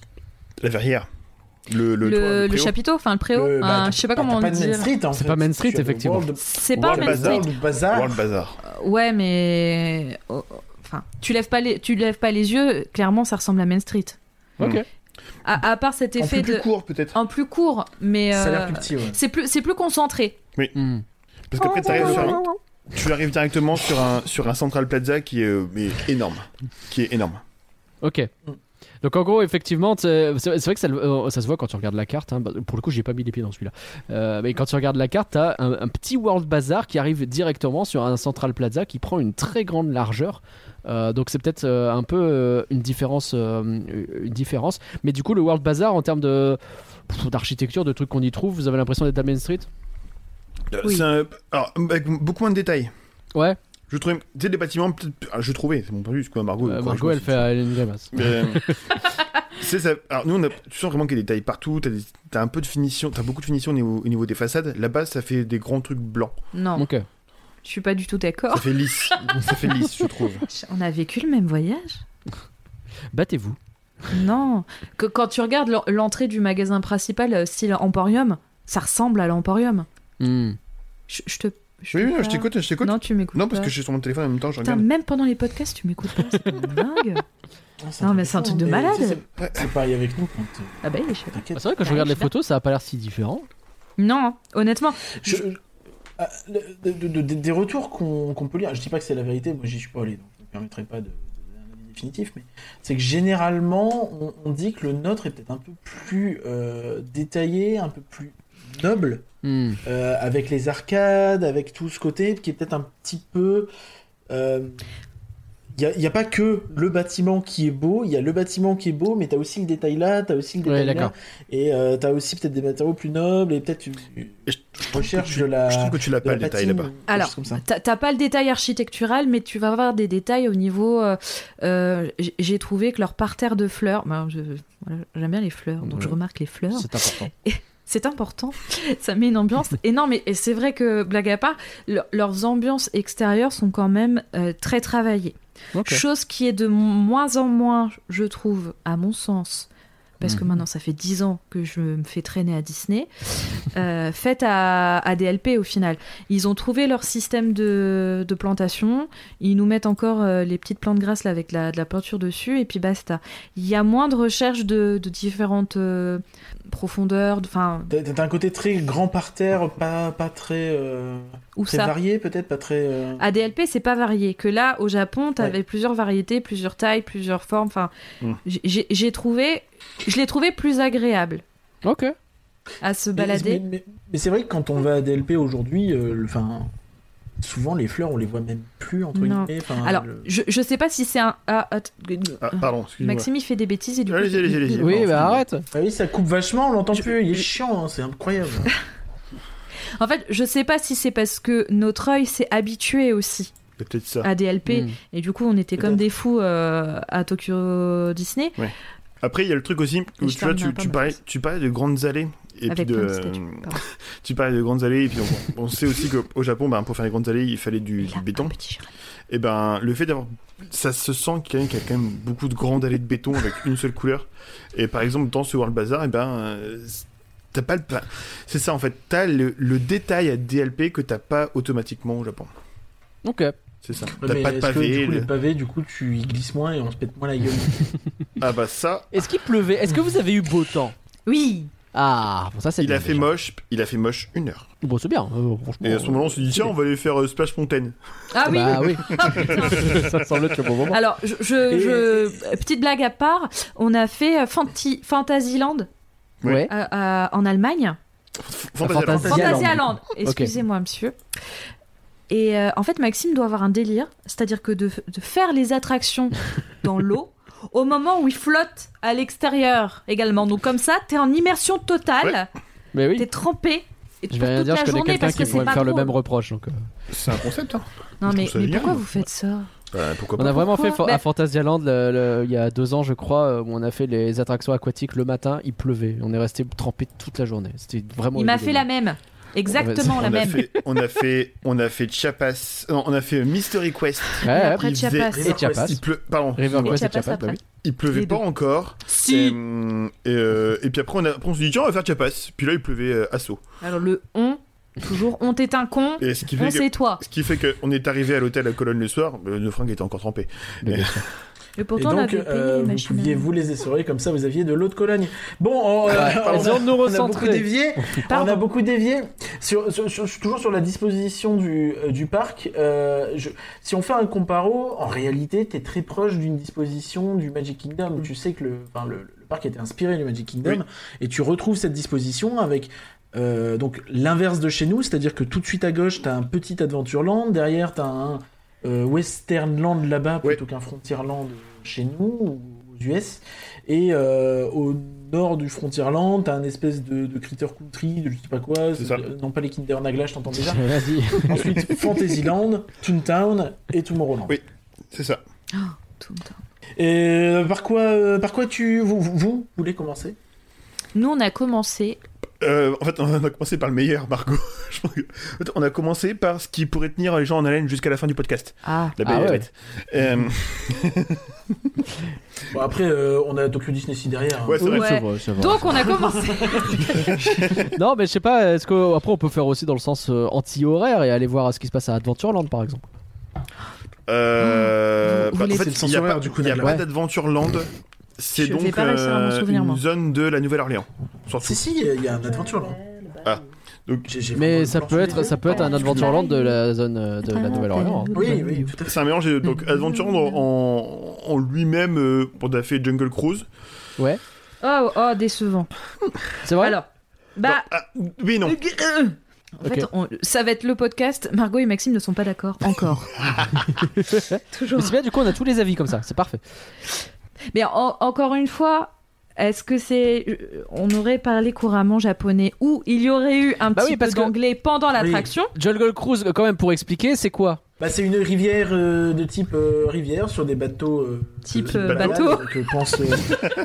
Speaker 4: La verrière. Le, le,
Speaker 3: le,
Speaker 4: toit,
Speaker 3: le
Speaker 4: préau.
Speaker 3: chapiteau, enfin le préau,
Speaker 6: Le- bah,
Speaker 3: hein,
Speaker 6: t'as-
Speaker 3: je sais pas
Speaker 6: bah,
Speaker 3: comment
Speaker 6: t'as
Speaker 3: on
Speaker 6: de
Speaker 3: dit.
Speaker 6: Main Street en
Speaker 1: C'est
Speaker 6: fait.
Speaker 1: pas Main
Speaker 6: Tu
Speaker 1: Street,
Speaker 6: as le
Speaker 1: effectivement.
Speaker 6: World-
Speaker 3: C'est pas
Speaker 4: World
Speaker 3: Main
Speaker 4: Bazaar.
Speaker 3: Street.
Speaker 6: World Bazaar.
Speaker 4: World Bazaar.
Speaker 3: Ouais, mais oh, oh, enfin, tu lèves pas les, tu lèves pas les yeux. Clairement, ça ressemble à Main Street.
Speaker 1: Ok.
Speaker 3: À, à part cet
Speaker 4: En
Speaker 3: effet
Speaker 4: plus,
Speaker 3: de,
Speaker 4: plus court, peut-être.
Speaker 3: en plus court, mais
Speaker 6: Ça a
Speaker 3: euh,
Speaker 6: l'air plus petit, ouais.
Speaker 3: c'est plus, c'est plus concentré.
Speaker 1: Hmm.
Speaker 4: Parce qu'après,
Speaker 3: Oh,
Speaker 4: t'arrives sur un- tu arrives directement sur un, sur un Central Plaza qui est euh, mais énorme. Qui est énorme.
Speaker 1: Ok. Donc en gros, effectivement, t'sais, c'est c'est vrai que ça, le- euh, ça se voit quand tu regardes la carte. hein. Bah, pour le coup, j'ai pas mis les pieds dans celui-là. Euh, mais quand tu regardes la carte, t'as un, un petit World Bazaar qui arrive directement sur un Central Plaza qui prend une très grande largeur. Euh, donc c'est peut-être euh, un peu euh, une différence, euh, une différence. Mais du coup, le World Bazaar en termes de pff, d'architecture, de trucs qu'on y trouve, vous avez l'impression d'être à Main Street
Speaker 4: Euh,
Speaker 3: Oui.
Speaker 4: c'est un- alors, avec beaucoup moins de détails.
Speaker 1: Ouais.
Speaker 4: Je trouvais. Tu sais, les bâtiments, peut-être. ah, je trouvais, c'est mon point de vue, c'est quoi, Margot
Speaker 1: Euh,
Speaker 4: corrige-moi
Speaker 1: Margot, elle
Speaker 4: si-
Speaker 1: fait euh, une grimace.
Speaker 4: Euh, c'est ça. Alors nous, on a, tu sens vraiment qu'il y a des tailles partout. T'as, des- t'as un peu de finition, t'as beaucoup de finition au niveau, au niveau des façades. Là-bas, ça fait des grands trucs blancs.
Speaker 3: Non,
Speaker 1: Ok.
Speaker 3: je suis pas du tout d'accord.
Speaker 4: Ça fait lisse. ça fait lisse, je trouve.
Speaker 3: On a vécu le même voyage.
Speaker 1: Battez-vous.
Speaker 3: Non, que quand tu regardes l'en- l'entrée du magasin principal, euh, style Emporium, ça ressemble à l'Emporium.
Speaker 1: Hmm.
Speaker 3: Je, je te. je
Speaker 4: Oui,
Speaker 3: te
Speaker 4: oui, je
Speaker 3: parle.
Speaker 4: t'écoute, je t'écoute.
Speaker 3: Non, tu m'écoutes.
Speaker 4: Non, parce
Speaker 3: pas.
Speaker 4: que je suis sur mon téléphone en même temps, je
Speaker 3: Putain,
Speaker 4: regarde.
Speaker 3: même pendant les podcasts, tu m'écoutes pas, c'est quand même dingue.
Speaker 6: Ah,
Speaker 3: Non,
Speaker 6: truc
Speaker 3: mais c'est un
Speaker 6: fou,
Speaker 3: truc de
Speaker 6: mais
Speaker 3: malade.
Speaker 6: tu sais, C'est c'est pareil avec nous. quand, euh,
Speaker 3: Ah bah, il est chouette.
Speaker 1: Ah,
Speaker 6: T'inquiète.
Speaker 1: C'est vrai que quand je
Speaker 3: Ouais,
Speaker 1: regarde
Speaker 3: je
Speaker 1: les
Speaker 3: suis là.
Speaker 1: photos, ça a pas l'air si différent.
Speaker 3: Non, hein, honnêtement,
Speaker 6: Je- ah, le- de- de- de- des retours qu'on qu'on peut lire, je dis pas que c'est la vérité, moi j'y suis pas allé, donc je me permettrai pas de, de donner un avis définitif, mais c'est que généralement on, on dit que le nôtre est peut-être un peu plus euh, détaillé, un peu plus noble,
Speaker 1: Hmm.
Speaker 6: euh, avec les arcades, avec tout ce côté qui est peut-être un petit peu. euh, Il n'y a, pas que le bâtiment qui est beau, il y a le bâtiment qui est beau, mais t'as aussi le détail là, t'as aussi le
Speaker 1: Ouais,
Speaker 6: détail là,
Speaker 1: d'accord.
Speaker 6: et euh, t'as aussi peut-être des matériaux plus nobles, et peut-être une,
Speaker 4: Et je- je
Speaker 6: une
Speaker 4: trouve que
Speaker 6: recherche
Speaker 4: tu-
Speaker 6: de la.
Speaker 4: Je trouve que tu
Speaker 3: euh,
Speaker 4: l'as
Speaker 6: de
Speaker 4: pas
Speaker 6: la
Speaker 4: le détail
Speaker 6: patine,
Speaker 4: là-bas.
Speaker 6: quelque
Speaker 3: Alors,
Speaker 6: chose comme ça.
Speaker 3: t'as t'as pas le détail architectural, mais tu vas avoir des détails au niveau. euh, euh, j- J'ai trouvé que leur parterre de fleurs. ben, je- voilà, J'aime bien les fleurs, donc je
Speaker 1: Ouais.
Speaker 3: remarque les fleurs.
Speaker 1: C'est important.
Speaker 3: C'est important. Ça met une ambiance énorme. Et, et c'est vrai que, blague à part, le- leurs ambiances extérieures sont quand même euh, très travaillées.
Speaker 1: Ok.
Speaker 3: Chose qui est de moins en moins, je trouve, à mon sens, parce que
Speaker 1: Mhm.
Speaker 3: maintenant ça fait 10 ans que je me fais traîner à Disney, euh, faite à, à DLP au final. Ils ont trouvé leur système de, de plantation, ils nous mettent encore euh, les petites plantes grasses là, avec la, de la peinture dessus, et puis basta. Il y a moins de recherche de, de différentes euh, profondeurs, de- enfin,
Speaker 6: T'as t'as un côté très grand parterre, pas, pas très, euh,
Speaker 3: où
Speaker 6: très
Speaker 3: ça
Speaker 6: varié peut-être, pas très. euh,
Speaker 3: À DLP, c'est pas varié. Que là, au Japon, t'avais plusieurs variétés, plusieurs tailles, plusieurs formes. Enfin,
Speaker 4: Mm.
Speaker 3: j'ai- j'ai trouvé, je l'ai trouvé plus agréable
Speaker 1: Ok.
Speaker 3: à se
Speaker 6: mais- Mais,
Speaker 3: balader.
Speaker 6: mais- mais c'est vrai que quand on va à DLP aujourd'hui, euh, le- enfin, souvent les fleurs on les voit même plus entre
Speaker 3: Non.
Speaker 6: guillemets. enfin,
Speaker 3: Alors,
Speaker 6: le-
Speaker 3: je, je sais pas si c'est un. ah, att-
Speaker 4: Ah, pardon, excuse-moi.
Speaker 3: Maxime, il fait des bêtises et du coup.
Speaker 4: Allez-y, allez-y, allez-y.
Speaker 1: Oui,
Speaker 4: Pardon,
Speaker 1: bah
Speaker 4: excuse-moi.
Speaker 1: arrête.
Speaker 6: Ah oui, ça coupe vachement, on l'entend plus. Il est chiant, hein, c'est incroyable.
Speaker 3: En fait, je sais pas si c'est parce que notre œil s'est habitué aussi
Speaker 4: Peut-être ça.
Speaker 3: à DLP
Speaker 4: Mm.
Speaker 1: Hmm.
Speaker 3: et du coup, on était comme
Speaker 6: Peut-être.
Speaker 3: des fous euh, à Tokyo Disney.
Speaker 4: Après, il y a le truc aussi où
Speaker 3: je
Speaker 4: tu vois,
Speaker 3: termine
Speaker 4: tu,
Speaker 3: un peu
Speaker 4: tu
Speaker 3: ma
Speaker 4: parlais,
Speaker 3: phrase.
Speaker 4: tu parlais de grandes allées et
Speaker 3: Avec
Speaker 4: puis
Speaker 3: plein de
Speaker 4: de.
Speaker 3: statues, pardon.
Speaker 4: tu parlais de grandes allées et puis on, on sait aussi qu'au Japon, ben, pour faire les grandes allées, il fallait du,
Speaker 3: Il a
Speaker 4: du
Speaker 3: un
Speaker 4: béton.
Speaker 3: petit chien.
Speaker 4: et ben le fait d'avoir ça se sent qu'il y a qu'il y a quand même beaucoup de grandes allées de béton avec une seule couleur et par exemple dans ce World Bazaar et ben euh, t'as pas le enfin, c'est ça en fait t'as le, le détail à DLP que t'as pas automatiquement au Japon
Speaker 1: Ok.
Speaker 4: c'est ça
Speaker 6: Ouais,
Speaker 4: t'as
Speaker 6: mais
Speaker 4: pas de
Speaker 6: est-ce que,
Speaker 4: pavé
Speaker 6: du coup,
Speaker 4: le-
Speaker 6: les pavés, du coup, tu y glisses moins et on se pète moins la gueule.
Speaker 4: ah bah ça
Speaker 1: Est-ce qu'il pleuvait Est-ce que vous avez eu beau temps
Speaker 3: Oui.
Speaker 1: Ah, bon, ça c'est
Speaker 4: Il
Speaker 1: bien,
Speaker 4: a fait
Speaker 1: déjà.
Speaker 4: moche, il a fait moche une heure.
Speaker 1: Bon, c'est bien, euh, franchement.
Speaker 4: Et à ce moment-là, on s'est dit,
Speaker 1: c'est
Speaker 4: tiens,
Speaker 1: bien.
Speaker 4: on va aller faire euh, Splash Fontaine.
Speaker 3: Ah oui.
Speaker 1: Bah oui,
Speaker 3: Ah, putain.
Speaker 1: ça semble être le bon moment.
Speaker 3: Alors, je, je- je- petite blague à part, on a fait euh, Fanti- Fantasyland
Speaker 4: oui.
Speaker 1: Ouais.
Speaker 3: euh, euh, en Allemagne.
Speaker 1: Fantasia-
Speaker 4: Fantasia.
Speaker 1: Fantasyland.
Speaker 3: Fantasyland. Excusez-moi, monsieur. Et euh, en fait, Maxime doit avoir un délire, c'est-à-dire que de, de faire les attractions dans l'eau au moment où il flotte à l'extérieur également. Donc comme ça, t'es en immersion totale,
Speaker 1: Mais oui,
Speaker 3: t'es trempé.
Speaker 1: je
Speaker 3: Et pour
Speaker 1: vais rien
Speaker 3: toute
Speaker 1: dire,
Speaker 3: la
Speaker 1: je connais
Speaker 3: journée,
Speaker 1: quelqu'un
Speaker 3: parce
Speaker 1: qui
Speaker 3: que
Speaker 1: pourrait
Speaker 3: c'est
Speaker 1: me
Speaker 3: pas
Speaker 1: faire le
Speaker 3: drôle.
Speaker 1: même reproche. Donc, euh,
Speaker 4: C'est un concept, hein.
Speaker 3: Non,
Speaker 4: Je
Speaker 3: mais,
Speaker 4: trouve ça
Speaker 3: mais
Speaker 4: génial,
Speaker 3: pourquoi
Speaker 4: moi.
Speaker 3: vous faites ça
Speaker 4: Euh, pourquoi
Speaker 1: On
Speaker 4: pas
Speaker 1: a vraiment fait
Speaker 3: pourquoi
Speaker 1: fa-
Speaker 3: Bah-
Speaker 1: à Fantasyland le- le- il y a deux ans, je crois, euh, où on a fait les attractions aquatiques le matin. Il pleuvait, on est resté trempé toute la journée. C'était vraiment.
Speaker 3: Il m'a
Speaker 1: rigolo.
Speaker 3: fait la même. Exactement
Speaker 1: On
Speaker 3: la
Speaker 4: on a,
Speaker 3: même.
Speaker 4: fait, on a fait, on a fait Chiapas, non, on a fait Mystery Quest.
Speaker 1: Ouais, ouais,
Speaker 3: Après
Speaker 4: il
Speaker 3: Chiapas.
Speaker 4: faisait-
Speaker 1: Et Chiapas.
Speaker 4: Il pleut, pardon,
Speaker 1: River
Speaker 3: Et
Speaker 1: Quest et
Speaker 3: Chiapas
Speaker 1: Chiapas, bah
Speaker 3: après.
Speaker 1: oui.
Speaker 4: il pleuvait
Speaker 3: Les
Speaker 4: pas
Speaker 3: deux.
Speaker 4: encore. Et,
Speaker 3: Si
Speaker 4: hum, et, euh, et puis après, on a, après, on s'est dit, tiens, on va faire Chiapas. Puis là, il pleuvait euh, à saut.
Speaker 3: Alors le on, toujours on t'est un con,
Speaker 4: Et ce qui
Speaker 3: on
Speaker 4: fait que,
Speaker 3: c'est toi.
Speaker 4: ce qui fait qu'on est arrivé à l'hôtel à Cologne le soir, euh, le naufrague était encore trempé.
Speaker 3: Et
Speaker 6: Et
Speaker 3: pourtant on
Speaker 6: donc,
Speaker 3: avait payé
Speaker 6: euh, vous
Speaker 3: machin.
Speaker 6: pouviez vous les essorer comme ça, vous aviez de l'eau de Cologne. Bon, on, euh, on
Speaker 1: essayons
Speaker 6: a,
Speaker 1: de nous
Speaker 6: on a beaucoup
Speaker 1: recentrer.
Speaker 6: dévié.
Speaker 3: Pardon.
Speaker 6: On a beaucoup dévié. Sur, sur- sur- toujours sur la disposition du, euh, du parc, euh, je- si on fait un comparo, en réalité, t'es très proche d'une disposition du Magic Kingdom. Tu sais que le, enfin, le, le parc était inspiré du Magic Kingdom
Speaker 4: Oui.
Speaker 6: et tu retrouves cette disposition avec. euh, donc l'inverse de chez nous, c'est-à-dire que tout de suite à gauche, t'as un petit Adventureland, derrière t'as un euh, Westernland là-bas plutôt qu'un Frontierland chez nous ou aux US. Et euh, au nord du Frontierland, t'as un espèce de, de Critter Country, de je sais pas quoi. Euh,
Speaker 4: C'est ça.
Speaker 6: Non pas les Kinder Nagla, je t'entends déjà.
Speaker 1: Vas-y.
Speaker 6: Ensuite, Fantasyland, Toontown et Tomorrowland.
Speaker 4: Oui. C'est ça.
Speaker 3: Tout le temps.
Speaker 6: Et euh, par quoi, euh, par quoi tu, vous, vous- vous voulez commencer
Speaker 3: Nous on a commencé
Speaker 4: Euh, en fait, on a commencé par le meilleur, Margot. Je pense que- en fait, on a commencé par ce qui pourrait tenir les gens en haleine jusqu'à la fin du podcast.
Speaker 3: à
Speaker 4: La
Speaker 1: Ah
Speaker 4: belle et
Speaker 1: ouais.
Speaker 4: la bête. Euh,
Speaker 6: Bon, après, euh, on a Tokyo Disney si derrière. hein.
Speaker 4: ouais, c'est vrai.
Speaker 3: Ouais. Donc on a commencé.
Speaker 1: Non, mais je sais pas, est-ce que après on peut faire aussi dans le sens euh, anti-horaire et aller voir euh, ce qui se passe à Adventureland par exemple
Speaker 4: Euh,
Speaker 3: Vous-
Speaker 4: bah,
Speaker 3: vous
Speaker 4: en
Speaker 6: laissez le
Speaker 4: fait,
Speaker 6: sens
Speaker 4: il n'y a
Speaker 6: horaire,
Speaker 4: pas,
Speaker 6: du coup,
Speaker 4: il y a
Speaker 6: Nagla.
Speaker 4: pas
Speaker 1: Ouais.
Speaker 4: d'Adventureland. C'est
Speaker 3: Je
Speaker 4: donc
Speaker 3: vais pas réussir à m'en
Speaker 4: euh,
Speaker 3: souvenir, moi.
Speaker 4: une zone de la Nouvelle-Orléans. surtout.
Speaker 6: Oh, Si, si, il y a un Adventureland.
Speaker 4: Ah. Donc,
Speaker 6: J'ai- j'ai vraiment
Speaker 1: Mais
Speaker 6: le
Speaker 1: ça
Speaker 6: blanc
Speaker 1: peut
Speaker 6: sous les
Speaker 1: être
Speaker 6: yeux.
Speaker 1: ça peut être un Adventureland de la zone euh, de la Nouvelle-Orléans. hein.
Speaker 6: Oui, oui, tout à fait.
Speaker 4: C'est un mélange
Speaker 3: Mm.
Speaker 4: de- donc Adventureland en, en lui-même. euh, on a fait Jungle Cruise.
Speaker 1: Ouais,
Speaker 3: Oh, oh, décevant.
Speaker 1: c'est vrai.
Speaker 3: Alors, bah.
Speaker 4: Ah, oui, non.
Speaker 3: euh, En fait,
Speaker 1: Ok.
Speaker 3: on- ça va être le podcast. Margot et Maxime ne sont pas d'accord encore.
Speaker 1: Mais
Speaker 3: Toujours.
Speaker 1: c'est bien, du coup on a tous les avis comme ça, c'est parfait.
Speaker 3: Mais en- encore une fois, est-ce que c'est, euh, on aurait parlé couramment japonais ou il y aurait eu un
Speaker 1: Bah
Speaker 3: petit
Speaker 1: oui, parce
Speaker 3: peu
Speaker 1: que-
Speaker 3: d'anglais pendant l'attraction
Speaker 1: Jungle Cruise, quand même pour expliquer, c'est quoi
Speaker 6: Bah, c'est une rivière euh, de type euh, rivière sur des bateaux. euh,
Speaker 3: Type,
Speaker 6: de-
Speaker 3: euh,
Speaker 6: de balade,
Speaker 3: bateau.
Speaker 6: donc, euh, pense euh,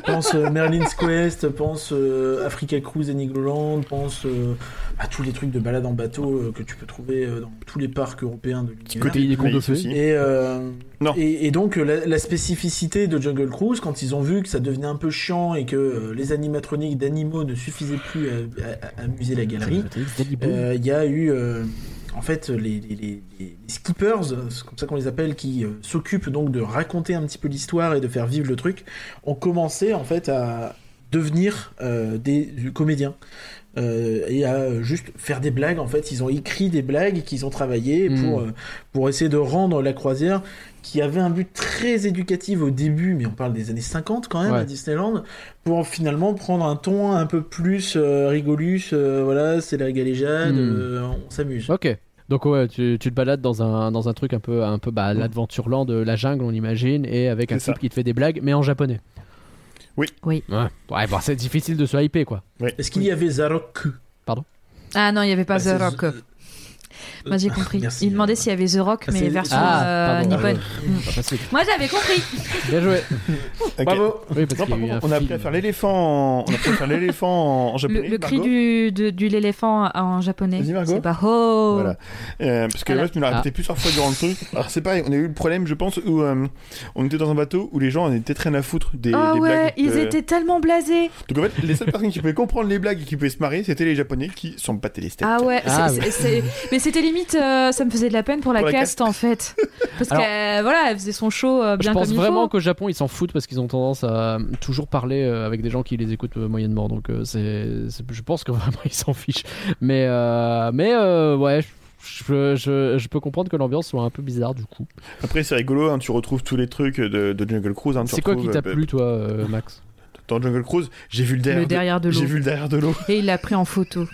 Speaker 6: pense euh, Merlin's Quest, pense euh, Africa Cruise and Eagle Land, pense euh, à tous les trucs de balade en bateau euh, que tu peux trouver euh, dans tous les parcs européens de l'univers.
Speaker 1: Côté des contes de fées.
Speaker 4: aussi.
Speaker 6: Et, euh,
Speaker 4: Non.
Speaker 6: et, et donc euh, la, la spécificité de Jungle Cruise, quand ils ont vu que ça devenait un peu chiant et que euh, les animatroniques d'animaux ne suffisaient plus à- à- à amuser la galerie,
Speaker 1: Dalibo.
Speaker 6: euh, Il y a eu, euh, en fait, les, les- les- les skippers, c'est comme ça qu'on les appelle, qui euh, s'occupent donc de raconter un petit peu l'histoire et de faire vivre le truc, ont commencé en fait à devenir euh, des, du- comédiens. euh, et à euh, juste faire des blagues en fait ils ont écrit des blagues qu'ils ont travaillées
Speaker 1: Mm.
Speaker 6: pour, euh, pour essayer de rendre la croisière qui avait un but très éducatif au début mais on parle des années 50 quand même
Speaker 1: Ouais.
Speaker 6: à Disneyland pour finalement prendre un ton un peu plus euh, rigolus, euh, voilà, c'est la galéjade,
Speaker 1: Hmm.
Speaker 6: euh, on s'amuse.
Speaker 1: Ok. Donc ouais, tu, tu te balades dans un, dans un truc un peu, un peu bah, l'Adventureland, euh, la jungle on imagine, et avec un
Speaker 4: C'est ça.
Speaker 1: type qui te fait des blagues, mais en japonais.
Speaker 4: Oui.
Speaker 3: Oui.
Speaker 1: Ouais, ouais bah, c'est difficile de se hyper quoi.
Speaker 6: Est-ce qu'il y avait Zarok
Speaker 3: Ah non, il n'y avait pas
Speaker 6: Bah, c'est-
Speaker 3: The Rock. Moi j'ai compris.
Speaker 6: Merci.
Speaker 3: il demandait s'il y avait The Rock,
Speaker 6: Ah,
Speaker 3: mais
Speaker 6: c'est-
Speaker 3: version
Speaker 1: Ah,
Speaker 3: euh,
Speaker 1: pardon.
Speaker 3: nippone.
Speaker 1: Pas facile.
Speaker 3: Moi j'avais compris.
Speaker 1: Bien joué.
Speaker 4: Ok.
Speaker 6: Bravo
Speaker 1: Oui, parce
Speaker 4: Non,
Speaker 1: qu'il
Speaker 4: par
Speaker 1: y a eu
Speaker 4: contre,
Speaker 1: un
Speaker 4: on a appris
Speaker 1: film.
Speaker 4: à faire l'éléphant. en- On a appris à faire l'éléphant en, en
Speaker 3: Le,
Speaker 4: japonais.
Speaker 3: le cri
Speaker 4: Margot.
Speaker 3: du, de, du l'éléphant en japonais.
Speaker 4: Vas-y, Margot.
Speaker 3: C'est pas oh. ho.
Speaker 4: Voilà. Euh, parce que
Speaker 3: Voilà. Ah.
Speaker 4: là, tu nous l'as répété plusieurs fois durant le truc. Alors, c'est pareil, on a eu le problème, je pense, où euh, on était dans un bateau où les gens en étaient rien à foutre des,
Speaker 3: Ah
Speaker 4: des
Speaker 3: ouais,
Speaker 4: blagues.
Speaker 3: ils
Speaker 4: euh,
Speaker 3: étaient tellement blasés.
Speaker 4: Donc, en fait, les seules personnes qui pouvaient comprendre les blagues et qui pouvaient se marrer, c'était les Japonais qui s'en battaient les steaks.
Speaker 3: Ah ouais,
Speaker 1: Ah
Speaker 3: c'est-
Speaker 1: ouais.
Speaker 3: c'est- c'est- mais c'était limite, euh, ça me faisait de la peine pour la,
Speaker 4: Pour la
Speaker 3: caste, en fait. Parce que
Speaker 1: Alors-
Speaker 3: euh, voilà, elle faisait son show euh, bien
Speaker 1: je pense
Speaker 3: comme il
Speaker 1: vraiment
Speaker 3: faut.
Speaker 1: qu'au Japon ils s'en foutent parce qu'ils ont tendance à euh, toujours parler euh, avec des gens qui les écoutent euh, moyennement donc euh, c'est c'est- je pense que vraiment ils s'en fichent mais euh, mais euh, ouais je, je- je- je peux comprendre que l'ambiance soit un peu bizarre du coup
Speaker 4: Après, c'est rigolo, hein, tu retrouves tous les trucs de, de Jungle Cruise. hein, tu
Speaker 1: c'est quoi qui
Speaker 4: retrouves,
Speaker 1: t'a
Speaker 4: euh,
Speaker 1: plu toi euh, Max
Speaker 4: Dans Jungle Cruise, j'ai vu le derrière,
Speaker 3: Le derrière de l'eau.
Speaker 4: J'ai vu le derrière de l'eau.
Speaker 3: Et il l'a pris en photo.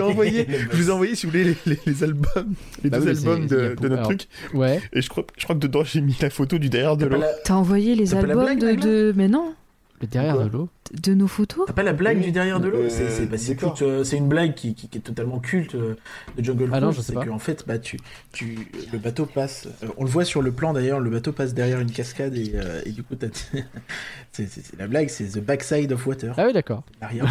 Speaker 4: envoyé, je vous ai envoyé, si vous voulez, les, les- les albums, les
Speaker 1: Bah
Speaker 4: deux
Speaker 1: oui, mais
Speaker 4: albums
Speaker 1: c'est- il y a
Speaker 4: de,
Speaker 1: beaucoup-
Speaker 4: de notre
Speaker 1: alors-
Speaker 4: truc.
Speaker 1: ouais
Speaker 4: Et je crois, je crois que dedans, j'ai mis la photo du derrière de
Speaker 6: T'as pas
Speaker 4: l'eau.
Speaker 6: la-
Speaker 3: T'as envoyé les
Speaker 6: T'as pas la
Speaker 3: albums
Speaker 6: blague,
Speaker 3: de,
Speaker 6: la
Speaker 3: de. Mais non,
Speaker 1: mais derrière
Speaker 6: Quoi
Speaker 1: de l'eau
Speaker 3: de nos photos.
Speaker 6: T'as pas la blague
Speaker 4: Oui.
Speaker 6: du derrière de l'eau
Speaker 4: Euh,
Speaker 6: C'est- C'est bah, c'est
Speaker 4: d'accord.
Speaker 6: toute, euh, c'est une blague qui, qui- qui est totalement culte euh, de Jungle
Speaker 1: Ah non,
Speaker 6: Cruise,
Speaker 1: je sais
Speaker 6: c'est
Speaker 1: pas.
Speaker 6: qu'en fait, bah, tu, tu, le bateau passe. euh, on le voit sur le plan d'ailleurs, le bateau passe derrière une cascade et, euh, et du coup, t'as- c'est c'est- c'est la blague, c'est The Backside of Water.
Speaker 1: ah oui d'accord
Speaker 6: L'arrière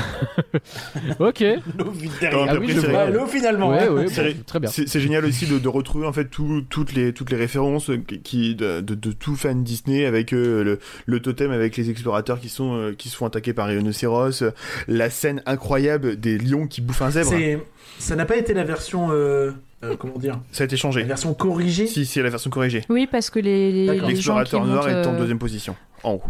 Speaker 1: ok
Speaker 6: de l'eau vide
Speaker 4: Non,
Speaker 6: derrière.
Speaker 1: Ah
Speaker 4: t'as
Speaker 1: oui,
Speaker 4: pris,
Speaker 1: je
Speaker 4: c'est
Speaker 1: vois.
Speaker 4: rigolo.
Speaker 6: l'eau finalement.
Speaker 1: ouais
Speaker 6: hein.
Speaker 1: ouais
Speaker 4: C'est-
Speaker 1: bon, très bien
Speaker 4: C'est c'est génial aussi de, de retrouver en fait tout- toutes les toutes les références euh, qui- qui de, de, de tout fan Disney avec euh, le, le totem avec les explorateurs qui sont euh, qui se font attaquer par les rhinocéros, euh, la scène incroyable des lions qui bouffent un zèbre.
Speaker 6: C'est- Ça n'a pas été la version. euh, euh, comment dire
Speaker 4: Ça a été
Speaker 6: La
Speaker 4: changé.
Speaker 6: version corrigée.
Speaker 4: Si c'est la version corrigée.
Speaker 3: Oui, parce que les, les,
Speaker 6: D'accord.
Speaker 3: les gens qui
Speaker 4: L'explorateur
Speaker 3: montent,
Speaker 4: noir est en
Speaker 3: euh,
Speaker 4: deuxième position. En haut.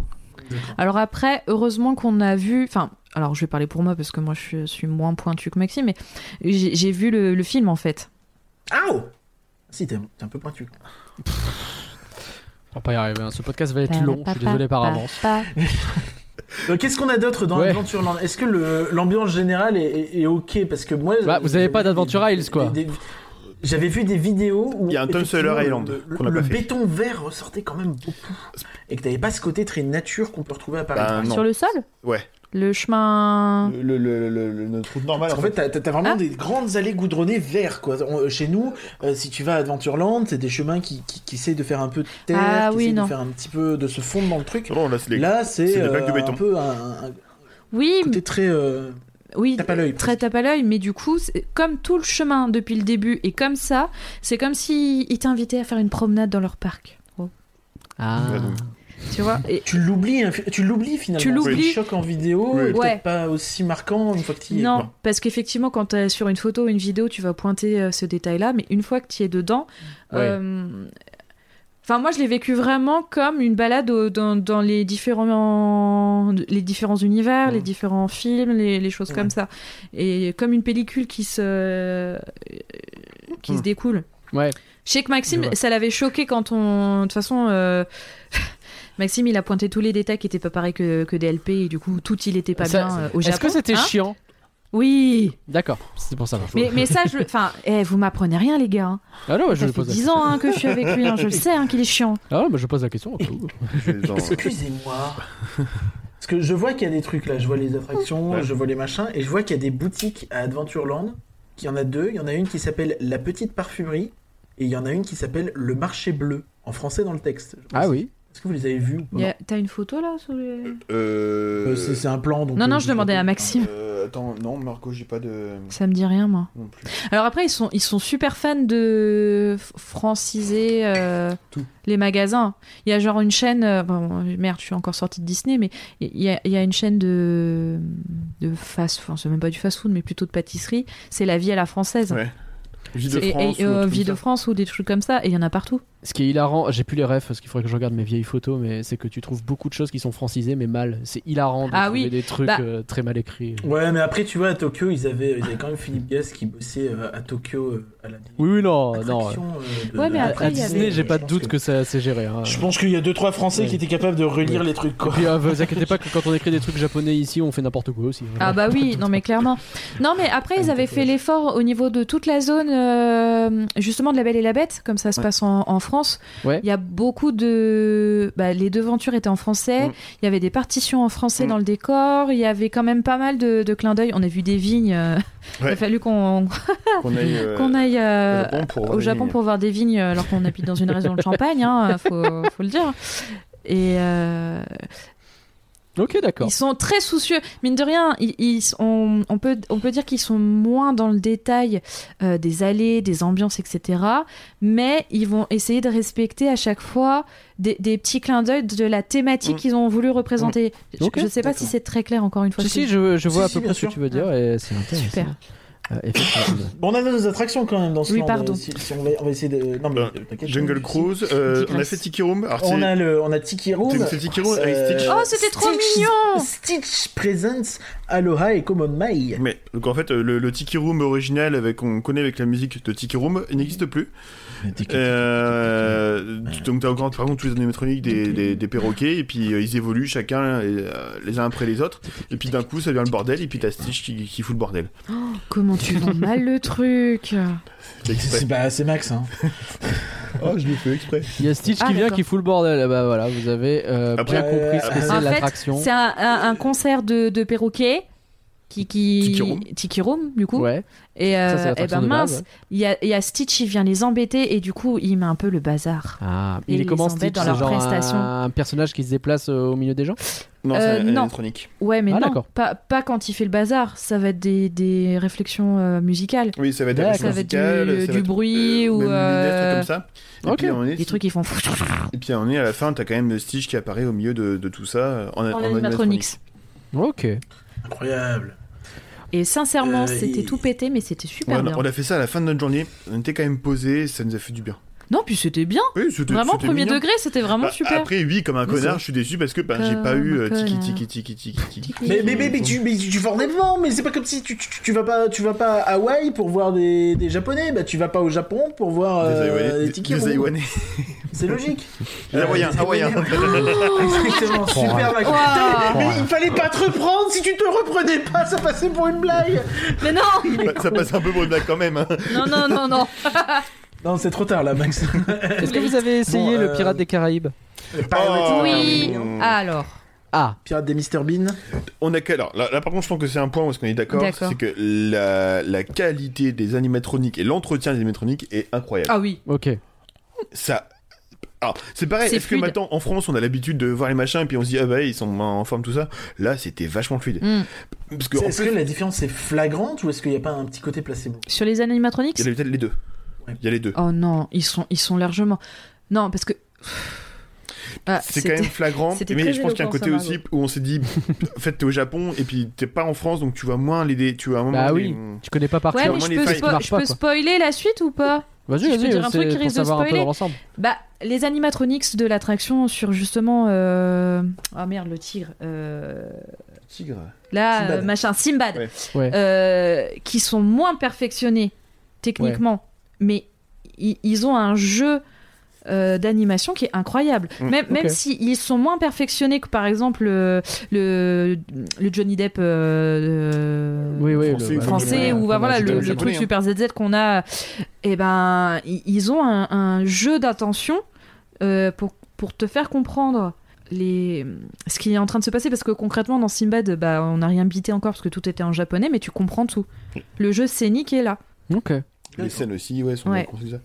Speaker 3: Alors après, heureusement qu'on a vu. Enfin, alors je vais parler pour moi parce que moi je suis- suis moins pointu que Maxime, mais j'ai j'ai vu le, le film en fait.
Speaker 6: Ah Si, t'es t'es un peu pointu.
Speaker 1: on va pas y arriver hein. ce podcast va être long je suis désolé par avance
Speaker 3: Pa-
Speaker 6: Euh, Qu'est-ce qu'on a d'autre dans
Speaker 1: Ouais.
Speaker 6: Adventureland Est-ce que le- l'ambiance générale est, est- est ok Parce que moi.
Speaker 1: Bah, vous avez
Speaker 6: j'avais
Speaker 1: pas
Speaker 6: vu
Speaker 1: d'Adventure
Speaker 6: des-
Speaker 1: Isles, quoi.
Speaker 6: des- des- J'avais vu des vidéos où.
Speaker 4: Il y a un Tom
Speaker 6: effectivement,
Speaker 4: Sawyer
Speaker 6: le-
Speaker 4: Island
Speaker 6: Le,
Speaker 4: qu'on n'a
Speaker 6: le
Speaker 4: pas fait.
Speaker 6: béton vert ressortait quand même beaucoup. Et que t'avais pas ce côté très nature qu'on peut retrouver à Paris.
Speaker 4: Bah, non.
Speaker 3: Sur le sol
Speaker 4: Ouais.
Speaker 3: Le chemin.
Speaker 4: Le, le, le, le- notre route normale.
Speaker 6: Parce qu'en fait, t'as t'as- t'as vraiment
Speaker 3: Ah.
Speaker 6: des grandes allées goudronnées vertes, quoi. On- euh, chez nous, euh, si tu vas à Adventureland, c'est des chemins qui, qui, qui essaient de faire un peu de terre,
Speaker 3: Ah
Speaker 6: qui
Speaker 3: oui,
Speaker 6: essaient
Speaker 3: non.
Speaker 6: de faire un petit peu, de se fondre dans le truc.
Speaker 4: Non, Oh, là, c'est les-
Speaker 6: Là, c'est
Speaker 4: c'est des plaques de
Speaker 6: euh,
Speaker 4: béton.
Speaker 6: un peu un, un
Speaker 3: Oui,
Speaker 6: côté très. euh,
Speaker 3: oui.
Speaker 6: tape à l'œil.
Speaker 3: Très tape à l'œil, mais du coup, c'est- comme tout le chemin depuis le début et comme ça, c'est comme s'ils ils t'invitaient à faire une promenade dans leur parc. Oh.
Speaker 1: ah
Speaker 4: Ouais, donc.
Speaker 3: Tu vois et...
Speaker 6: Tu l'oublies, hein, tu l'oublies finalement.
Speaker 3: Tu l'oublies.
Speaker 6: C'est le choc en vidéo,
Speaker 4: Oui.
Speaker 6: est peut-être
Speaker 3: Ouais.
Speaker 6: pas aussi marquant une fois que tu y es.
Speaker 3: Non,
Speaker 6: quoi.
Speaker 3: parce qu'effectivement, quand tu es sur une photo ou une vidéo, tu vas pointer euh, ce détail-là, mais une fois que tu es dedans.
Speaker 1: Ouais.
Speaker 3: euh, Enfin, moi, je l'ai vécu vraiment comme une balade au- dans, dans les, différents, les différents univers,
Speaker 6: Mhm.
Speaker 1: Mmh.
Speaker 3: les différents films, les, les choses
Speaker 6: Ouais.
Speaker 3: comme ça. Et comme une pellicule qui se, qui se
Speaker 4: Mhm.
Speaker 3: découle.
Speaker 1: Mmh. Ouais.
Speaker 3: Je sais que
Speaker 1: Je
Speaker 3: Maxime,
Speaker 1: vois.
Speaker 3: ça l'avait choqué quand on. De toute façon. euh, Maxime, il a pointé tous les détails qui étaient pas pareils que, que DLP et du coup tout il était pas
Speaker 1: Ça-
Speaker 3: bien euh, au Japon.
Speaker 1: est-ce que c'était
Speaker 3: Hein
Speaker 1: chiant
Speaker 3: Oui.
Speaker 1: d'accord c'est pour ça
Speaker 3: Mais, mais ça, je... enfin, eh, vous m'apprenez rien, les gars. hein.
Speaker 1: ah non, ouais, je
Speaker 3: ça
Speaker 1: le
Speaker 3: fait
Speaker 1: pose la
Speaker 3: 10
Speaker 1: question.
Speaker 3: ans hein, que je suis avec lui, hein, je le sais hein, qu'il est chiant.
Speaker 1: ah ouais, bah, je pose la question au cas où.
Speaker 4: Je vais dans-
Speaker 6: Excusez-moi. Parce que je vois qu'il y a des trucs là, je vois les attractions,
Speaker 4: Ouais.
Speaker 6: je vois les machins, et je vois qu'il y a des boutiques à Adventureland, qu'il y en a deux. Il y en a une qui s'appelle La Petite Parfumerie, et il y en a une qui s'appelle Le Marché Bleu, en français dans le texte. je pense.
Speaker 1: ah oui
Speaker 6: Est-ce que vous les avez vus ou pas
Speaker 3: Il y a- T'as une photo là sur le-
Speaker 4: Euh,
Speaker 6: Euh, C'est c'est un plan. donc,
Speaker 3: Non,
Speaker 6: euh,
Speaker 3: non, je demandais à
Speaker 6: pas.
Speaker 3: Maxime.
Speaker 4: euh, attends, non, Marco, j'ai pas de.
Speaker 3: Ça me dit rien, moi.
Speaker 4: Non plus.
Speaker 3: Alors après, ils sont, ils sont super fans de f- franciser euh,
Speaker 6: Tout.
Speaker 3: les magasins. Il y a genre une chaîne. euh, bon, merde, je suis encore sortie de Disney, mais il y a, il y a une chaîne de, de fast food. C'est même pas du fast food, mais plutôt de pâtisserie. C'est la vie à la française.
Speaker 4: Ouais. Vie de
Speaker 3: Et- et,
Speaker 4: France. ou
Speaker 3: euh,
Speaker 4: un truc
Speaker 3: vie de
Speaker 4: comme ça.
Speaker 3: France ou des trucs comme ça. Et il y en a partout.
Speaker 1: Ce qui est hilarant, j'ai plus les refs parce qu'il faudrait que je regarde mes vieilles photos, mais c'est que tu trouves beaucoup de choses qui sont francisées mais mal. C'est hilarant de
Speaker 3: Ah
Speaker 1: trouver
Speaker 3: oui,
Speaker 1: des trucs
Speaker 3: bah-
Speaker 1: euh, très mal écrits.
Speaker 6: Ouais, mais après, tu vois, à Tokyo, ils avaient, ils avaient quand même Philippe Guest qui bossait euh, à Tokyo euh, à la
Speaker 1: Oui, oui, non, non.
Speaker 6: attraction, euh, de-
Speaker 3: Ouais, mais
Speaker 6: de-
Speaker 1: À-
Speaker 3: après,
Speaker 1: à
Speaker 3: il y avait-
Speaker 1: Disney, j'ai
Speaker 6: je
Speaker 1: pas de
Speaker 6: pense euh,
Speaker 1: doute que, ça c'est géré. hein.
Speaker 6: Je pense qu'il y a deux trois Français
Speaker 1: Ouais.
Speaker 6: qui étaient capables de relire les trucs
Speaker 1: Et
Speaker 6: quoi.
Speaker 1: puis, euh, vous inquiétez pas que quand on écrit des trucs japonais ici, on fait n'importe quoi aussi.
Speaker 3: Ah bah oui, non mais clairement. Non mais après ils avaient fait l'effort au niveau de toute la zone, euh, justement de la Belle et la Bête, comme ça se
Speaker 4: Ouais.
Speaker 3: passe en, en France.
Speaker 1: Ouais.
Speaker 3: Il y a beaucoup de, bah, les devantures étaient en français.
Speaker 4: Mm.
Speaker 3: Il y avait des partitions en français
Speaker 4: Mm.
Speaker 3: dans le décor. Il y avait quand même pas mal de, de clins d'œil. On a vu des vignes. euh, Il
Speaker 4: Ouais.
Speaker 3: a fallu qu'on
Speaker 4: Qu'on aille, euh,
Speaker 3: qu'on aille euh,
Speaker 4: au Japon pour voir
Speaker 3: au
Speaker 4: les
Speaker 3: Japon
Speaker 4: vignes.
Speaker 3: pour voir des vignes euh, alors qu'on habite dans une région de Champagne, hein, faut, faut le dire. Et euh,
Speaker 1: Ok, d'accord.
Speaker 3: ils sont très soucieux. Mine de rien, ils, ils sont- on, on peut, on peut dire qu'ils sont moins dans le détail euh, des allées, des ambiances, etc. Mais ils vont essayer de respecter à chaque fois des, des petits clins d'œil de la thématique
Speaker 4: Mm.
Speaker 3: qu'ils ont voulu représenter. Je-
Speaker 1: Ok,
Speaker 3: je ne sais pas si c'est très clair, encore une fois.
Speaker 1: Si,
Speaker 3: ce que
Speaker 1: si, je, je vois
Speaker 6: Si,
Speaker 1: à
Speaker 6: si,
Speaker 1: peu
Speaker 6: bien
Speaker 1: près ce que
Speaker 6: sûr.
Speaker 1: tu veux dire et c'est intéressant.
Speaker 3: Super.
Speaker 1: Euh, effectivement.
Speaker 2: Bon, on a nos attractions quand même dans ce
Speaker 3: Oui,
Speaker 2: land,
Speaker 3: pardon.
Speaker 2: euh, Si, si on, va, on va essayer de. Non, mais
Speaker 4: Ben,
Speaker 2: euh, t'inquiète,
Speaker 4: Jungle
Speaker 2: si-
Speaker 4: Cruise, euh,
Speaker 3: Tiki
Speaker 4: on a
Speaker 3: Grass.
Speaker 4: fait Tiki Room. Alors,
Speaker 2: On
Speaker 4: c'est-
Speaker 2: a, le, on a Tiki Room.
Speaker 4: C'est- c'est Tiki Room avec Stitch.
Speaker 3: Oh, c'était trop
Speaker 2: Stitch-
Speaker 3: mignon
Speaker 2: Stitch Presents Aloha et Common Mai.
Speaker 3: oh.
Speaker 4: Mais donc en fait, euh, le, le Tiki Room original avec qu'on connaît avec la musique de Tiki Room, il n'existe plus. Euh, donc t'as encore par contre tous les animatroniques des, des, des perroquets et puis euh, ils évoluent chacun euh, les uns après les autres et puis d'un coup ça devient le bordel et puis t'as Stitch qui, qui fout le bordel.
Speaker 3: Comment tu vends mal le truc
Speaker 4: C'est exprès.
Speaker 2: C'est bah, c'est Max, hein.
Speaker 4: oh, je l'ai fait exprès.
Speaker 1: Il y a Stitch
Speaker 3: Ah,
Speaker 1: qui vient
Speaker 3: d'accord.
Speaker 1: qui fout le bordel. Bah voilà, vous avez euh, bien
Speaker 4: Après-
Speaker 1: compris ce que
Speaker 2: Euh,
Speaker 1: c'est
Speaker 3: En fait,
Speaker 1: l'attraction.
Speaker 3: C'est un, un- un concert de, de perroquets qui. qui...
Speaker 4: Tiki Room.
Speaker 3: Tiki Room, du coup.
Speaker 1: Ouais,
Speaker 3: Et, euh,
Speaker 1: ça c'est
Speaker 3: eh
Speaker 1: l'attraction
Speaker 3: ben
Speaker 1: de base,
Speaker 3: mince,
Speaker 1: ouais.
Speaker 3: il y, a, il y a Stitch, il vient les embêter et du coup, il met un peu le bazar.
Speaker 1: Ah,
Speaker 3: Et
Speaker 1: il est
Speaker 3: ils
Speaker 1: comment
Speaker 3: s'embêtent
Speaker 1: Stitch
Speaker 3: dans
Speaker 1: C'est
Speaker 3: leurs
Speaker 1: genre
Speaker 3: prestations.
Speaker 1: un, un personnage qui se déplace euh, au milieu des gens
Speaker 4: Non, c'est
Speaker 3: Euh,
Speaker 4: un- un
Speaker 3: non.
Speaker 4: animatronique.
Speaker 3: Ouais, mais
Speaker 1: Ah,
Speaker 3: non,
Speaker 1: d'accord.
Speaker 3: pas, pas quand il fait le bazar. Ça va être des, des réflexions euh, musicales.
Speaker 4: Oui, ça va être
Speaker 1: D'accord.
Speaker 4: la version
Speaker 3: Ça va être
Speaker 4: musicale,
Speaker 3: du-
Speaker 4: ça
Speaker 3: du
Speaker 4: va être,
Speaker 3: bruit ou,
Speaker 4: même les lettres
Speaker 3: euh,
Speaker 4: comme ça. Et
Speaker 1: Ok.
Speaker 4: puis, on est,
Speaker 3: Des trucs qui font.
Speaker 4: et puis on est à la fin, t'as quand même Stitch qui apparaît au milieu de, de tout ça euh, en, en
Speaker 3: En
Speaker 4: animatronique.
Speaker 3: animatronics.
Speaker 1: Ok.
Speaker 2: Incroyable.
Speaker 3: Et sincèrement,
Speaker 2: Euh,
Speaker 3: c'était
Speaker 2: il-
Speaker 3: tout pété, mais c'était super
Speaker 4: Ouais, on,
Speaker 3: bien.
Speaker 4: a, on a fait ça à la fin de notre journée. On était quand même posés, ça nous a fait du bien.
Speaker 3: Non, puis c'était bien.
Speaker 4: Oui, c'était
Speaker 3: Vraiment
Speaker 4: c'était
Speaker 3: premier
Speaker 4: mignon.
Speaker 3: degré, c'était vraiment
Speaker 4: Bah,
Speaker 3: super.
Speaker 4: Après, oui, comme un
Speaker 3: Oui,
Speaker 4: connard,
Speaker 3: c'est-
Speaker 4: je suis déçu parce que bah, j'ai pas
Speaker 3: Comme
Speaker 4: eu
Speaker 3: un
Speaker 4: euh, tiki
Speaker 3: connard.
Speaker 4: tiki tiki tiki tiki.
Speaker 2: Mais, mais, mais, mais tu, mais tu vas en avant, mais c'est pas comme si tu, tu, tu- tu vas pas, tu vas pas à Hawaï pour voir des, des Japonais, bah tu vas pas au Japon pour voir
Speaker 4: Des
Speaker 2: euh,
Speaker 4: Hawaïanais-
Speaker 2: des Tiki
Speaker 4: des
Speaker 2: Room.
Speaker 4: Hawaïanais.
Speaker 2: C'est logique.
Speaker 4: Des Hawaïens,
Speaker 2: Euh, des
Speaker 4: Hawaïens.
Speaker 2: Exactement, super Max. Putain, mais il fallait pas te reprendre, si tu te reprenais pas, ça passait pour une blague.
Speaker 3: Mais non
Speaker 4: Bah, Ça passe un peu pour une blague quand même. hein.
Speaker 3: Non, non, non, non.
Speaker 2: Non, c'est trop tard là, Max.
Speaker 1: Est-ce que vous avez essayé
Speaker 2: Bon,
Speaker 1: le
Speaker 2: euh,
Speaker 1: Pirate des Caraïbes
Speaker 4: Oh,
Speaker 3: oui.
Speaker 4: mignon.
Speaker 3: Alors,
Speaker 1: Ah,
Speaker 2: Pirate des Mr Bean.
Speaker 4: On a que- alors là, là, par contre je pense que c'est un point où est-ce qu'on est d'accord,
Speaker 3: D'accord.
Speaker 4: c'est que la, la qualité des animatroniques et l'entretien des animatroniques est incroyable.
Speaker 3: ah oui.
Speaker 1: ok.
Speaker 4: Ça alors, c'est pareil,
Speaker 3: C'est
Speaker 4: est-ce que
Speaker 3: fluide.
Speaker 4: maintenant en France on a l'habitude de voir les machins et puis on se dit ah bah ils sont en forme tout ça Là c'était vachement fluide.
Speaker 3: Mm.
Speaker 4: Parce que
Speaker 2: C'est-
Speaker 4: en
Speaker 2: Est-ce que la différence est flagrante ou est-ce qu'il n'y a pas un petit côté placebo
Speaker 3: Sur les animatronics
Speaker 4: Il y a peut-être les deux.
Speaker 2: Ouais.
Speaker 4: Il y a les deux.
Speaker 3: Oh non, ils sont, ils sont largement. Non, parce que. Ah,
Speaker 4: c'est
Speaker 3: c'était-
Speaker 4: quand même flagrant,
Speaker 3: c'était
Speaker 4: mais
Speaker 3: très
Speaker 4: je pense qu'il y a un
Speaker 3: éloquent,
Speaker 4: côté
Speaker 3: ça,
Speaker 4: aussi où on s'est dit, en fait, t'es au Japon et puis t'es pas en France, donc tu vois moins les dé- tu vois moins
Speaker 1: Bah
Speaker 4: les-
Speaker 1: oui, tu connais pas par
Speaker 3: Ouais,
Speaker 1: cœur.
Speaker 3: mais
Speaker 4: Clairement,
Speaker 3: je
Speaker 4: les
Speaker 3: peux,
Speaker 4: failles
Speaker 1: qui
Speaker 3: spo-
Speaker 1: marchent
Speaker 3: je
Speaker 1: pas,
Speaker 3: peux
Speaker 1: quoi.
Speaker 3: spoiler la suite ou pas
Speaker 1: Vas-y,
Speaker 3: je peux
Speaker 1: vas-y,
Speaker 3: dire un truc qui
Speaker 1: c'est pour
Speaker 3: risque de
Speaker 1: savoir un peu
Speaker 3: spoiler.
Speaker 1: dans l'ensemble.
Speaker 3: Bah, les animatronics de l'attraction sur justement. euh, Ah merde, le tigre. euh,
Speaker 4: Tigre.
Speaker 3: Là,
Speaker 2: Simbad.
Speaker 3: euh, machin, Simbad.
Speaker 4: Ouais.
Speaker 1: Ouais.
Speaker 3: Euh, qui sont moins perfectionnés techniquement, mais i- ils ont un jeu. euh, d'animation qui est incroyable.
Speaker 4: Mm,
Speaker 3: même
Speaker 1: ok.
Speaker 3: même s'ils sont moins perfectionnés que par exemple le, le, le Johnny Depp euh,
Speaker 1: Oui, oui,
Speaker 4: Français,
Speaker 1: le-
Speaker 3: français
Speaker 4: Ouais,
Speaker 3: ou bah,
Speaker 1: ouais,
Speaker 3: voilà
Speaker 1: c'est
Speaker 3: le,
Speaker 1: pas
Speaker 3: le
Speaker 4: japonais,
Speaker 3: truc Super
Speaker 4: hein.
Speaker 3: ZZ qu'on a, et ben i- ils ont un, un jeu d'attention euh, pour pour te faire comprendre les ce qui est en train de se passer parce que concrètement dans Simbad bah on n'a rien bité encore parce que tout était en japonais mais tu comprends tout. Le jeu scénique est là.
Speaker 1: Ok.
Speaker 4: Les
Speaker 2: D'accord.
Speaker 4: scènes aussi, ouais, sont
Speaker 3: Ouais.
Speaker 4: bien construites, ça.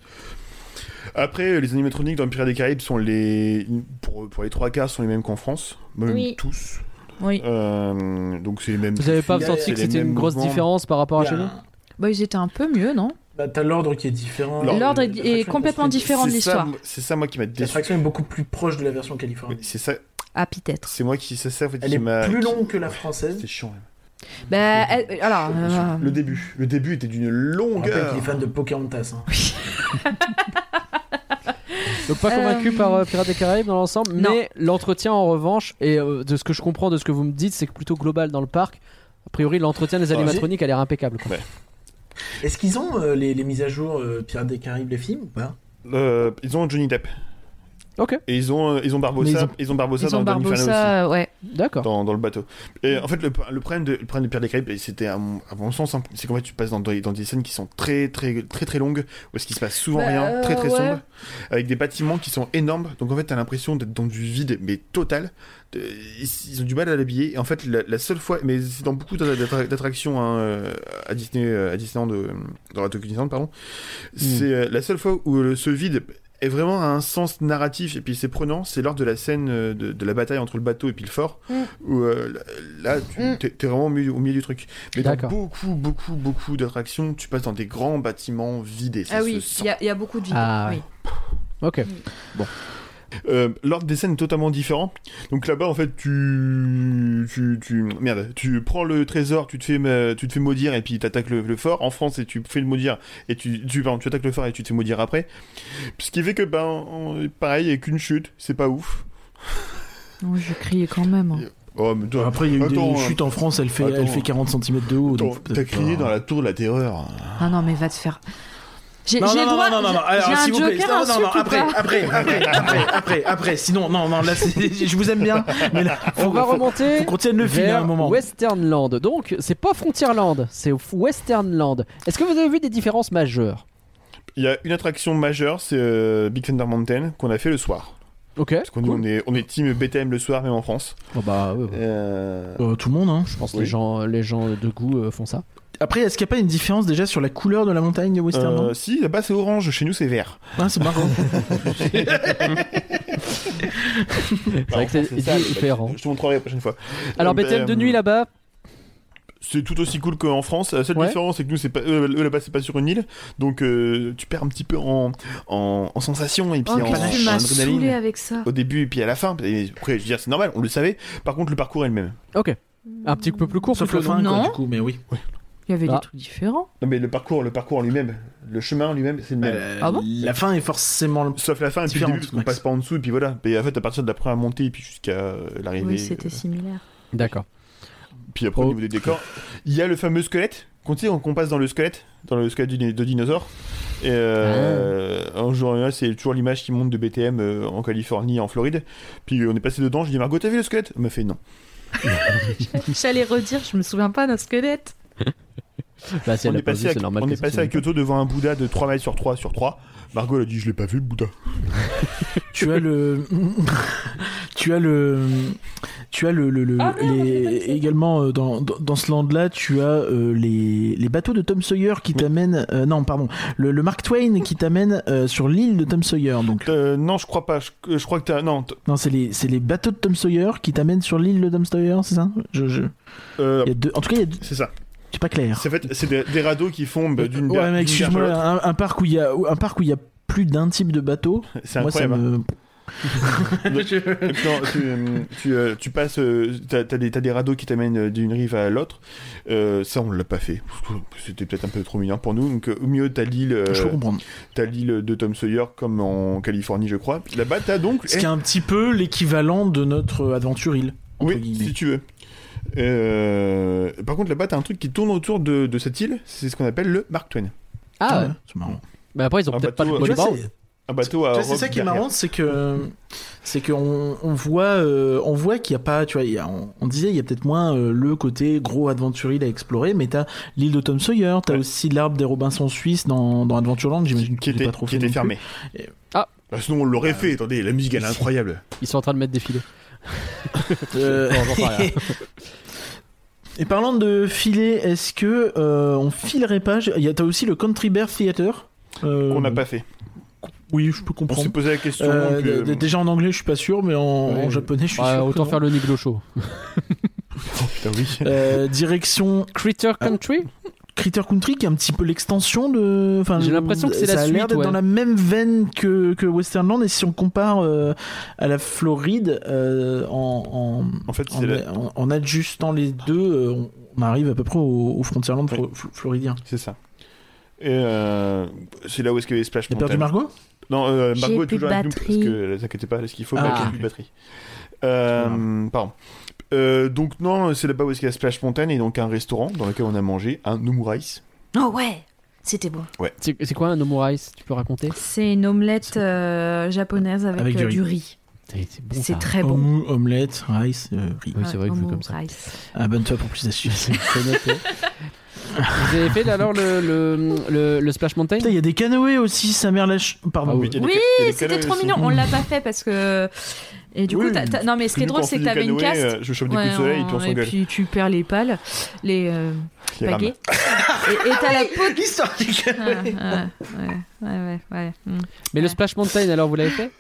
Speaker 4: Après, les animatroniques dans le Pirates des Caraïbes sont les. Pour, pour les trois quarts, sont les mêmes qu'en France. Même
Speaker 3: Oui.
Speaker 4: tous.
Speaker 3: Oui.
Speaker 4: Euh, donc c'est les mêmes.
Speaker 1: Vous avez pas
Speaker 4: Il y a-
Speaker 1: senti que
Speaker 4: c'est les
Speaker 1: c'était une
Speaker 4: mêmes
Speaker 1: grosse
Speaker 4: mouvements.
Speaker 1: différence par rapport à
Speaker 2: Il y a
Speaker 1: chez nous
Speaker 2: un-
Speaker 3: Bah ils étaient un peu mieux non
Speaker 2: Bah, t'as l'ordre qui est différent.
Speaker 4: L'ordre
Speaker 3: L'ordre est-
Speaker 2: La
Speaker 3: est
Speaker 2: traction
Speaker 3: complètement
Speaker 2: construite-
Speaker 3: différent de
Speaker 4: C'est ça,
Speaker 3: l'histoire.
Speaker 4: moi- C'est ça, moi, qui m'a
Speaker 2: La
Speaker 4: déçu.
Speaker 2: traction est beaucoup plus proche de la version californienne.
Speaker 4: C'est ça,
Speaker 3: Ah peut-être.
Speaker 4: c'est moi qui. C'est ça, en fait,
Speaker 2: Elle
Speaker 4: qui
Speaker 2: est
Speaker 4: m'a.
Speaker 2: plus longue que la française.
Speaker 4: C'est chiant. hein.
Speaker 3: Bah elle- alors euh,
Speaker 4: Le début. Le début était d'une
Speaker 2: On rappelle
Speaker 4: longueur.
Speaker 2: qu'il est fan de Pocahontas. Hein.
Speaker 1: Donc pas
Speaker 3: Euh,
Speaker 1: convaincu par euh, Pirates des Caraïbes dans l'ensemble,
Speaker 3: non.
Speaker 1: mais l'entretien en revanche, et euh, de ce que je comprends de ce que vous me dites, c'est que plutôt global dans le parc, a priori l'entretien des
Speaker 4: Ah,
Speaker 1: animatroniques a l'air impeccable. quoi.
Speaker 2: Est-ce qu'ils ont euh, les, les mises à jour euh, Pirates des Caraïbes, les films ou pas
Speaker 4: Euh, ils ont Johnny Depp.
Speaker 1: Ok.
Speaker 4: Et ils ont, euh, ils ont Barbossa,
Speaker 1: Mais ils
Speaker 4: ils
Speaker 1: ont-
Speaker 4: ont, Barbossa
Speaker 3: ils
Speaker 4: dans,
Speaker 3: ont
Speaker 4: dans l'Inferno aussi,
Speaker 3: Barbossa ouais.
Speaker 1: D'accord.
Speaker 4: dans, dans le bateau. Et en fait, le, le problème de, le problème de Pierre des Caraïbes, et c'était à mon, à mon sens, hein, c'est qu'en fait, tu passes dans, des- dans des scènes qui sont très, très, très, très longues, où est-ce qu'il se passe souvent
Speaker 3: Bah,
Speaker 4: rien, très, très
Speaker 3: euh, ouais.
Speaker 4: sombre, avec des bâtiments qui sont énormes. Donc en fait, t'as l'impression d'être dans du vide, mais total. De- ils, ils ont du mal à l'habiller. Et en fait, la, la seule fois, mais c'est dans beaucoup d'attra- d'attra- d'attractions hein, euh, à Disney, euh, à Disneyland, euh, dans la Tokyo Disneyland, pardon,
Speaker 3: Hmm.
Speaker 4: c'est euh, la seule fois où euh, ce vide est vraiment un sens narratif et puis c'est prenant, c'est lors de la scène euh, de, de la bataille entre le bateau et puis le fort,
Speaker 3: Mm.
Speaker 4: où euh, là, là, tu-
Speaker 3: Mm.
Speaker 4: t'es t'es vraiment au milieu, au milieu du truc. Mais dans
Speaker 1: D'accord.
Speaker 4: beaucoup, beaucoup, beaucoup d'attractions, tu passes dans des grands bâtiments vidés. ça Ah,
Speaker 3: Ah
Speaker 4: se
Speaker 3: oui
Speaker 4: sent.
Speaker 3: il y, a- il y a beaucoup de vidéos.
Speaker 1: Ah,
Speaker 3: oui.
Speaker 1: Ok.
Speaker 4: Euh, l'ordre des scènes est totalement différent. Donc là-bas, en fait, tu, tu, tu, merde, tu prends le trésor, tu te fais, ma- tu te fais maudire et puis t'attaques le, le fort. En France, et tu fais le maudire et tu, tu, pardon, tu attaques le fort et tu te fais maudire après. Ce qui fait que, ben, on- pareil, avec une chute, c'est pas ouf.
Speaker 3: Non, Oh, je criais quand même. hein.
Speaker 4: Oh, mais toi,
Speaker 6: Après, il y a eu
Speaker 4: Attends,
Speaker 6: des chutes en France, elle fait, elle
Speaker 4: attends.
Speaker 6: fait 40 cm de haut.
Speaker 4: attends,
Speaker 6: donc faut peut-être
Speaker 4: t'as crié
Speaker 6: pas-
Speaker 4: dans la tour de la terreur.
Speaker 3: Ah non, mais va te faire. J'ai
Speaker 6: Non,
Speaker 3: j'ai
Speaker 6: non,
Speaker 3: le
Speaker 6: non,
Speaker 3: droit.
Speaker 6: non, non, non,
Speaker 3: j'ai-
Speaker 6: alors,
Speaker 3: j'ai un Oh,
Speaker 6: s'il vous plaît,
Speaker 3: joker
Speaker 6: non, non, non,
Speaker 3: insulte ou
Speaker 6: après,
Speaker 3: pas
Speaker 6: après, après, après, après, après, sinon, non, non, là, c'est- je vous aime bien, mais là, faut,
Speaker 1: On va
Speaker 6: faut-
Speaker 1: remonter.
Speaker 6: faut qu'on tienne le fil hein, à un
Speaker 1: vers
Speaker 6: moment.
Speaker 1: Westernland. Donc, c'est pas Frontierland, c'est Westernland. Est-ce que vous avez vu des différences majeures
Speaker 4: Il y a une attraction majeure, c'est euh, Big Thunder Mountain, qu'on a fait le soir.
Speaker 1: Ok.
Speaker 4: Parce qu'on nous,
Speaker 1: cool.
Speaker 4: on, est, on est team BTM le soir, même en France.
Speaker 1: Oh bah, ouais, ouais.
Speaker 4: Euh,
Speaker 6: Euh, tout le monde, hein.
Speaker 1: Je pense que
Speaker 4: Oui.
Speaker 1: les gens, les gens de goût euh, font ça.
Speaker 6: Après, est-ce qu'il n'y a pas une différence déjà sur la couleur de la montagne de Westernland
Speaker 4: euh, si, là-bas c'est orange, chez nous c'est vert.
Speaker 6: Ah, c'est marrant.
Speaker 1: C'est vrai que
Speaker 4: Enfin,
Speaker 1: c'est
Speaker 4: ça,
Speaker 1: différent.
Speaker 4: Je te montrerai la prochaine fois.
Speaker 1: Alors,
Speaker 4: Euh,
Speaker 1: BTM de
Speaker 4: ben,
Speaker 1: nuit là-bas.
Speaker 4: C'est tout aussi cool qu'en France. La seule
Speaker 1: Ouais.
Speaker 4: différence, c'est que nous, c'est pas, eux, eux, là-bas, c'est pas sur une île. Donc, euh, tu perds un petit peu en, en, en sensation et puis
Speaker 3: Oh,
Speaker 4: en,
Speaker 3: que tu
Speaker 4: en
Speaker 3: m'as
Speaker 4: adrénaline.
Speaker 3: saoulé avec ça.
Speaker 4: Au début et puis à la fin. Et après, je veux dire, c'est normal, on le savait. Par contre, le parcours est le même.
Speaker 1: Ok. Un petit peu plus court,
Speaker 6: Sauf
Speaker 1: plutôt,
Speaker 6: la
Speaker 1: non
Speaker 6: fin, quoi,
Speaker 3: non.
Speaker 6: du coup, mais oui.
Speaker 3: Il y avait
Speaker 1: Ah.
Speaker 3: des trucs différents.
Speaker 4: Non, mais le parcours, le parcours en lui-même, le chemin en lui-même, c'est le même.
Speaker 6: Euh,
Speaker 3: Ah bon
Speaker 6: la fin est forcément. le-
Speaker 4: Sauf la fin et puis le
Speaker 6: Différente,
Speaker 4: début, parce qu'on
Speaker 6: Max.
Speaker 4: passe pas en dessous et puis voilà. Et en fait, à partir de la première montée et puis jusqu'à euh, l'arrivée.
Speaker 3: Eh Oui, c'était
Speaker 4: euh,
Speaker 3: similaire.
Speaker 1: D'accord.
Speaker 4: Puis après,
Speaker 1: Oh.
Speaker 4: au niveau des décors, il y a le fameux squelette. Qu'on sait, qu'on passe dans le squelette, dans le squelette du, di- de dinosaure. Et euh,
Speaker 3: Ah.
Speaker 4: en général, c'est toujours l'image qui monte de BTM euh, en Californie, en Floride. Puis euh, on est passé dedans, je dis Margot, t'as vu le squelette Elle m'a fait non.
Speaker 3: J'allais redire, je me souviens pas d'un squelette.
Speaker 1: Bah, si
Speaker 4: on
Speaker 1: elle
Speaker 4: est
Speaker 1: l'a pas vu,
Speaker 4: passé, à,
Speaker 1: c'est normal.
Speaker 4: on
Speaker 1: que
Speaker 4: est
Speaker 1: ça
Speaker 4: passé
Speaker 1: soit-
Speaker 4: à Kyoto devant un Bouddha de 3 mètres sur 3 sur 3. Margot elle a dit Je l'ai pas vu le Bouddha.
Speaker 6: Tu as le. tu as le. Tu as le. le- le-
Speaker 3: Ah, merde,
Speaker 6: les-
Speaker 3: on fait pas ça.
Speaker 6: Également, euh, dans, dans, dans ce land-là, tu as euh, les, les bateaux de Tom Sawyer qui t'amènent. euh, non, pardon. Le, le Mark Twain qui t'amène euh, sur l'île de Tom Sawyer. Donc,
Speaker 4: Euh, non, je crois pas. Je, euh, je crois que t'as. Non, t-
Speaker 6: non, c'est les, c'est les bateaux de Tom Sawyer qui t'amènent sur l'île de Tom Sawyer, c'est ça je, je-
Speaker 4: euh,
Speaker 6: il y a deux- En tout cas, il y a deux-
Speaker 4: c'est ça.
Speaker 6: c'est pas clair.
Speaker 4: C'est fait, c'est des, des radeaux qui font
Speaker 1: Euh,
Speaker 4: bah, d'une
Speaker 6: ouais,
Speaker 4: berge-
Speaker 6: mec,
Speaker 4: d'une berge
Speaker 6: excuse-moi,
Speaker 4: à l'autre.
Speaker 6: un, un parc où il y a un parc où il y a plus d'un type de bateau.
Speaker 4: C'est
Speaker 6: moi, ça
Speaker 4: incroyable.
Speaker 6: me-
Speaker 4: Et puis, non, tu, euh, tu, euh, tu passes, euh, t'as t'as des, t'as des radeaux qui t'amènent euh, d'une rive à l'autre. Euh, ça, on l'a pas fait. C'était peut-être un peu trop mignon pour nous. Donc, euh, au milieu, t'as l'île, euh,
Speaker 6: je peux comprendre.
Speaker 4: t'as l'île de Tom Sawyer, comme en Californie, je crois. Là-bas, t'as donc.
Speaker 6: Ce
Speaker 4: eh,
Speaker 6: qui est un petit peu l'équivalent de notre aventure île. entre
Speaker 4: oui,
Speaker 6: guillemets.
Speaker 4: si tu veux. Euh, par contre, là-bas, t'as un truc qui tourne autour de, de cette île. C'est ce qu'on appelle le Mark Twain.
Speaker 1: Ah, ouais.
Speaker 6: ouais, c'est marrant.
Speaker 1: Mais après, ils ont
Speaker 4: Un
Speaker 1: peut-être pas
Speaker 4: bateau,
Speaker 1: le
Speaker 4: euh,
Speaker 1: bon
Speaker 6: Tu vois,
Speaker 1: bord.
Speaker 6: c'est-
Speaker 4: Un bateau à.
Speaker 6: tu vois, c'est
Speaker 4: robe
Speaker 6: ça qui est
Speaker 4: derrière.
Speaker 6: marrant, c'est que c'est qu'on on voit euh, on voit qu'il n'y a pas tu vois il y a- on, on disait il y a peut-être moins euh, le côté gros adventure île à explorer mais t'as l'île de Tom Sawyer t'as
Speaker 4: Ouais.
Speaker 6: aussi l'arbre des Robinson Suisse dans, dans Adventureland j'imagine
Speaker 4: Qui
Speaker 6: que t'es
Speaker 4: était,
Speaker 6: pas trop
Speaker 4: qui
Speaker 6: fait
Speaker 4: était
Speaker 6: non plus.
Speaker 4: fermé.
Speaker 6: Et-
Speaker 1: Ah.
Speaker 4: Bah, sinon, on l'aurait fait. Attendez, la musique, elle est incroyable.
Speaker 1: Ils sont en train de mettre des filets.
Speaker 6: Euh,
Speaker 1: Non,
Speaker 4: Oh,
Speaker 1: j'en sais rien.
Speaker 6: Et parlant de filet, est-ce que euh, on filerait pas je- Il y a t'as aussi le Country Bear Theater. euh,
Speaker 4: On n'a pas fait.
Speaker 6: Oui, je peux
Speaker 4: On s'est
Speaker 6: comprendre.
Speaker 4: posé la question.
Speaker 6: Euh,
Speaker 4: donc, euh,
Speaker 6: d- d- Déjà en anglais, je suis pas sûr, mais en, en
Speaker 1: Ouais.
Speaker 6: japonais, je suis
Speaker 4: Bah,
Speaker 1: Ouais,
Speaker 6: sûr. que
Speaker 1: autant
Speaker 6: non.
Speaker 1: faire le niglo chaud.
Speaker 4: putain, oui.
Speaker 6: Euh, direction
Speaker 1: Critter
Speaker 4: Ah.
Speaker 1: Country
Speaker 6: Critter Country, qui est un petit peu l'extension de. Enfin,
Speaker 1: J'ai l'impression que c'est la
Speaker 6: ça a l'air
Speaker 1: suite,
Speaker 6: d'être
Speaker 1: ouais.
Speaker 6: dans la même veine que, que Westernland, et si on compare euh, à la Floride, euh, en, en-
Speaker 4: En fait,
Speaker 6: en,
Speaker 4: c'est la-
Speaker 6: en- en adjustant les deux, euh, on- on arrive à peu près au, au Frontierland fro- flo- floridien.
Speaker 4: c'est ça. Et euh, c'est là où est-ce qu'il y avait Splash
Speaker 6: T'as
Speaker 4: Mountain.
Speaker 6: perdu Margot
Speaker 4: Non, euh,
Speaker 8: J'ai
Speaker 4: Margot est
Speaker 8: plus de
Speaker 4: toujours avec nous parce
Speaker 8: batterie.
Speaker 4: que ne t'inquiète pas, ce qu'il faut,
Speaker 1: Ah.
Speaker 4: pas qu'il y ait plus de batterie. Euh, pardon. Euh, donc non, c'est là-bas où est-ce qu'il y a Splash Mountain et donc un restaurant dans lequel on a mangé un omurice.
Speaker 3: Ah
Speaker 8: Oh ouais, c'était bon.
Speaker 1: C'est c'est quoi un omurice Tu peux raconter
Speaker 3: C'est une omelette euh, japonaise avec,
Speaker 6: Avec du
Speaker 3: euh, du riz.
Speaker 1: C'est c'est bon,
Speaker 3: C'est
Speaker 1: ça.
Speaker 3: Oh, très bon. oh,
Speaker 6: Omu, omelette, rice, euh, riz.
Speaker 1: Oui, c'est vrai que vu comme ça.
Speaker 3: Rice.
Speaker 6: Abonne-toi pour plus d'astuces.
Speaker 1: C'est noté. Vous avez fait alors le, le, le, le Splash Mountain
Speaker 6: Putain, il y a des canoës aussi, sa mère lâche. Pardon.
Speaker 1: Ah oui.
Speaker 4: Il y a des
Speaker 3: Oui,
Speaker 4: ca- il y a des
Speaker 3: C'était
Speaker 4: canoës
Speaker 3: trop
Speaker 4: aussi.
Speaker 3: mignon. On l'a pas fait parce que. Et du
Speaker 4: Oui,
Speaker 3: coup, t'as- t'as- non, mais ce qui est
Speaker 4: Parce que nous,
Speaker 3: drôle,
Speaker 4: quand on
Speaker 3: c'est que t'avais
Speaker 4: fait du
Speaker 3: une
Speaker 4: canoë,
Speaker 3: caste.
Speaker 4: euh, je chope des
Speaker 3: Ouais,
Speaker 4: coups de soleil et puis on
Speaker 3: on- et
Speaker 4: s'engueule.
Speaker 3: puis tu perds les pales, les euh,
Speaker 4: Les rames.
Speaker 3: pagaies. et et t'as la peau de.
Speaker 6: L'histoire du
Speaker 3: Ah,
Speaker 6: canoë.
Speaker 3: ouais, ouais, ouais, ouais, hmm.
Speaker 1: Mais le
Speaker 3: Ouais.
Speaker 1: Splash Mountain, alors vous l'avez fait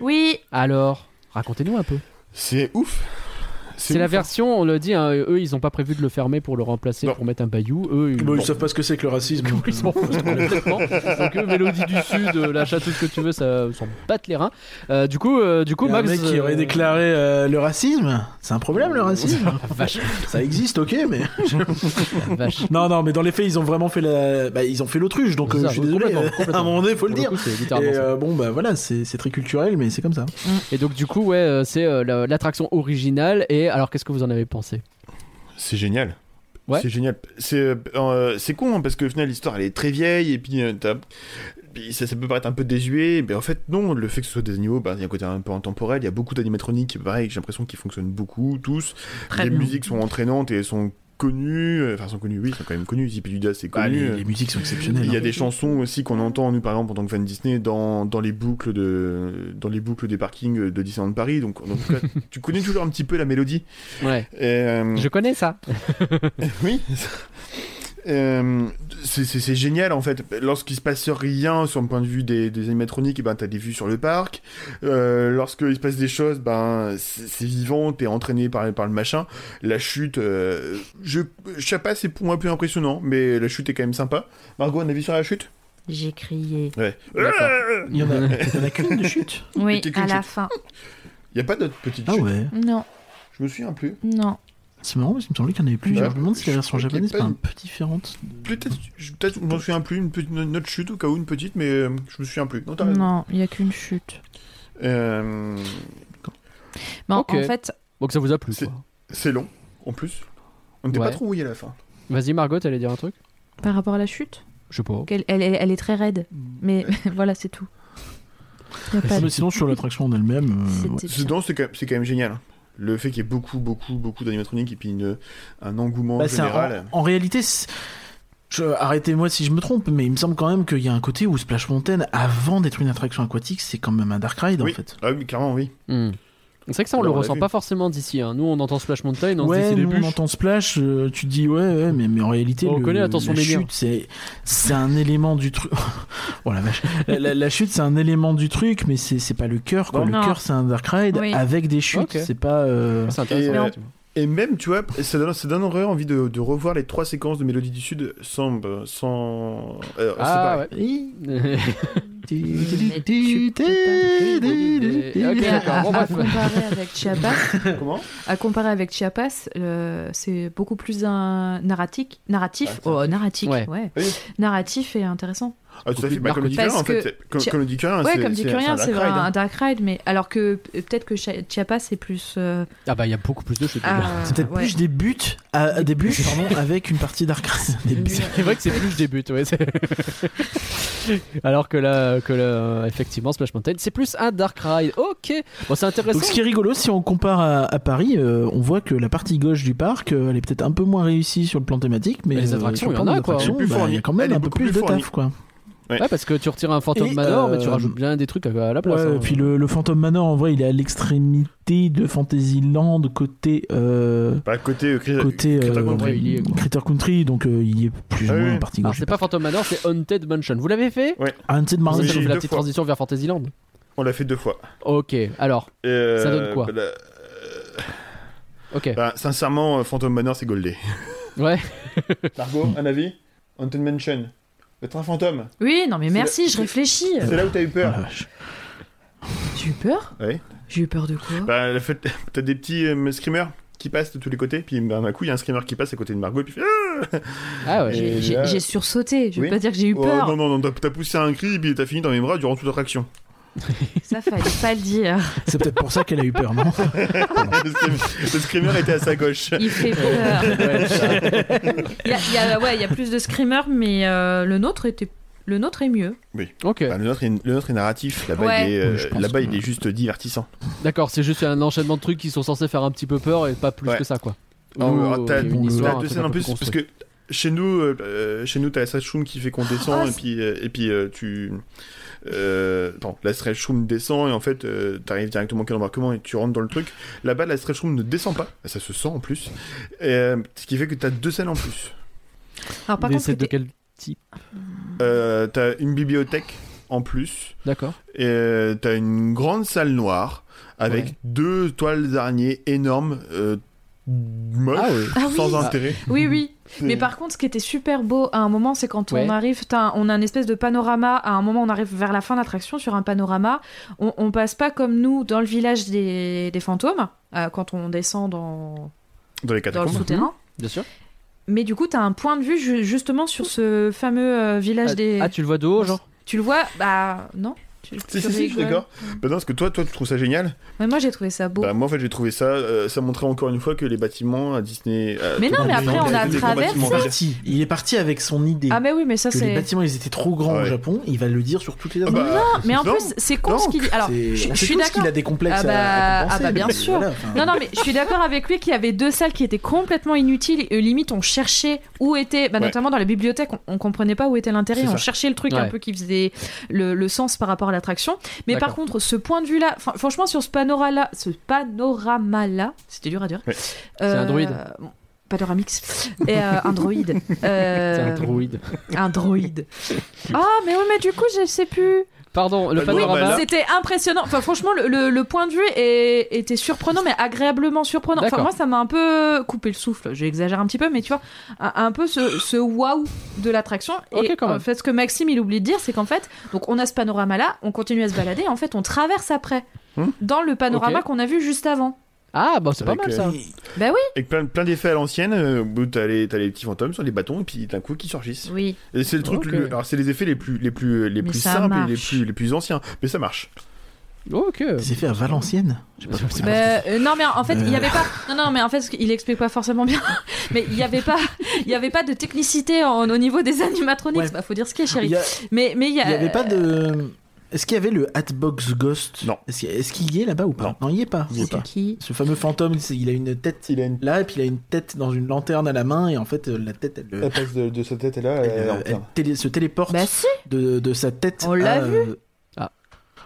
Speaker 3: Oui,
Speaker 1: Alors, racontez-nous un peu.
Speaker 4: C'est ouf.
Speaker 1: C'est la
Speaker 4: ouf, hein.
Speaker 1: version, on le dit, hein, eux ils ont pas prévu de le fermer pour le remplacer,
Speaker 4: Non.
Speaker 1: pour mettre un bayou. Eux ils,
Speaker 6: Bon,
Speaker 1: bon,
Speaker 6: ils savent pas ce que c'est que le racisme. euh,
Speaker 1: ils s'en foutent complètement. Donc eux, Mélodie du Sud, euh, la château, ce que tu veux, ça ils s'en battent les reins. Euh, du coup, euh, du coup
Speaker 6: Il y a un
Speaker 1: Max.
Speaker 6: mec qui
Speaker 1: euh,
Speaker 6: aurait déclaré euh, le racisme, c'est un problème le racisme.
Speaker 1: Vache,
Speaker 6: Ça existe, ok, mais
Speaker 1: vache.
Speaker 6: non, non, mais dans les faits, ils ont vraiment fait la, bah, ils ont fait l'autruche, donc
Speaker 1: C'est
Speaker 6: euh,
Speaker 1: ça,
Speaker 6: je suis désolé.
Speaker 1: complètement,
Speaker 6: euh,
Speaker 1: complètement.
Speaker 6: À un moment donné, faut
Speaker 1: Pour
Speaker 6: le
Speaker 1: le
Speaker 6: dire.
Speaker 1: coup, c'est
Speaker 6: Et
Speaker 1: littéralement ça.
Speaker 6: euh, bon, bah voilà, c'est c'est très culturel, mais c'est comme ça.
Speaker 1: Et donc du coup, ouais, euh, c'est euh, la- l'attraction originale. Et alors, qu'est-ce que vous en avez pensé
Speaker 4: C'est génial.
Speaker 1: Ouais.
Speaker 4: C'est génial. C'est euh, euh, c'est con hein, parce que au final l'histoire elle est très vieille et puis, euh, t'as- puis ça, ça peut paraître un peu désuet, mais en fait non. Le fait que ce soit des animaux, bah, il y a un côté un peu intemporel. Il y a beaucoup d'animatroniques, pareil. J'ai l'impression qu'ils fonctionnent beaucoup tous.
Speaker 3: Très
Speaker 4: les
Speaker 3: bien.
Speaker 4: musiques sont entraînantes et elles sont connues. euh, Enfin, sont connues. Oui, elles sont quand même connues. Zipiduda, c'est
Speaker 6: Bah,
Speaker 4: connu.
Speaker 6: les, les musiques sont exceptionnelles.
Speaker 4: Il y a
Speaker 6: hein.
Speaker 4: des chansons aussi qu'on entend nous par exemple en tant que fan Disney dans, dans les boucles de dans les boucles des parkings de Disneyland Paris. Donc, donc là, tu connais toujours un petit peu la mélodie.
Speaker 1: Ouais,
Speaker 4: Et, euh,
Speaker 1: je connais ça.
Speaker 4: oui. Euh, c'est- c'est c'est génial en fait. Lorsqu'il se passe rien sur le point de vue des, des animatroniques, et ben t'as des vues sur le parc. Euh, Lorsqu'il se passe des choses, ben c'est c'est vivant, t'es entraîné par, par le machin. La chute, euh, je, je sais pas, c'est pour moi plus impressionnant, mais la chute est quand même sympa. Margot, un avis sur la chute Euh,
Speaker 8: J'ai crié.
Speaker 4: Ouais.
Speaker 1: D'accord.
Speaker 6: Il y en a, il y en a qu'une de chute.
Speaker 8: Oui,
Speaker 4: quelqu'un
Speaker 8: à
Speaker 4: qui-
Speaker 8: la fin.
Speaker 4: Y a pas d'autres petites
Speaker 6: Ah
Speaker 4: chutes.
Speaker 6: ouais.
Speaker 8: Non,
Speaker 4: Je me souviens plus.
Speaker 8: non.
Speaker 6: C'est marrant parce qu'il me semblait qu'il y en avait plusieurs.
Speaker 4: Ouais.
Speaker 6: Je me demande si la version
Speaker 4: Je crois qu'il y a
Speaker 6: japonaise n'est pas
Speaker 4: pas
Speaker 6: un
Speaker 4: une-
Speaker 6: peu différente.
Speaker 4: Peut-être, je- peut-être, je m'en souviens plus. Une, petite- une autre chute au cas où une petite, mais euh, je me souviens plus. Non, t'as raison.
Speaker 8: Non, il n'y a qu'une chute.
Speaker 4: Euh,
Speaker 8: Mais en-
Speaker 1: Ok.
Speaker 8: en fait,
Speaker 1: Donc ça vous a plu.
Speaker 4: C'est-
Speaker 1: quoi.
Speaker 4: c'est long, en plus. On n'était
Speaker 1: Ouais.
Speaker 4: pas trop mouillé à la fin.
Speaker 1: Vas-y, Margot, t'allais dire un truc
Speaker 8: par rapport à la chute,
Speaker 1: Je sais pas.
Speaker 8: elle, elle- elle- elle est très raide.
Speaker 4: Hmm.
Speaker 8: Mais voilà, c'est tout. Y a pas
Speaker 3: Bah,
Speaker 8: de- Hmm,
Speaker 6: Mais sinon, sur l'attraction en elle-même. euh, ouais.
Speaker 8: C'était
Speaker 4: C'est
Speaker 8: bien.
Speaker 4: non, c'est quand, même- c'est quand même génial. hein. Le fait qu'il y ait beaucoup, beaucoup, beaucoup d'animatroniques et puis une- un engouement
Speaker 6: Bah, c'est un-
Speaker 4: général.
Speaker 6: en, en réalité, c'est- je- arrêtez-moi si je me trompe, mais il me semble quand même qu'il y a un côté où Splash Mountain, avant d'être une attraction aquatique, c'est quand même un dark ride
Speaker 4: Oui.
Speaker 6: en fait.
Speaker 4: Ah oui, clairement, oui.
Speaker 1: Hmm. C'est vrai que ça, on
Speaker 4: Là,
Speaker 1: le
Speaker 4: on l'a
Speaker 1: ressent
Speaker 4: vu.
Speaker 1: pas forcément d'ici. hein. Nous, on entend Splash Mountain, on se
Speaker 6: ouais,
Speaker 1: dit c'est des
Speaker 6: nous, on
Speaker 1: bûches.
Speaker 6: entend Splash, euh, tu te dis ouais, ouais, mais, mais en réalité,
Speaker 1: On
Speaker 6: le-
Speaker 1: connaît,
Speaker 6: le-
Speaker 1: attention,
Speaker 6: la
Speaker 1: délire.
Speaker 6: chute, c'est c'est un élément du truc. oh la vache, la, la- la chute, c'est un élément du truc, mais c'est c'est pas le cœur. Quoi.
Speaker 4: Non.
Speaker 6: Le
Speaker 8: Non.
Speaker 6: cœur, c'est un dark ride
Speaker 8: Oui.
Speaker 6: avec des chutes.
Speaker 1: Ok.
Speaker 6: C'est pas. euh,
Speaker 1: Ah, C'est intéressant.
Speaker 4: Et, euh,
Speaker 1: effectivement.
Speaker 4: Et même, tu vois, ça donne, ça donne vraiment envie de, de revoir les trois séquences de Mélodie du Sud sans. sans euh,
Speaker 1: Ah ouais. Ok,
Speaker 8: Mais à,
Speaker 1: d'accord, bon,
Speaker 8: à- à
Speaker 1: bref.
Speaker 8: comparer avec Chiapas,
Speaker 4: séparé. Comment
Speaker 8: à comparer avec Chiapas, euh, c'est beaucoup plus un narratique, narratif,
Speaker 4: Ah,
Speaker 8: oh, narratique,
Speaker 1: Ouais.
Speaker 8: ouais.
Speaker 4: Oui.
Speaker 8: narratif et intéressant.
Speaker 4: Ah, tout à fait.
Speaker 1: Beaucoup
Speaker 4: Bah,
Speaker 1: de
Speaker 4: comme dit
Speaker 8: marques.
Speaker 4: Curien, en fait.
Speaker 8: Parce
Speaker 4: c'est- Comme,
Speaker 8: Chia-
Speaker 4: comme dit Curien,
Speaker 8: Ouais,
Speaker 4: Ah, c'est-
Speaker 8: comme dit
Speaker 4: c'est-
Speaker 8: Curien,
Speaker 4: c'est
Speaker 8: c'est vrai,
Speaker 4: un dark ride,
Speaker 8: un
Speaker 4: hein.
Speaker 8: dark ride, mais alors que euh, peut-être que Chia- Chiapas c'est plus. euh,
Speaker 1: Ah bah, il y a beaucoup plus de chutes.
Speaker 8: ah,
Speaker 6: C'est peut-être
Speaker 8: ouais.
Speaker 6: plus des buts, à, des buts pardon, avec une partie dark ride. Des buts.
Speaker 1: C'est vrai que c'est plus des buts, ouais. c'est- Alors que là, que là, effectivement, Splash Mountain, c'est plus un Dark Ride. Ok, bon, c'est intéressant.
Speaker 6: Donc ce qui est rigolo, si on compare à, à Paris, euh, on voit que la partie gauche du parc, euh, elle est peut-être un peu moins réussie sur le plan thématique, mais
Speaker 1: Mais les
Speaker 6: euh,
Speaker 1: attractions,
Speaker 6: sur le
Speaker 1: il y en
Speaker 6: plan
Speaker 1: a,
Speaker 6: des
Speaker 1: quoi.
Speaker 6: attractions,
Speaker 4: Elle est plus
Speaker 6: bah, il y
Speaker 4: fournie.
Speaker 6: a quand même
Speaker 4: Elle est
Speaker 6: un peu
Speaker 4: beaucoup
Speaker 6: plus,
Speaker 4: plus
Speaker 6: de
Speaker 4: fournie.
Speaker 6: taf, quoi.
Speaker 1: Ouais, parce que tu retires un fantôme
Speaker 6: Et,
Speaker 1: Manor,
Speaker 6: euh,
Speaker 1: mais tu rajoutes bien des trucs à la place.
Speaker 6: Ouais,
Speaker 1: hein.
Speaker 6: et puis le, le Phantom Manor, en vrai, il est à l'extrémité de Fantasyland côté euh,
Speaker 4: Bah, côté. euh, Chris-
Speaker 6: côté
Speaker 4: Critter
Speaker 6: euh,
Speaker 4: Country,
Speaker 1: il y est, quoi.
Speaker 6: Critter Country, donc euh, il y est plus ou
Speaker 4: Ah
Speaker 6: moins
Speaker 4: oui.
Speaker 6: en partie
Speaker 1: Alors,
Speaker 6: gauche.
Speaker 1: c'est pas Phantom Manor, c'est Haunted Mansion. Vous l'avez fait
Speaker 6: Un petit de
Speaker 1: Vous
Speaker 6: Marvel.
Speaker 1: avez
Speaker 4: Oui,
Speaker 1: fait la
Speaker 4: deux
Speaker 1: petite
Speaker 4: fois.
Speaker 1: transition vers Fantasyland
Speaker 4: On l'a fait deux fois.
Speaker 1: Ok, alors,
Speaker 4: Euh,
Speaker 1: Ça donne quoi
Speaker 4: bah, la-
Speaker 1: ok.
Speaker 4: bah, Sincèrement, euh, Phantom Manor, c'est goldé.
Speaker 1: Ouais,
Speaker 4: Margot, un avis Haunted Mansion. Le train fantôme,
Speaker 8: Oui, non mais
Speaker 4: C'est Euh,
Speaker 8: merci,
Speaker 4: la-
Speaker 8: je réfléchis.
Speaker 4: c'est là où t'as eu
Speaker 6: Ah,
Speaker 4: peur.
Speaker 6: la vache.
Speaker 8: J'ai eu peur
Speaker 4: Ouais.
Speaker 8: J'ai eu peur de quoi
Speaker 4: Bah, le fait, t'as des petits euh, screamers qui passent de tous les côtés, puis bah, d'un coup, il y a un screamer qui passe à côté de Margot, et puis fait, Ah
Speaker 1: ah ouais.
Speaker 4: Et
Speaker 8: J'ai- J'ai
Speaker 4: là-
Speaker 8: j'ai sursauté, je
Speaker 4: Oui.
Speaker 8: vais pas dire que j'ai eu
Speaker 4: Oh,
Speaker 8: peur.
Speaker 4: Non, non, non, t'as- t'as poussé un cri, et puis t'as fini dans mes bras durant toute l'attraction.
Speaker 8: Ça fallait pas le dire.
Speaker 6: C'est peut-être pour ça qu'elle a eu peur, non
Speaker 4: le, scream- le screamer était à sa gauche.
Speaker 8: Il fait peur.
Speaker 1: Ouais, ça-
Speaker 8: Il y a, il y a- ouais, il y a plus de screamers, mais euh, le nôtre était. Le nôtre est mieux.
Speaker 1: ok,
Speaker 4: Bah, le, nôtre est, le nôtre est narratif, là-bas,
Speaker 8: Ouais.
Speaker 4: il, est, euh,
Speaker 6: Oui, je pense
Speaker 4: là-bas,
Speaker 6: que-
Speaker 4: il est juste divertissant.
Speaker 1: d'accord, c'est juste un enchaînement de trucs qui sont censés faire un petit peu peur et pas plus
Speaker 4: Ouais.
Speaker 1: que ça, quoi.
Speaker 4: Ah,
Speaker 1: Nous, il
Speaker 4: ouais,
Speaker 1: y a une
Speaker 6: t'as
Speaker 1: histoire,
Speaker 4: T'as
Speaker 1: un
Speaker 4: deux
Speaker 1: truc
Speaker 4: scènes
Speaker 1: un
Speaker 4: en
Speaker 1: peu
Speaker 4: plus, parce
Speaker 1: construit.
Speaker 4: que chez nous, euh, euh, chez nous, t'as la stretch room qui fait qu'on descend,
Speaker 8: Ah,
Speaker 4: et puis, euh, et puis euh, tu, euh, attends, la stretch room descend et en fait, euh, t'arrives directement au quai d'embarquement et tu rentres dans le truc. Là-bas, la stretch room ne descend pas, ça se sent en plus, Et, euh, ce qui fait que t'as deux scènes en plus.
Speaker 8: Alors, par
Speaker 1: Des
Speaker 8: contre,
Speaker 1: sets de
Speaker 8: c'était-
Speaker 1: quel type
Speaker 4: Euh, t'as une bibliothèque en plus,
Speaker 1: D'accord.
Speaker 4: et euh, t'as une grande salle noire avec
Speaker 1: Ouais.
Speaker 4: deux toiles d'araignée énormes, euh, moches,
Speaker 1: Ah ouais.
Speaker 3: Ah oui.
Speaker 4: sans
Speaker 3: Ah.
Speaker 4: intérêt.
Speaker 3: Oui, oui.
Speaker 4: C'est-
Speaker 3: Mais par contre, ce qui était super beau à un moment, c'est quand
Speaker 1: Ouais.
Speaker 3: on arrive, t'as un- on a une espèce de panorama. À un moment, on arrive vers la fin de l'attraction sur un panorama. On, on passe pas comme nous dans le village des, des fantômes, euh, quand on descend dans,
Speaker 4: Dans les
Speaker 3: dans le
Speaker 4: catacombes.
Speaker 3: souterrain.
Speaker 1: Bien sûr.
Speaker 3: Mais du coup, t'as un point de vue ju- justement sur ce fameux euh, village
Speaker 1: Ah,
Speaker 3: des.
Speaker 1: ah, tu le vois de haut, genre
Speaker 3: Tu le vois Bah non. Tu-
Speaker 4: Si,
Speaker 3: tu
Speaker 4: si, si, je suis
Speaker 3: rigoles.
Speaker 4: d'accord. Bah non, parce que toi, toi, tu trouves ça génial.
Speaker 3: Mais moi, j'ai trouvé ça beau.
Speaker 4: Bah, moi, en fait, j'ai trouvé ça. euh, ça montrait encore une fois que les bâtiments à Disney. euh,
Speaker 3: Mais non,
Speaker 4: tout-
Speaker 1: Ah,
Speaker 3: mais
Speaker 4: tout-
Speaker 3: après,
Speaker 4: tout-
Speaker 3: on a
Speaker 4: tout- des grands
Speaker 3: traversé.
Speaker 6: Il est
Speaker 4: bâtiments, on va dire.
Speaker 6: parti. Il est parti avec son idée
Speaker 3: ah mais oui, mais ça
Speaker 6: que les
Speaker 3: c'est.
Speaker 6: bâtiments ils étaient trop grands
Speaker 4: Ah
Speaker 6: au
Speaker 4: ouais.
Speaker 6: Japon. Il va le dire sur toutes les
Speaker 4: Ah bah,
Speaker 3: Mais en
Speaker 4: non,
Speaker 3: plus, c'est con
Speaker 4: non.
Speaker 3: ce qu'il dit. Alors,
Speaker 6: C'est-
Speaker 3: je je
Speaker 6: on sait
Speaker 3: suis
Speaker 6: tous
Speaker 3: d'accord.
Speaker 6: qu'il a des complexes
Speaker 3: Ah
Speaker 6: à-
Speaker 3: bah-
Speaker 6: à, compenser,
Speaker 3: ah bah, bien
Speaker 6: mais
Speaker 3: sûr.
Speaker 6: voilà, enfin,
Speaker 3: Non, non, mais je suis d'accord avec lui qu'il y avait deux salles qui étaient complètement inutiles. Et euh, limite, on cherchait où était, bah,
Speaker 4: Ouais.
Speaker 3: notamment dans la bibliothèque, on, on comprenait pas où était l'intérêt.
Speaker 4: C'est
Speaker 3: On
Speaker 4: ça.
Speaker 3: cherchait le truc
Speaker 1: Ouais.
Speaker 3: un peu qui faisait le, le sens par rapport à l'attraction. Mais par
Speaker 1: D'accord.
Speaker 3: contre, ce point de vue-là, fran- franchement, sur ce panorama-là, ce panorama-là, c'était dur à dire. euh,
Speaker 4: Ouais.
Speaker 1: C'est un droïde.
Speaker 3: bon, Panoramix. Et, euh, un droïde. Euh,
Speaker 1: C'est un droïde.
Speaker 3: un droïde. Ah, mais oui, mais du coup, je sais plus.
Speaker 1: Pardon, le
Speaker 4: Bah, non, bah,
Speaker 1: panorama.
Speaker 4: là-
Speaker 3: C'était impressionnant. Enfin, franchement, le, le- le point de vue est- était surprenant, mais agréablement surprenant. Enfin,
Speaker 1: D'accord.
Speaker 3: moi, ça m'a un peu coupé le souffle. J'exagère un petit peu, mais tu vois, un, un peu ce, ce waouh de l'attraction.
Speaker 1: Ok,
Speaker 3: Et
Speaker 1: quand
Speaker 3: en
Speaker 1: même.
Speaker 3: fait, ce que Maxime, il oublie de dire, c'est qu'en fait, donc on a ce panorama-là, on continue à se balader, et en fait, on traverse après.
Speaker 4: Hmm.
Speaker 3: Dans le panorama
Speaker 1: Hein Ok.
Speaker 3: qu'on a vu juste avant.
Speaker 1: Ah, bah c'est pas
Speaker 4: Avec,
Speaker 1: mal
Speaker 4: euh,
Speaker 1: ça.
Speaker 4: Avec plein, plein d'effets à l'ancienne, euh, où t'as les, t'as les petits fantômes sur les bâtons, et puis d'un coup, qui surgissent.
Speaker 3: Oui.
Speaker 4: Et c'est le truc.
Speaker 1: Ok.
Speaker 4: le- alors, c'est les effets les plus, les plus, les
Speaker 3: Mm. Mais
Speaker 4: plus
Speaker 3: ça
Speaker 4: simples et les
Speaker 3: marche.
Speaker 4: plus, les plus anciens. Mais ça marche.
Speaker 1: Oh, Ok.
Speaker 6: C'est fait à Valenciennes.
Speaker 3: Bah, euh, non mais en fait il n'y
Speaker 6: Euh.
Speaker 3: avait pas non non mais en fait il explique pas forcément bien mais il n'y avait pas il y avait pas de technicité en- au niveau des animatronics
Speaker 6: Ouais.
Speaker 3: bah faut dire ce qui est
Speaker 6: Il
Speaker 3: chérie
Speaker 6: y a-
Speaker 3: mais mais il y, a-
Speaker 6: il y avait pas de. Est-ce qu'il y avait le Hatbox Ghost
Speaker 4: Non.
Speaker 6: Est-ce qu'il- est-ce qu'il y est là-bas ou pas
Speaker 4: Non.
Speaker 6: Non, il y est pas.
Speaker 4: Il y est pas.
Speaker 3: qui
Speaker 6: Ce fameux fantôme, c'est- il a une tête
Speaker 4: Il a une
Speaker 6: là et puis il a une tête dans une lanterne à la main et en fait euh, la tête elle, le-
Speaker 4: passe de, sa tête, là.
Speaker 6: elle, euh, elle télé- se téléporte
Speaker 3: bah si
Speaker 6: de, de sa tête.
Speaker 3: On l'a
Speaker 6: à,
Speaker 3: vu.
Speaker 6: euh,
Speaker 1: Ah.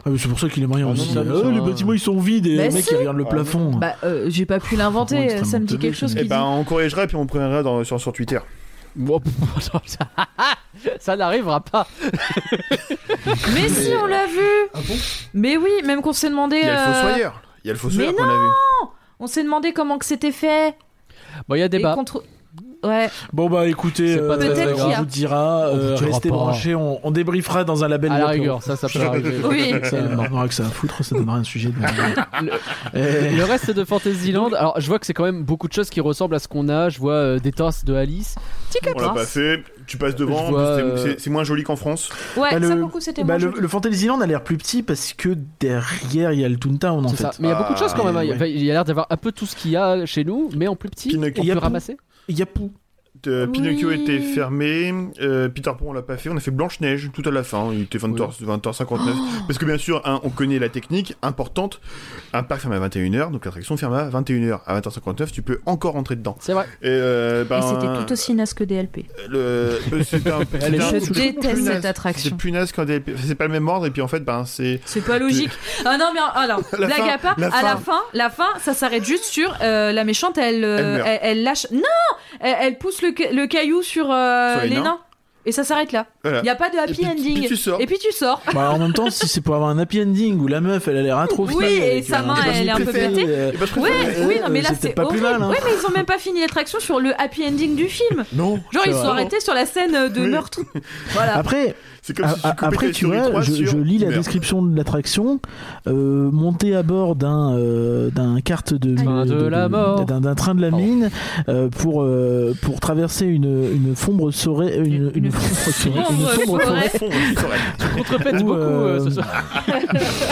Speaker 6: Ah, mais c'est pour ça qu'il est moyen.
Speaker 4: Ah
Speaker 6: on
Speaker 4: non,
Speaker 6: se dit,
Speaker 4: non,
Speaker 1: mais
Speaker 6: Ah,
Speaker 1: ça,
Speaker 6: les
Speaker 1: euh,
Speaker 6: bâtiments ils sont vides et
Speaker 3: Bah
Speaker 6: le mec
Speaker 3: si.
Speaker 6: il regarde le
Speaker 4: Ah,
Speaker 6: plafond.
Speaker 3: bah euh, j'ai pas pu
Speaker 4: Oh,
Speaker 6: Franchement,
Speaker 3: l'inventer euh, ça me
Speaker 6: extrêmement
Speaker 3: dit quelque chose
Speaker 6: teubé,
Speaker 4: Eh
Speaker 3: qui
Speaker 4: ben,
Speaker 3: dit
Speaker 4: on corrigera, et puis on prendra dans, sur, sur Twitter.
Speaker 1: Bon, ça- ça n'arrivera pas.
Speaker 3: mais si on l'a vu mais oui même qu'on s'est demandé
Speaker 4: Il y a le
Speaker 3: euh,
Speaker 4: fossoyeur. Il y a le fossoyeur
Speaker 3: mais
Speaker 4: qu'on a vu.
Speaker 3: on s'est demandé comment que c'était fait
Speaker 1: Bon, il y a
Speaker 3: Et
Speaker 1: débat.
Speaker 3: qu'on trou- ouais
Speaker 6: Bon bah écoutez,
Speaker 1: C'est pas très
Speaker 3: Peut-être grave. qu'il y
Speaker 6: on
Speaker 3: a-
Speaker 6: vous dira,
Speaker 1: On vous
Speaker 6: euh,
Speaker 1: dira
Speaker 6: restez
Speaker 1: pas.
Speaker 6: branchés, on, on débriefera dans un label.
Speaker 1: À la
Speaker 6: l'apéro.
Speaker 1: rigueur, ça, ça peut arriver.
Speaker 3: oui
Speaker 6: Ça, on aura que ça à foutre, ça donnera un sujet. De...
Speaker 1: Le-
Speaker 6: Eh,
Speaker 1: Le reste de Fantasyland, alors je vois que c'est quand même beaucoup de choses qui ressemblent à ce qu'on a. Je vois euh, des tasses de Alice.
Speaker 4: On
Speaker 3: Bah,
Speaker 4: l'a pas fait. Tu passes devant.
Speaker 1: Je vois,
Speaker 4: en plus,
Speaker 1: euh,
Speaker 4: c'est- c'est- C'est moins joli qu'en France.
Speaker 3: ouais
Speaker 6: bah,
Speaker 3: ça
Speaker 6: le-
Speaker 3: pour le coup c'était
Speaker 6: bah,
Speaker 3: moi
Speaker 6: le, le Fantasyland a l'air plus petit parce que derrière il y a le Toontown en
Speaker 1: C'est
Speaker 6: fait.
Speaker 1: ça. Mais il y a beaucoup de choses quand même. hein. Il y a-
Speaker 6: Ah,
Speaker 1: enfin, il y a l'air d'avoir un peu tout ce qu'il y a chez nous, mais en plus petit. On
Speaker 4: Pinocchio.
Speaker 6: Il y a
Speaker 1: peut
Speaker 6: tout.
Speaker 1: ramasser.
Speaker 6: Il y a Pou.
Speaker 4: Euh,
Speaker 3: Oui.
Speaker 4: Pinocchio était fermé. euh, Peter Pan, on l'a pas fait. On a fait Blanche-Neige tout à la fin. Il était 20h, 20h59.
Speaker 3: Oh.
Speaker 4: Parce que bien sûr, hein, on connaît la technique importante. Un parc ferme à 21h, donc l'attraction ferme à 21h. À 20h59, tu peux encore rentrer dedans.
Speaker 1: C'est vrai.
Speaker 4: Et, euh, ben,
Speaker 3: et c'était tout aussi naze que DLP
Speaker 4: le- euh, c'était un- c'était
Speaker 1: est
Speaker 4: un-
Speaker 1: chouette.
Speaker 3: je
Speaker 1: Je
Speaker 3: déteste
Speaker 4: punaise.
Speaker 3: cette attraction
Speaker 4: C'est plus naze quand des- c'est pas le même ordre et puis en fait ben c'est
Speaker 3: C'est pas logique. Ah non, mais en- alors,
Speaker 4: La
Speaker 3: blague
Speaker 4: fin,
Speaker 3: à part,
Speaker 4: la
Speaker 3: à la
Speaker 4: fin.
Speaker 3: fin, la fin, ça s'arrête juste sur euh, la méchante, elle, euh,
Speaker 4: Elle meurt.
Speaker 3: elle, elle lâche. Non elle, elle pousse le, ca- le caillou sur, euh,
Speaker 4: Sur les
Speaker 3: les
Speaker 4: nains.
Speaker 3: nains. Et ça s'arrête là.
Speaker 4: voilà.
Speaker 3: Il n'y a pas de happy
Speaker 4: puis-
Speaker 3: ending.
Speaker 4: puis tu sors.
Speaker 3: Et puis tu sors.
Speaker 6: Bah, en même temps, si c'est pour avoir un happy ending où la meuf elle a l'air atrophiée.
Speaker 3: Oui, et
Speaker 6: avec
Speaker 3: sa
Speaker 6: un
Speaker 3: main,
Speaker 6: petit
Speaker 3: elle est un peu
Speaker 6: préfet,
Speaker 3: pétée.
Speaker 6: euh,
Speaker 4: Et ben, je
Speaker 3: Ouais,
Speaker 4: préfère-
Speaker 6: euh,
Speaker 3: oui, non, mais là,
Speaker 6: c'est
Speaker 3: c'est
Speaker 6: peut-être pas plus
Speaker 3: horrible.
Speaker 6: mal, hein.
Speaker 3: Ouais, mais ils ont même pas fini l'attraction sur le happy ending du film.
Speaker 4: Non,
Speaker 3: Genre,
Speaker 6: C'est
Speaker 3: ils sont
Speaker 6: vrai.
Speaker 3: arrêtés sur la scène euh, de
Speaker 4: Oui. Ah,
Speaker 3: meurtre. Voilà.
Speaker 6: Après,
Speaker 4: c'est comme
Speaker 6: A-
Speaker 4: si tu
Speaker 6: a-
Speaker 4: coupais
Speaker 6: Ah, après,
Speaker 4: ta
Speaker 6: tu
Speaker 4: souris
Speaker 6: vois,
Speaker 4: 3
Speaker 6: je,
Speaker 4: sur
Speaker 6: je lis la
Speaker 4: une heure.
Speaker 6: description de l'attraction. euh, monter à bord d'un euh, d'un carte de,
Speaker 1: Train de la mort.
Speaker 6: d'un d'un train de la
Speaker 1: Pardon.
Speaker 6: mine euh, pour euh, pour traverser une une sombre forêt une, une,
Speaker 3: Une
Speaker 6: sombre forêt- une
Speaker 3: sombre
Speaker 6: sombre
Speaker 3: forêt.
Speaker 6: forêt
Speaker 4: Au fond, ouais, c'est vrai.
Speaker 1: Contrefaites
Speaker 6: Ou,
Speaker 1: beaucoup
Speaker 6: euh,
Speaker 1: euh, ce soir.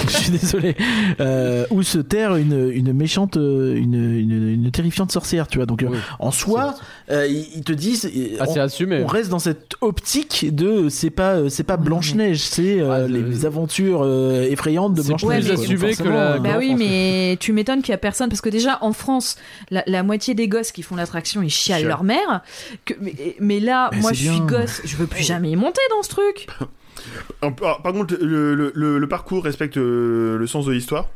Speaker 6: je suis désolé euh, où se terre une, une méchante euh, une, une, une terrifiante sorcière tu vois donc euh,
Speaker 1: Oui.
Speaker 6: en soi euh, ils ils te disent euh,
Speaker 1: Ah,
Speaker 6: on-
Speaker 1: c'est assumé.
Speaker 6: on reste dans cette optique de euh, c'est pas euh, c'est pas Blanche Neige, c'est euh,
Speaker 1: Ah, le-
Speaker 6: les, les aventures euh, effrayantes de
Speaker 1: C'est
Speaker 6: Blanche Neige.
Speaker 3: plus
Speaker 1: assumé que
Speaker 6: euh,
Speaker 1: la-
Speaker 3: Bah
Speaker 1: en
Speaker 3: oui,
Speaker 1: France,
Speaker 3: mais tu m'étonnes qu'il y a personne parce que déjà en France, la, la moitié des gosses qui font l'attraction, ils chialent
Speaker 4: Chialent.
Speaker 3: leur mère. Que- mais, mais là,
Speaker 6: Mais
Speaker 3: moi,
Speaker 6: c'est
Speaker 3: je suis
Speaker 6: bien.
Speaker 3: gosse, je veux plus jamais y monter dans ce truc.
Speaker 4: En- alors, par contre, le, le- le- le parcours respecte euh, le sens de l'histoire.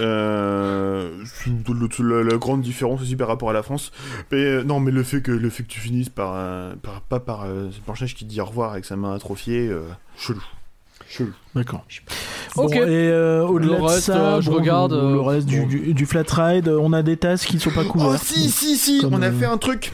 Speaker 4: Euh, le- le- la, la grande différence aussi par rapport à la France. Mais, euh, non, mais le fait que le fait que tu finisses par, un- par pas par euh, Blanche-Neige qui te dit au revoir avec sa main atrophiée, euh, chelou. Chelou.
Speaker 6: D'accord.
Speaker 1: Ok.
Speaker 6: Bon, et euh, au-delà
Speaker 1: Le
Speaker 6: de
Speaker 1: reste,
Speaker 6: ça,
Speaker 1: euh, je
Speaker 6: bon,
Speaker 1: regarde,
Speaker 6: le, le
Speaker 1: euh,
Speaker 6: reste du,
Speaker 1: bon.
Speaker 6: du- du flat ride, on a des tasses qui ne sont pas
Speaker 4: Oh
Speaker 6: couvertes.
Speaker 4: si si si,
Speaker 6: Comme,
Speaker 4: on a
Speaker 6: euh,
Speaker 4: fait un truc.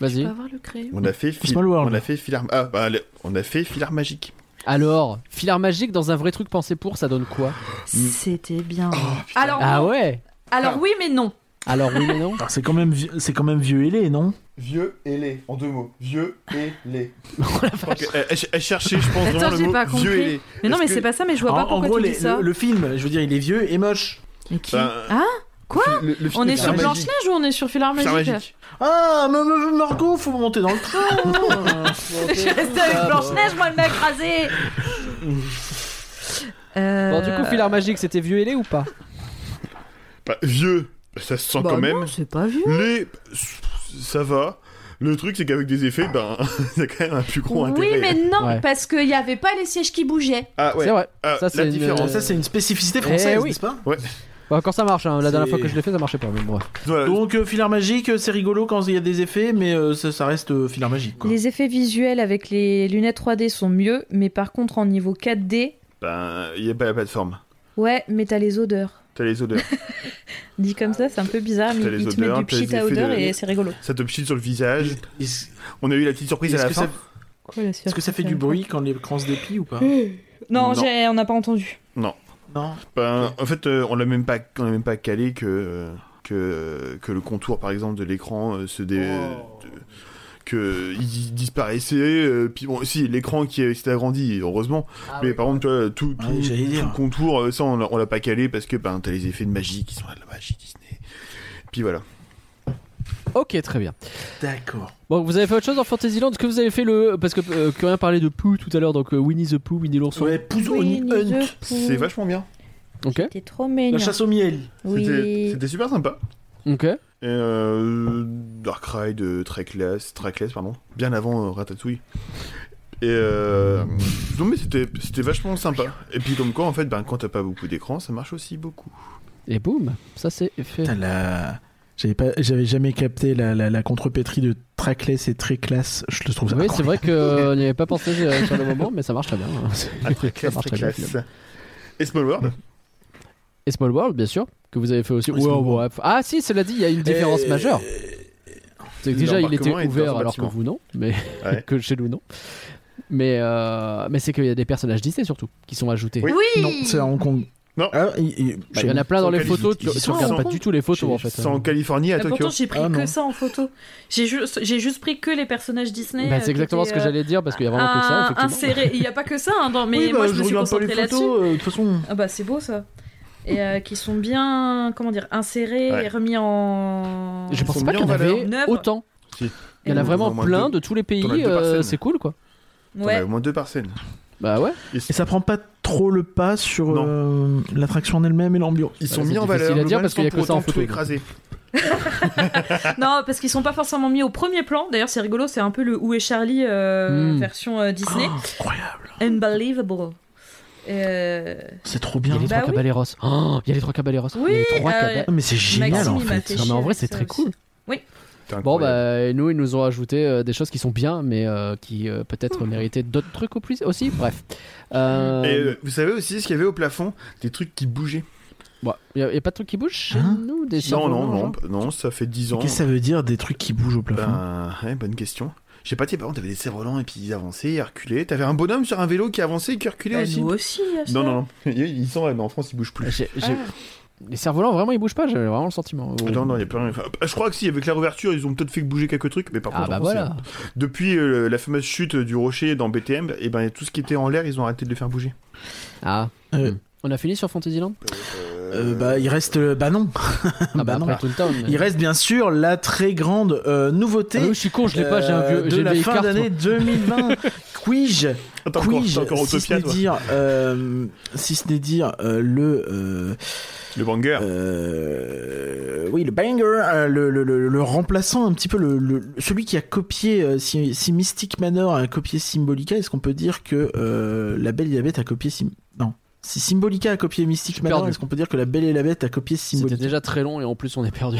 Speaker 1: Vas-y.
Speaker 3: voir le crayon.
Speaker 4: On a fait fil-
Speaker 6: Small World.
Speaker 4: on a fait filar ah, bah, le- on a fait filar magique.
Speaker 1: Alors, filard magique dans un vrai truc pensé pour, ça donne quoi
Speaker 8: C'était bien.
Speaker 3: Alors,
Speaker 1: Ah
Speaker 3: non.
Speaker 1: ouais
Speaker 3: Alors oui, mais non.
Speaker 1: Alors oui mais non
Speaker 6: Alors, Ah, C'est quand même, vieux- c'est quand même vieux ailé, non
Speaker 4: Vieux et les en deux mots. Vieux et les. À chercher, je pense
Speaker 8: Attends,
Speaker 4: vraiment le
Speaker 8: j'ai
Speaker 4: mot
Speaker 8: pas
Speaker 4: vieux
Speaker 8: compris.
Speaker 4: et les.
Speaker 8: Mais non,
Speaker 4: Parce
Speaker 8: mais
Speaker 4: que-
Speaker 8: c'est pas ça, mais je vois pas
Speaker 6: en, en
Speaker 8: pourquoi
Speaker 6: gros,
Speaker 8: tu
Speaker 6: les-
Speaker 8: dis ça.
Speaker 6: le, le film, je veux dire, il est vieux et moche.
Speaker 8: Mais qui
Speaker 4: Enfin,
Speaker 8: Hein Quoi
Speaker 4: le- le film
Speaker 8: On
Speaker 4: de
Speaker 8: est
Speaker 4: Filar
Speaker 8: sur
Speaker 4: Magique.
Speaker 8: Blanche-Neige ou on est sur Filar
Speaker 4: Filar
Speaker 8: Magique
Speaker 4: magique.
Speaker 6: Ah, mais- mais- mais Margot, faut monter dans le train.
Speaker 3: Je suis restée avec Blanche-Neige, moi, elle m'a écrasée.
Speaker 8: Euh,
Speaker 1: Bon du coup filard magique c'était vieux ailé ou pas
Speaker 4: Bah, vieux, ça se sent
Speaker 8: bah
Speaker 4: quand même.
Speaker 8: non, c'est pas vieux.
Speaker 4: Les. Ça va. Le truc, c'est qu'avec des effets, ben, il y a quand même un plus gros
Speaker 3: Oui,
Speaker 4: intérêt.
Speaker 3: mais non,
Speaker 1: Ouais.
Speaker 3: parce qu'il n'y avait pas les sièges qui bougeaient.
Speaker 4: Ah, ouais.
Speaker 1: C'est vrai.
Speaker 4: Ah,
Speaker 1: Ça,
Speaker 4: la
Speaker 1: c'est une-
Speaker 4: différence.
Speaker 1: Euh,
Speaker 6: Ça, c'est une spécificité française,
Speaker 1: eh oui.
Speaker 6: n'est-ce pas
Speaker 1: Bah, Encore ça marche, hein. la dernière
Speaker 6: C'est-
Speaker 1: fois que je l'ai fait ça marchait pas mais bref.
Speaker 4: Voilà.
Speaker 6: Donc, euh, filar magique, euh, c'est rigolo quand il y a des effets, mais euh, ça, ça reste euh, filar magique. Quoi.
Speaker 8: Les effets visuels avec les lunettes 3D sont mieux, mais par contre, en niveau 4D,
Speaker 4: Ben, il n'y a pas la plateforme.
Speaker 8: ouais, mais t'as les odeurs.
Speaker 4: T'as les odeurs.
Speaker 8: Dit comme ça, c'est un peu bizarre, mais
Speaker 4: T'as les
Speaker 8: ils te mettent
Speaker 4: odeurs,
Speaker 8: du
Speaker 4: t'as les
Speaker 8: pchit à
Speaker 4: effets de-
Speaker 8: odeur et c'est rigolo.
Speaker 4: ça te pchit sur le visage.
Speaker 6: Est-ce
Speaker 4: On a eu la petite surprise à
Speaker 6: est-ce
Speaker 4: la
Speaker 6: que,
Speaker 4: fin.
Speaker 6: ça, est-ce que ça fait du bruit quand l'écran se déplie ou pas
Speaker 4: Non.
Speaker 8: Non, j'ai- on n'a pas entendu.
Speaker 1: Mm.
Speaker 6: Non.
Speaker 4: Ben, en fait, euh, on l'a même pas, on l'a même pas calé que que que le contour, par exemple, de l'écran euh, se dé. de- que il disparaissait. euh, puis bon, si l'écran qui s'est agrandi, heureusement. mais par contre, tu vois, tout tout,
Speaker 6: Ouais, Ah j'allais
Speaker 4: tout
Speaker 6: dire.
Speaker 4: le contour, euh, ça, on l'a- on l'a pas calé parce que ben t'as les effets de magie qui sont là, la magie Disney. Puis voilà.
Speaker 1: Ok très bien.
Speaker 6: D'accord.
Speaker 1: Bon vous avez fait autre chose en Fantasyland Est-ce que vous avez fait le... Parce que euh, Curien parlait de Pooh tout à l'heure donc euh, Winnie the Pooh, Winnie l'ourson.
Speaker 6: Ouais, Pouzoni
Speaker 8: Oui,
Speaker 6: Hunk.
Speaker 8: les
Speaker 4: C'est vachement bien.
Speaker 1: Ok
Speaker 8: T'es trop
Speaker 6: La
Speaker 8: mignon.
Speaker 6: chasse au miel.
Speaker 4: C'était-
Speaker 8: Oui.
Speaker 4: C'était super sympa.
Speaker 1: ok.
Speaker 4: Et euh, Dark Ride euh, très classe, très classe, pardon, bien avant euh, Ratatouille. Et euh, non mais c'était c'était vachement sympa. Et puis comme quoi en fait, ben quand t'as pas beaucoup d'écran, ça marche aussi beaucoup.
Speaker 1: Et boum Ça c'est fait.
Speaker 6: Putain, la- J'avais pas, j'avais jamais capté la, la, la contrepétrie de Tracless et Tréclasse. Je le trouve ça.
Speaker 1: Oui c'est vrai qu'on n'y avait pas pensé euh, sur le moment mais ça marche très bien. hein.
Speaker 4: Ah, très classe,
Speaker 1: marche
Speaker 4: très
Speaker 1: très bien,
Speaker 4: classe. Et Small World,
Speaker 1: Et Small World, bien sûr, que vous avez fait aussi.
Speaker 6: Oui,
Speaker 1: Ouais,
Speaker 6: Small
Speaker 1: ouais, ouais. Ah si, cela dit, il y a une différence
Speaker 6: Et-
Speaker 1: majeure. C'est que déjà, il était
Speaker 4: l'embarquement est dans un
Speaker 1: ouvert alors que
Speaker 4: bâtiment.
Speaker 1: vous non, mais
Speaker 4: Ouais.
Speaker 1: que chez nous non. Mais euh, mais c'est qu'il y a des personnages Disney surtout qui sont ajoutés.
Speaker 4: Oui.
Speaker 6: Non, c'est à Hong Kong.
Speaker 4: Non.
Speaker 6: Ah, il- il-
Speaker 1: Bah, il y en a plein dans
Speaker 4: Sans
Speaker 1: les
Speaker 4: qualifier-
Speaker 1: photos,
Speaker 4: ils
Speaker 1: tu, tu
Speaker 4: sont
Speaker 1: regardes
Speaker 4: sans-
Speaker 1: pas du tout les photos en fait. hein.
Speaker 4: c'est en Californie à
Speaker 8: Ah,
Speaker 4: Tokyo.
Speaker 8: pourtant, j'ai pris
Speaker 6: Ah, non.
Speaker 8: que ça en photo. J'ai ju- j'ai juste pris que les personnages Disney.
Speaker 1: Bah,
Speaker 8: euh,
Speaker 1: c'est
Speaker 8: qui
Speaker 1: exactement ce
Speaker 8: étaient,
Speaker 1: que
Speaker 8: euh,
Speaker 1: j'allais dire parce qu'il y a vraiment que ça
Speaker 8: un-
Speaker 1: effectivement.
Speaker 8: insérés. Il n'y a pas que ça, hein, dans- mais
Speaker 6: Oui, bah,
Speaker 8: moi je, me suis
Speaker 6: regarde pas les
Speaker 8: concentrée là-dessus.
Speaker 6: photos. euh, De toute façon,
Speaker 8: Ah bah c'est beau ça. Et euh, qui sont bien, comment dire, insérés
Speaker 4: Ouais.
Speaker 8: et remis en.
Speaker 1: Je
Speaker 4: Ils
Speaker 1: pensais
Speaker 4: sont
Speaker 1: pas qu'il y en
Speaker 4: mis en
Speaker 1: avait
Speaker 8: valeur.
Speaker 1: autant.
Speaker 4: Si.
Speaker 1: Il y en a
Speaker 4: Et
Speaker 1: vraiment
Speaker 4: au moins
Speaker 1: plein
Speaker 4: deux.
Speaker 1: de tous les pays,
Speaker 4: T'en as deux par
Speaker 1: euh,
Speaker 4: scène.
Speaker 1: c'est cool quoi.
Speaker 4: T'en as
Speaker 8: Ouais.
Speaker 4: au moins deux par scène.
Speaker 1: Bah ouais.
Speaker 6: et ça prend pas trop le pas sur
Speaker 4: Non.
Speaker 6: euh, l'attraction en elle-même et l'ambiance.
Speaker 4: Ils sont
Speaker 1: c'est
Speaker 4: mis en
Speaker 1: difficile
Speaker 4: valeur.
Speaker 1: à dire
Speaker 4: le
Speaker 1: parce qu'il y a
Speaker 4: bâtiment
Speaker 1: que ça en
Speaker 4: pour autant
Speaker 1: photo,
Speaker 4: tout écrasé.
Speaker 8: Non, parce qu'ils sont pas forcément mis au premier plan. D'ailleurs, c'est rigolo, c'est un peu le Où est Charlie euh,
Speaker 1: Hmm.
Speaker 8: version euh, Disney.
Speaker 6: Ah, Incroyable.
Speaker 8: Unbelievable. Euh,
Speaker 6: C'est trop
Speaker 1: Il y
Speaker 6: bien.
Speaker 1: a les
Speaker 8: Bah
Speaker 1: trois
Speaker 8: oui.
Speaker 1: caballeros. Oh, Il y a les trois caballeros. Il y a les
Speaker 8: Oui,
Speaker 1: trois
Speaker 8: euh,
Speaker 1: caballeros.
Speaker 6: Ah, mais c'est génial
Speaker 8: Maxime,
Speaker 6: en
Speaker 8: il
Speaker 6: fait.
Speaker 8: m'a fait
Speaker 1: Non mais en
Speaker 8: chier
Speaker 1: vrai
Speaker 8: avec
Speaker 1: c'est
Speaker 8: ça
Speaker 1: très
Speaker 8: aussi.
Speaker 1: cool.
Speaker 4: C'était
Speaker 1: Bon
Speaker 4: incroyable.
Speaker 1: bah et nous ils nous ont ajouté euh, des choses qui sont bien mais euh, qui euh, peut-être méritaient d'autres trucs au plus aussi. Bref. Euh,
Speaker 4: Et euh, vous savez aussi ce qu'il y avait au plafond, des trucs qui bougeaient.
Speaker 1: bon, y, a- y a pas de trucs qui bougent chez
Speaker 6: Hein
Speaker 1: nous des
Speaker 4: Non
Speaker 1: cerfs-volants,
Speaker 4: non non
Speaker 1: genre
Speaker 4: non, ça fait 10 ans.
Speaker 6: Qu'est-ce que ça veut dire des trucs qui bougent au plafond
Speaker 4: Ben, ouais, bonne question. Je sais pas, tes parents, t'avais des cerfs-volants et puis ils avançaient, ils reculaient. T'avais un bonhomme sur un vélo qui avançait et qui reculait
Speaker 8: Bah,
Speaker 4: aussi. Euh,
Speaker 8: nous aussi. ça.
Speaker 4: Non, non, non. Ils sont, ouais, mais en France, ils bougent plus.
Speaker 1: J'ai- j'ai- Les cerfs-volants vraiment ils bougent pas j'avais vraiment le sentiment. Oh.
Speaker 4: Non, non, il y a plus rien. Enfin, Je crois que si, avec la réouverture, ils ont peut-être fait bouger quelques trucs, mais par
Speaker 1: Ah
Speaker 4: contre,
Speaker 1: bah
Speaker 4: en France,
Speaker 1: voilà.
Speaker 4: c'est- depuis euh, la fameuse chute du rocher dans BTM, et ben tout ce qui était en l'air, ils ont arrêté de les faire bouger.
Speaker 1: Ah.
Speaker 6: Euh,
Speaker 1: On a fini sur Fantasyland
Speaker 6: euh, Bah, il reste. euh, Bah non.
Speaker 1: Ah
Speaker 6: bah non.
Speaker 1: après Toontown.
Speaker 6: Il reste bien sûr la très grande euh,
Speaker 1: Ah
Speaker 6: nouveauté.
Speaker 1: oui, je suis con, je l'ai pas, j'ai un
Speaker 6: euh,
Speaker 1: vieux,
Speaker 6: de
Speaker 1: j'ai
Speaker 6: la
Speaker 1: vieille
Speaker 6: fin
Speaker 1: carte, moi.
Speaker 6: d'année 2020. Quij
Speaker 4: Attends, encore,
Speaker 6: Quij,
Speaker 4: t'es encore
Speaker 6: si ce
Speaker 4: Autopia,
Speaker 6: n'est
Speaker 4: toi.
Speaker 6: dire, euh, si ce n'est dire euh, le, euh,
Speaker 4: Le banger.
Speaker 6: euh, oui, le banger, euh, le, le- le- le remplaçant un petit peu le, le- celui qui a copié euh, si, si Mystic Manor a copié Symbolica, est-ce qu'on peut dire que euh, la Belle et la Bête a copié Sim- non, si Symbolica a copié Mystic
Speaker 1: suis
Speaker 6: Manor,
Speaker 1: perdu.
Speaker 6: est-ce qu'on peut dire que la Belle et la Bête a copié
Speaker 1: C'était
Speaker 6: Symbolica
Speaker 1: déjà très long et en plus on est perdu.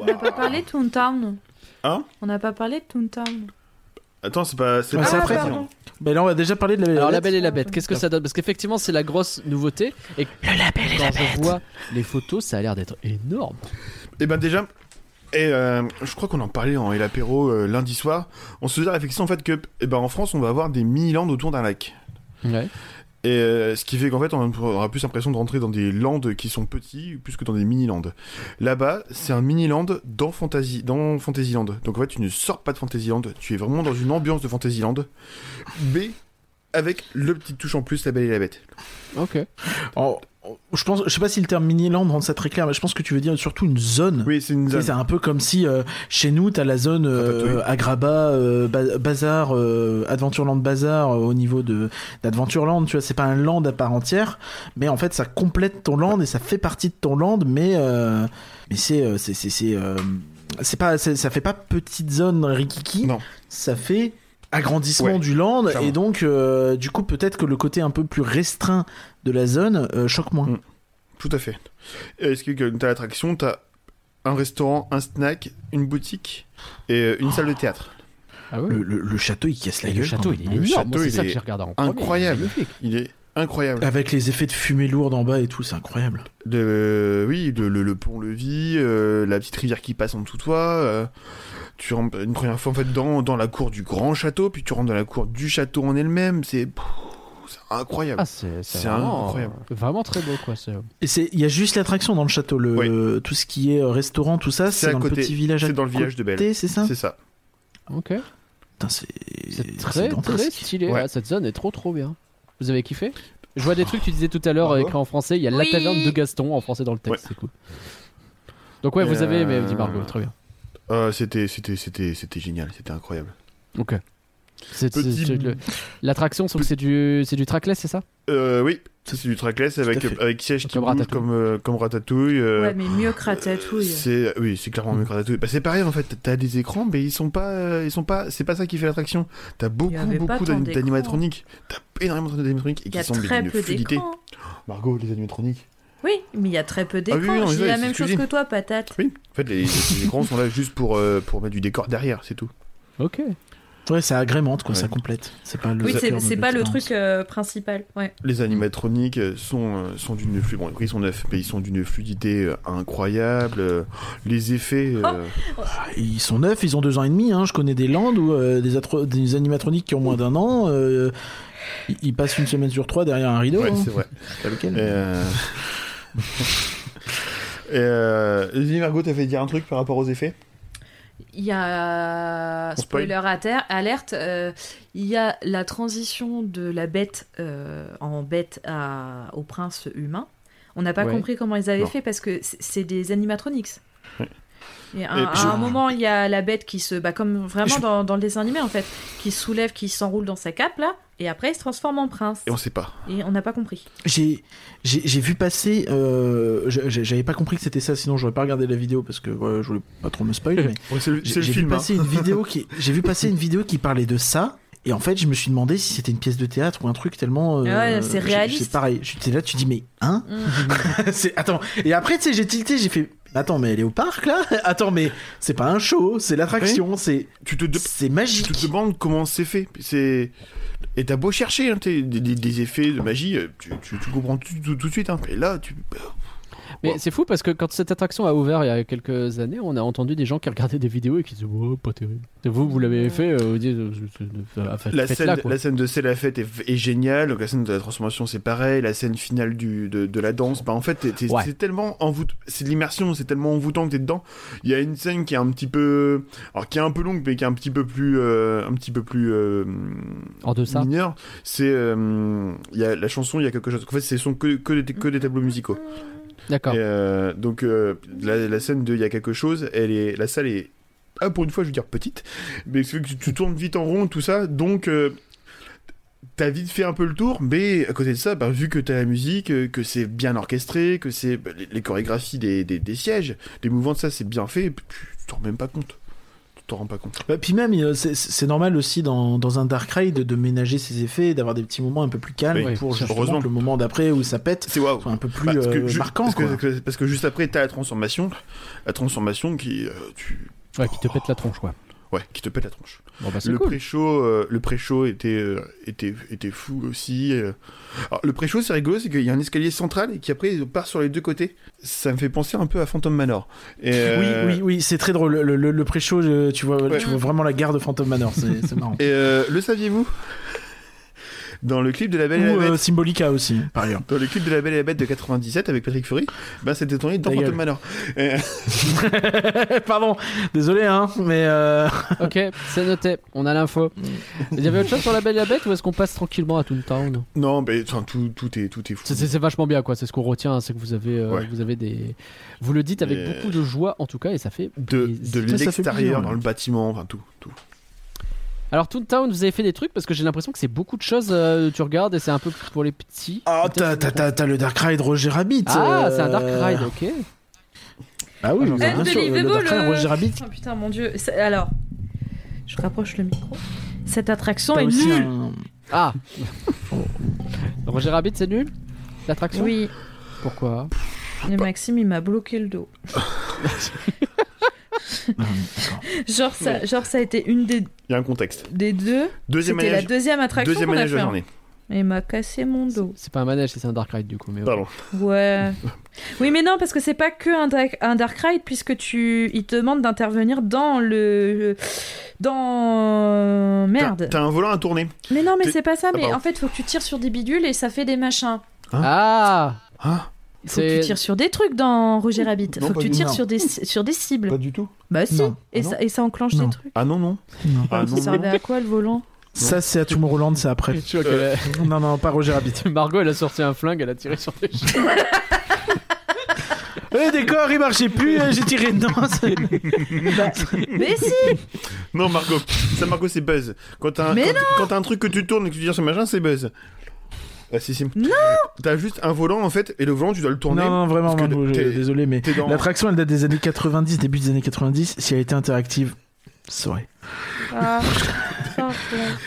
Speaker 8: On n'a pas parlé de Toontown.
Speaker 4: Hein
Speaker 8: On n'a pas parlé de Toontown.
Speaker 4: Attends, c'est pas. C'est
Speaker 6: Ah,
Speaker 4: pas
Speaker 6: c'est
Speaker 4: après.
Speaker 6: après.
Speaker 4: non.
Speaker 6: Mais là, on a déjà parlé de la Belle et
Speaker 1: Alors,
Speaker 6: la
Speaker 1: la
Speaker 6: Bête.
Speaker 1: belle et la bête, qu'est-ce que ça donne Parce qu'effectivement, c'est la grosse nouveauté. Et le label et la bête. je vois les photos, ça a l'air d'être énorme.
Speaker 4: Eh ben déjà, et euh, je crois qu'on en parlait en El Apéro euh, lundi soir. On se faisait la réflexion en fait que, eh ben en France, on va avoir des mini-landes autour d'un lac.
Speaker 1: Ouais.
Speaker 4: Et euh, ce qui fait qu'en fait, on aura plus l'impression de rentrer dans des landes qui sont petits, plus que dans des mini-landes. Là-bas, c'est un mini-land dans, Fantasy, dans Fantasyland. Donc en fait, tu ne sors pas de Fantasyland, tu es vraiment dans une ambiance de Fantasyland, mais avec le petit touche en plus, la belle et la bête.
Speaker 1: Ok.
Speaker 6: Oh, oh, je pense, je sais pas si le terme mini-land rend ça très clair, mais je pense que tu veux dire surtout une zone.
Speaker 4: Oui, c'est une
Speaker 6: Tu sais,
Speaker 4: zone.
Speaker 6: C'est un peu comme si euh, chez nous, t'as la zone euh,
Speaker 4: Ratatouille.
Speaker 6: Agraba, euh, Ba- Bazar, euh, Adventureland Bazar euh, au niveau de d'Adventureland. Tu vois, c'est pas un land à part entière, mais en fait, ça complète ton land et ça fait partie de ton land, mais euh, mais c'est euh, c'est c'est c'est euh, c'est pas c'est- ça fait pas petite zone rikiki.
Speaker 4: Non.
Speaker 6: Ça fait agrandissement
Speaker 4: Ouais,
Speaker 6: du land
Speaker 4: clairement.
Speaker 6: et donc euh, du coup peut-être que le côté un peu plus restreint de la zone euh, choque moins.
Speaker 4: Mm. Tout à fait. Et ce qui fait que t'as l'attraction, t'as un restaurant, un snack, une boutique et euh, une salle de théâtre.
Speaker 1: Ah ouais
Speaker 6: Le, le- le château il casse la gueule.
Speaker 1: Le château,
Speaker 6: quand
Speaker 1: il est
Speaker 6: même.
Speaker 4: Le
Speaker 1: énorme. Moi,
Speaker 4: château,
Speaker 1: c'est
Speaker 4: il
Speaker 1: ça que
Speaker 4: est
Speaker 1: j'ai regardé en premier.
Speaker 4: Incroyable.
Speaker 1: Il est magnifique.
Speaker 4: Il est incroyable.
Speaker 6: Avec les effets de fumée lourde en bas et tout, c'est incroyable.
Speaker 4: De, euh, oui, de- le, le pont-levis, euh, la petite rivière qui passe en dessous de toi. euh, tu rentres une première fois en fait dans, dans la cour du grand château, puis tu rentres dans la cour du château en elle-même. C'est pff, c'est incroyable.
Speaker 1: Ah, c'est
Speaker 4: C'est
Speaker 1: c'est vraiment,
Speaker 4: incroyable.
Speaker 1: vraiment très beau quoi. c'est-
Speaker 6: Et c'est, il y a juste l'attraction dans le château, le,
Speaker 4: Oui.
Speaker 6: le- tout ce qui est euh, restaurant, tout ça, c'est,
Speaker 4: C'est à
Speaker 6: dans
Speaker 4: côté.
Speaker 6: le petit village. à
Speaker 4: C'est dans le village de Belle.
Speaker 6: côté, c'est ça.
Speaker 4: C'est ça.
Speaker 1: Ok.
Speaker 6: Putain, c'est,
Speaker 1: C'est
Speaker 6: c'est
Speaker 1: très très
Speaker 6: dantesque.
Speaker 1: stylé.
Speaker 4: Ouais.
Speaker 1: Ouais, Ah. cette zone est trop trop bien. Vous avez kiffé Je vois des trucs tu disais tout à l'heure
Speaker 4: Bravo.
Speaker 1: écrit en français. Il y a la
Speaker 9: Oui.
Speaker 1: taverne de Gaston en français dans le texte. C'est cool. Donc ouais,
Speaker 4: Et
Speaker 1: vous avez
Speaker 4: euh,
Speaker 1: aimé, dit Margot. Très bien.
Speaker 4: Euh, c'était c'était c'était c'était génial. C'était incroyable.
Speaker 1: Ok. C'est- c'est-
Speaker 4: Petit-
Speaker 1: c'est le- L'attraction, sauf que c'est du c'est du trackless, c'est ça
Speaker 4: Euh, oui, ça, c'est du trackless avec
Speaker 6: fait.
Speaker 4: avec siège qui
Speaker 1: Comme
Speaker 4: bouge
Speaker 1: Ratatouille.
Speaker 4: comme euh, comme ratatouille. euh,
Speaker 3: Ouais, mais mieux que Ratatouille.
Speaker 4: C'est oui, c'est clairement mieux que Ratatouille. Bah, c'est pareil en fait, t'as des écrans, mais ils sont pas, euh, ils sont pas, c'est pas ça qui fait l'attraction. T'as beaucoup,
Speaker 3: avait pas
Speaker 4: beaucoup
Speaker 3: tant
Speaker 4: d'anim-
Speaker 3: d'écrans.
Speaker 4: d'animatroniques. T'as énormément d'animatroniques et
Speaker 3: Il y
Speaker 4: qui
Speaker 3: a
Speaker 4: sont mais
Speaker 3: très
Speaker 4: d'une
Speaker 3: peu
Speaker 4: fluidité.
Speaker 8: hein.
Speaker 3: d'écrans.
Speaker 4: Margot, les animatroniques.
Speaker 3: Oui, mais il y a très peu d'écrans.
Speaker 4: Ah oui, non, mais
Speaker 3: je dis
Speaker 4: ouais,
Speaker 3: la
Speaker 4: c'est
Speaker 3: même
Speaker 4: ce que je
Speaker 3: chose
Speaker 4: dis.
Speaker 3: que toi, patate.
Speaker 4: Oui, en fait, les, les écrans sont là juste pour euh, pour mettre du décor derrière, c'est tout.
Speaker 1: Ok.
Speaker 6: Ouais, ça agrémente quoi,
Speaker 4: Ouais.
Speaker 6: ça complète. C'est pas le.
Speaker 3: Oui, c'est-
Speaker 6: terme
Speaker 3: c'est
Speaker 6: de
Speaker 3: pas le
Speaker 6: terme.
Speaker 3: truc euh, principal. Ouais.
Speaker 4: Les animatroniques euh, sont euh, sont d'une fluidité. Bon, après, ils sont neufs, mais ils sont d'une fluidité euh, incroyable. euh, Les effets. euh,
Speaker 6: Ah, Ils sont neufs, ils ont deux ans et demi. Hein. Je connais des landes où euh, des, atro- des animatroniques qui ont moins d'un an, euh, ils- ils passent une semaine sur trois derrière un
Speaker 3: Oh,
Speaker 6: rideau.
Speaker 4: ouais,
Speaker 6: hein.
Speaker 4: c'est vrai.
Speaker 6: C'est pas lequel.
Speaker 4: Et, euh... et euh... vas-y, Margot, t'as fait dire un truc par rapport aux effets
Speaker 3: Il y a
Speaker 4: On spoil.
Speaker 3: spoiler à terre, alerte. euh, il y a la transition de la bête euh, en bête à- au prince humain. On n'a pas
Speaker 1: Ouais.
Speaker 3: compris comment ils avaient
Speaker 4: Non.
Speaker 3: fait parce que c'est- c'est des animatronics.
Speaker 4: Ouais.
Speaker 3: Et à,
Speaker 4: Et
Speaker 3: à
Speaker 4: je-
Speaker 3: un moment, il y a la bête qui se, bah, comme vraiment
Speaker 4: Je-
Speaker 3: dans, dans le dessin animé en fait, qui se soulève, qui s'enroule dans sa cape là, et après il se transforme en prince.
Speaker 4: Et on sait pas.
Speaker 3: Et on n'a pas compris.
Speaker 6: J'ai j'ai j'ai vu passer. Euh, je- je- J'avais pas compris que c'était ça, sinon j'aurais pas regardé la vidéo parce que voilà, je voulais pas trop me spoiler. mais
Speaker 4: Ouais, c'est le, c'est
Speaker 6: J'ai
Speaker 4: le
Speaker 6: j'ai vu
Speaker 4: film. hein.
Speaker 6: passer une vidéo qui j'ai vu passer une vidéo qui parlait de ça. Et en fait, je me suis demandé si c'était une pièce de théâtre ou un truc tellement. euh,
Speaker 3: Ouais, c'est
Speaker 6: j'ai-
Speaker 3: réaliste.
Speaker 6: C'est pareil. J'étais là, tu dis mais hein
Speaker 3: Mm.
Speaker 6: C'est- Attends. Et après, tu sais, j'ai tilté, j'ai fait. Attends, mais elle est au parc là Attends, mais c'est pas un show, c'est l'attraction, c'est
Speaker 4: Tu, te de-
Speaker 6: c'est
Speaker 4: tu
Speaker 6: magique.
Speaker 4: te demandes comment c'est fait. C'est... Et t'as beau chercher hein, t'es- des, des- des effets de magie, euh, tu, tu- tu comprends tout, tout- tout de suite. Hein. Et là, tu...
Speaker 6: Bah,
Speaker 1: Mais
Speaker 4: Wow.
Speaker 1: c'est fou parce que quand cette attraction a ouvert il y a quelques années, on a entendu des gens qui regardaient des vidéos et qui disaient oh, pas terrible. Et vous, vous l'avez fait, euh, vous dites, euh, c'est- c'est- euh, faites-
Speaker 4: la,
Speaker 1: faites-la,
Speaker 4: scène,
Speaker 1: quoi.
Speaker 4: la scène de C'est la fête est, est géniale. Donc, la scène de la transformation, c'est pareil. La scène finale du, de, de la danse, bah, en fait, t'es- t'es-
Speaker 1: Ouais.
Speaker 4: c'est tellement envoût... c'est de l'immersion, c'est tellement envoûtant que t'es dedans. Il y a une scène qui est un petit peu. Alors, qui est un peu longue, mais qui est un petit peu plus. euh, Un petit peu plus. euh,
Speaker 1: En deçà.
Speaker 4: mineur, c'est euh, il y a la chanson, il y a quelque chose. En fait, ce sont que, que, des, que des tableaux musicaux.
Speaker 1: D'accord.
Speaker 4: Et, euh, donc euh, la, la scène de il y a quelque chose, elle est la salle est ah, pour une fois, je veux dire petite, mais c'est que tu, tu tournes vite en rond, tout ça, donc euh, t'as vite fait un peu le tour, mais à côté de ça, bah, vu que t'as la musique, euh, que c'est bien orchestré, que c'est bah, les, les chorégraphies des, des, des sièges, des mouvements de ça, c'est bien fait, tu t'en rends même pas compte. Tu t'en rends pas compte.
Speaker 6: Bah, puis même, euh, c'est- c'est normal aussi dans, dans un Dark Ride de, de ménager ses effets, d'avoir des petits moments un peu plus calmes
Speaker 1: Oui,
Speaker 6: pour justement
Speaker 4: heureusement.
Speaker 6: que le moment d'après où ça pète
Speaker 4: C'est waouh!
Speaker 6: soit un peu plus
Speaker 4: Bah, parce que
Speaker 6: euh,
Speaker 4: ju-
Speaker 6: marquant.
Speaker 4: parce que,
Speaker 6: quoi.
Speaker 4: que- parce que juste après, t'as la transformation. La transformation qui. euh, tu...
Speaker 1: Ouais, qui te pète la tronche, quoi.
Speaker 4: Ouais, qui te pète la tronche.
Speaker 1: Bon, bah, c'est
Speaker 4: Le
Speaker 1: cool.
Speaker 4: pré-show, euh, le pré-show était, euh, était, était fou aussi. euh. Alors, le pré-show, c'est rigolo, c'est qu'il y a un escalier central et qui après part sur les deux côtés. Ça me fait penser un peu à Phantom Manor. Et, euh,
Speaker 6: Oui, oui, oui, c'est très drôle. Le, le- le pré-show, euh, tu vois,
Speaker 4: Ouais.
Speaker 6: tu vois vraiment la gare de Phantom Manor, c'est c'est marrant.
Speaker 4: Et euh, le saviez-vous Dans le clip de La
Speaker 6: Ou
Speaker 4: Belle et la
Speaker 6: euh,
Speaker 4: Bête.
Speaker 6: Symbolica aussi, par ailleurs.
Speaker 4: Dans le clip de La Belle et la Bête de 97 avec Patrick Fury, ben c'était tourné dans
Speaker 6: Ta gueule.
Speaker 4: Phantom Manor. Et-
Speaker 6: Eh, Pardon, désolé, hein, mais euh,
Speaker 1: Ok, c'est noté, on a l'info.
Speaker 4: Mm.
Speaker 1: Il y avait autre chose sur la Belle et la Bête ou est-ce qu'on passe tranquillement à Toontown
Speaker 4: Non, mais enfin, tout, tout est tout est fou.
Speaker 1: C'est- C'est c'est vachement bien, quoi. C'est ce qu'on retient, hein, c'est que vous avez, euh,
Speaker 4: Ouais.
Speaker 1: vous avez des, vous le dites avec
Speaker 4: Et-
Speaker 1: beaucoup de joie, en tout cas, et ça fait.
Speaker 4: De, de
Speaker 1: plaisir.
Speaker 6: Ça, ça fait plaisir,
Speaker 4: l'extérieur, dans
Speaker 6: ouais.
Speaker 4: le bâtiment, enfin tout, tout.
Speaker 1: Alors Toontown, vous avez fait des trucs parce que j'ai l'impression que c'est beaucoup de choses. euh, tu regardes et c'est un peu pour les petits.
Speaker 6: oh,
Speaker 1: Peut-être que
Speaker 6: t'as-
Speaker 1: je me
Speaker 6: t'as
Speaker 1: trompe.
Speaker 6: t'as- t'as le Dark Ride Roger Rabbit.
Speaker 1: Ah,
Speaker 6: euh,
Speaker 1: c'est un Dark Ride, ok.
Speaker 6: Ah oui,
Speaker 1: Ah, j'en sais
Speaker 6: bien
Speaker 10: rien.
Speaker 6: sûr, le Dark Ride
Speaker 10: Unbelievable.
Speaker 6: Roger Rabbit.
Speaker 3: Oh, putain, mon dieu. C'est- Alors, je rapproche le micro. Cette attraction
Speaker 6: t'as
Speaker 3: est
Speaker 6: aussi hein.
Speaker 3: nulle.
Speaker 6: un-
Speaker 1: Ah. Roger Rabbit, c'est nul. L'attraction.
Speaker 3: Oui,
Speaker 1: Pourquoi
Speaker 3: mais Maxime, il m'a bloqué le dos. genre, ça, genre, ça a été une des,
Speaker 4: Il y a un contexte.
Speaker 3: des deux.
Speaker 4: Deuxième
Speaker 3: C'était la
Speaker 4: manège,
Speaker 3: deuxième attraction
Speaker 4: deuxième
Speaker 3: qu'on a
Speaker 4: manège de
Speaker 3: fait.
Speaker 4: la
Speaker 3: hein.
Speaker 4: journée.
Speaker 3: Et il m'a cassé mon dos.
Speaker 1: C'est pas un manège, c'est un Dark Ride du coup. Mais ok.
Speaker 4: Pardon.
Speaker 3: Ouais. Oui, mais non, parce que c'est pas que un, dark- un Dark Ride, puisque tu, il te demande d'intervenir dans le. Dans.
Speaker 4: T'as
Speaker 3: Merde.
Speaker 4: t'as un volant à tourner.
Speaker 3: Mais non, mais
Speaker 4: t'es-
Speaker 3: c'est pas ça,
Speaker 4: Ah,
Speaker 3: mais
Speaker 4: pardon.
Speaker 3: en fait, faut que tu tires sur des bidules et ça fait des machins.
Speaker 1: Ah.
Speaker 4: Ah,
Speaker 3: Faut que
Speaker 1: C'est-
Speaker 3: tu tires sur des trucs dans Roger Rabbit. faut
Speaker 4: Non,
Speaker 3: que
Speaker 4: pas
Speaker 3: tu
Speaker 4: du-
Speaker 3: tires
Speaker 4: non.
Speaker 3: sur des, sur des cibles.
Speaker 4: du tout.
Speaker 3: Bah si. Bah,
Speaker 6: Non.
Speaker 3: Et,
Speaker 4: Ah
Speaker 3: ça, et ça enclenche
Speaker 6: Non.
Speaker 3: des trucs.
Speaker 4: Ah non non. Ah
Speaker 3: Ça
Speaker 4: non, non,
Speaker 3: servait à quoi le volant
Speaker 6: Ça, c'est à Tomorrowland, c'est après.
Speaker 1: Tu vois que
Speaker 4: Euh.
Speaker 6: Non, non, pas Roger Rabbit.
Speaker 1: la- Margot, elle a sorti un flingue, elle a tiré sur des gens.
Speaker 6: Eh, d'accord, il marchait plus, euh, j'ai tiré dedans. c'est-
Speaker 3: Mais si
Speaker 4: Non Margot, ça Margot c'est buzz. Quand t'as un,
Speaker 3: Mais
Speaker 4: quand- quand t'as un truc que tu tournes et que tu tires sur machin, c'est buzz. Ah si si.
Speaker 3: Non
Speaker 4: T'as juste un volant en fait et le volant tu dois le tourner.
Speaker 6: Non, non, vraiment,
Speaker 4: parce que
Speaker 6: Margot, je-
Speaker 4: t'es-
Speaker 6: désolé, mais
Speaker 4: T'es dans.
Speaker 6: l'attraction, elle date des années 90, début des années 90. Si elle était interactive, c'est vrai.
Speaker 3: ah.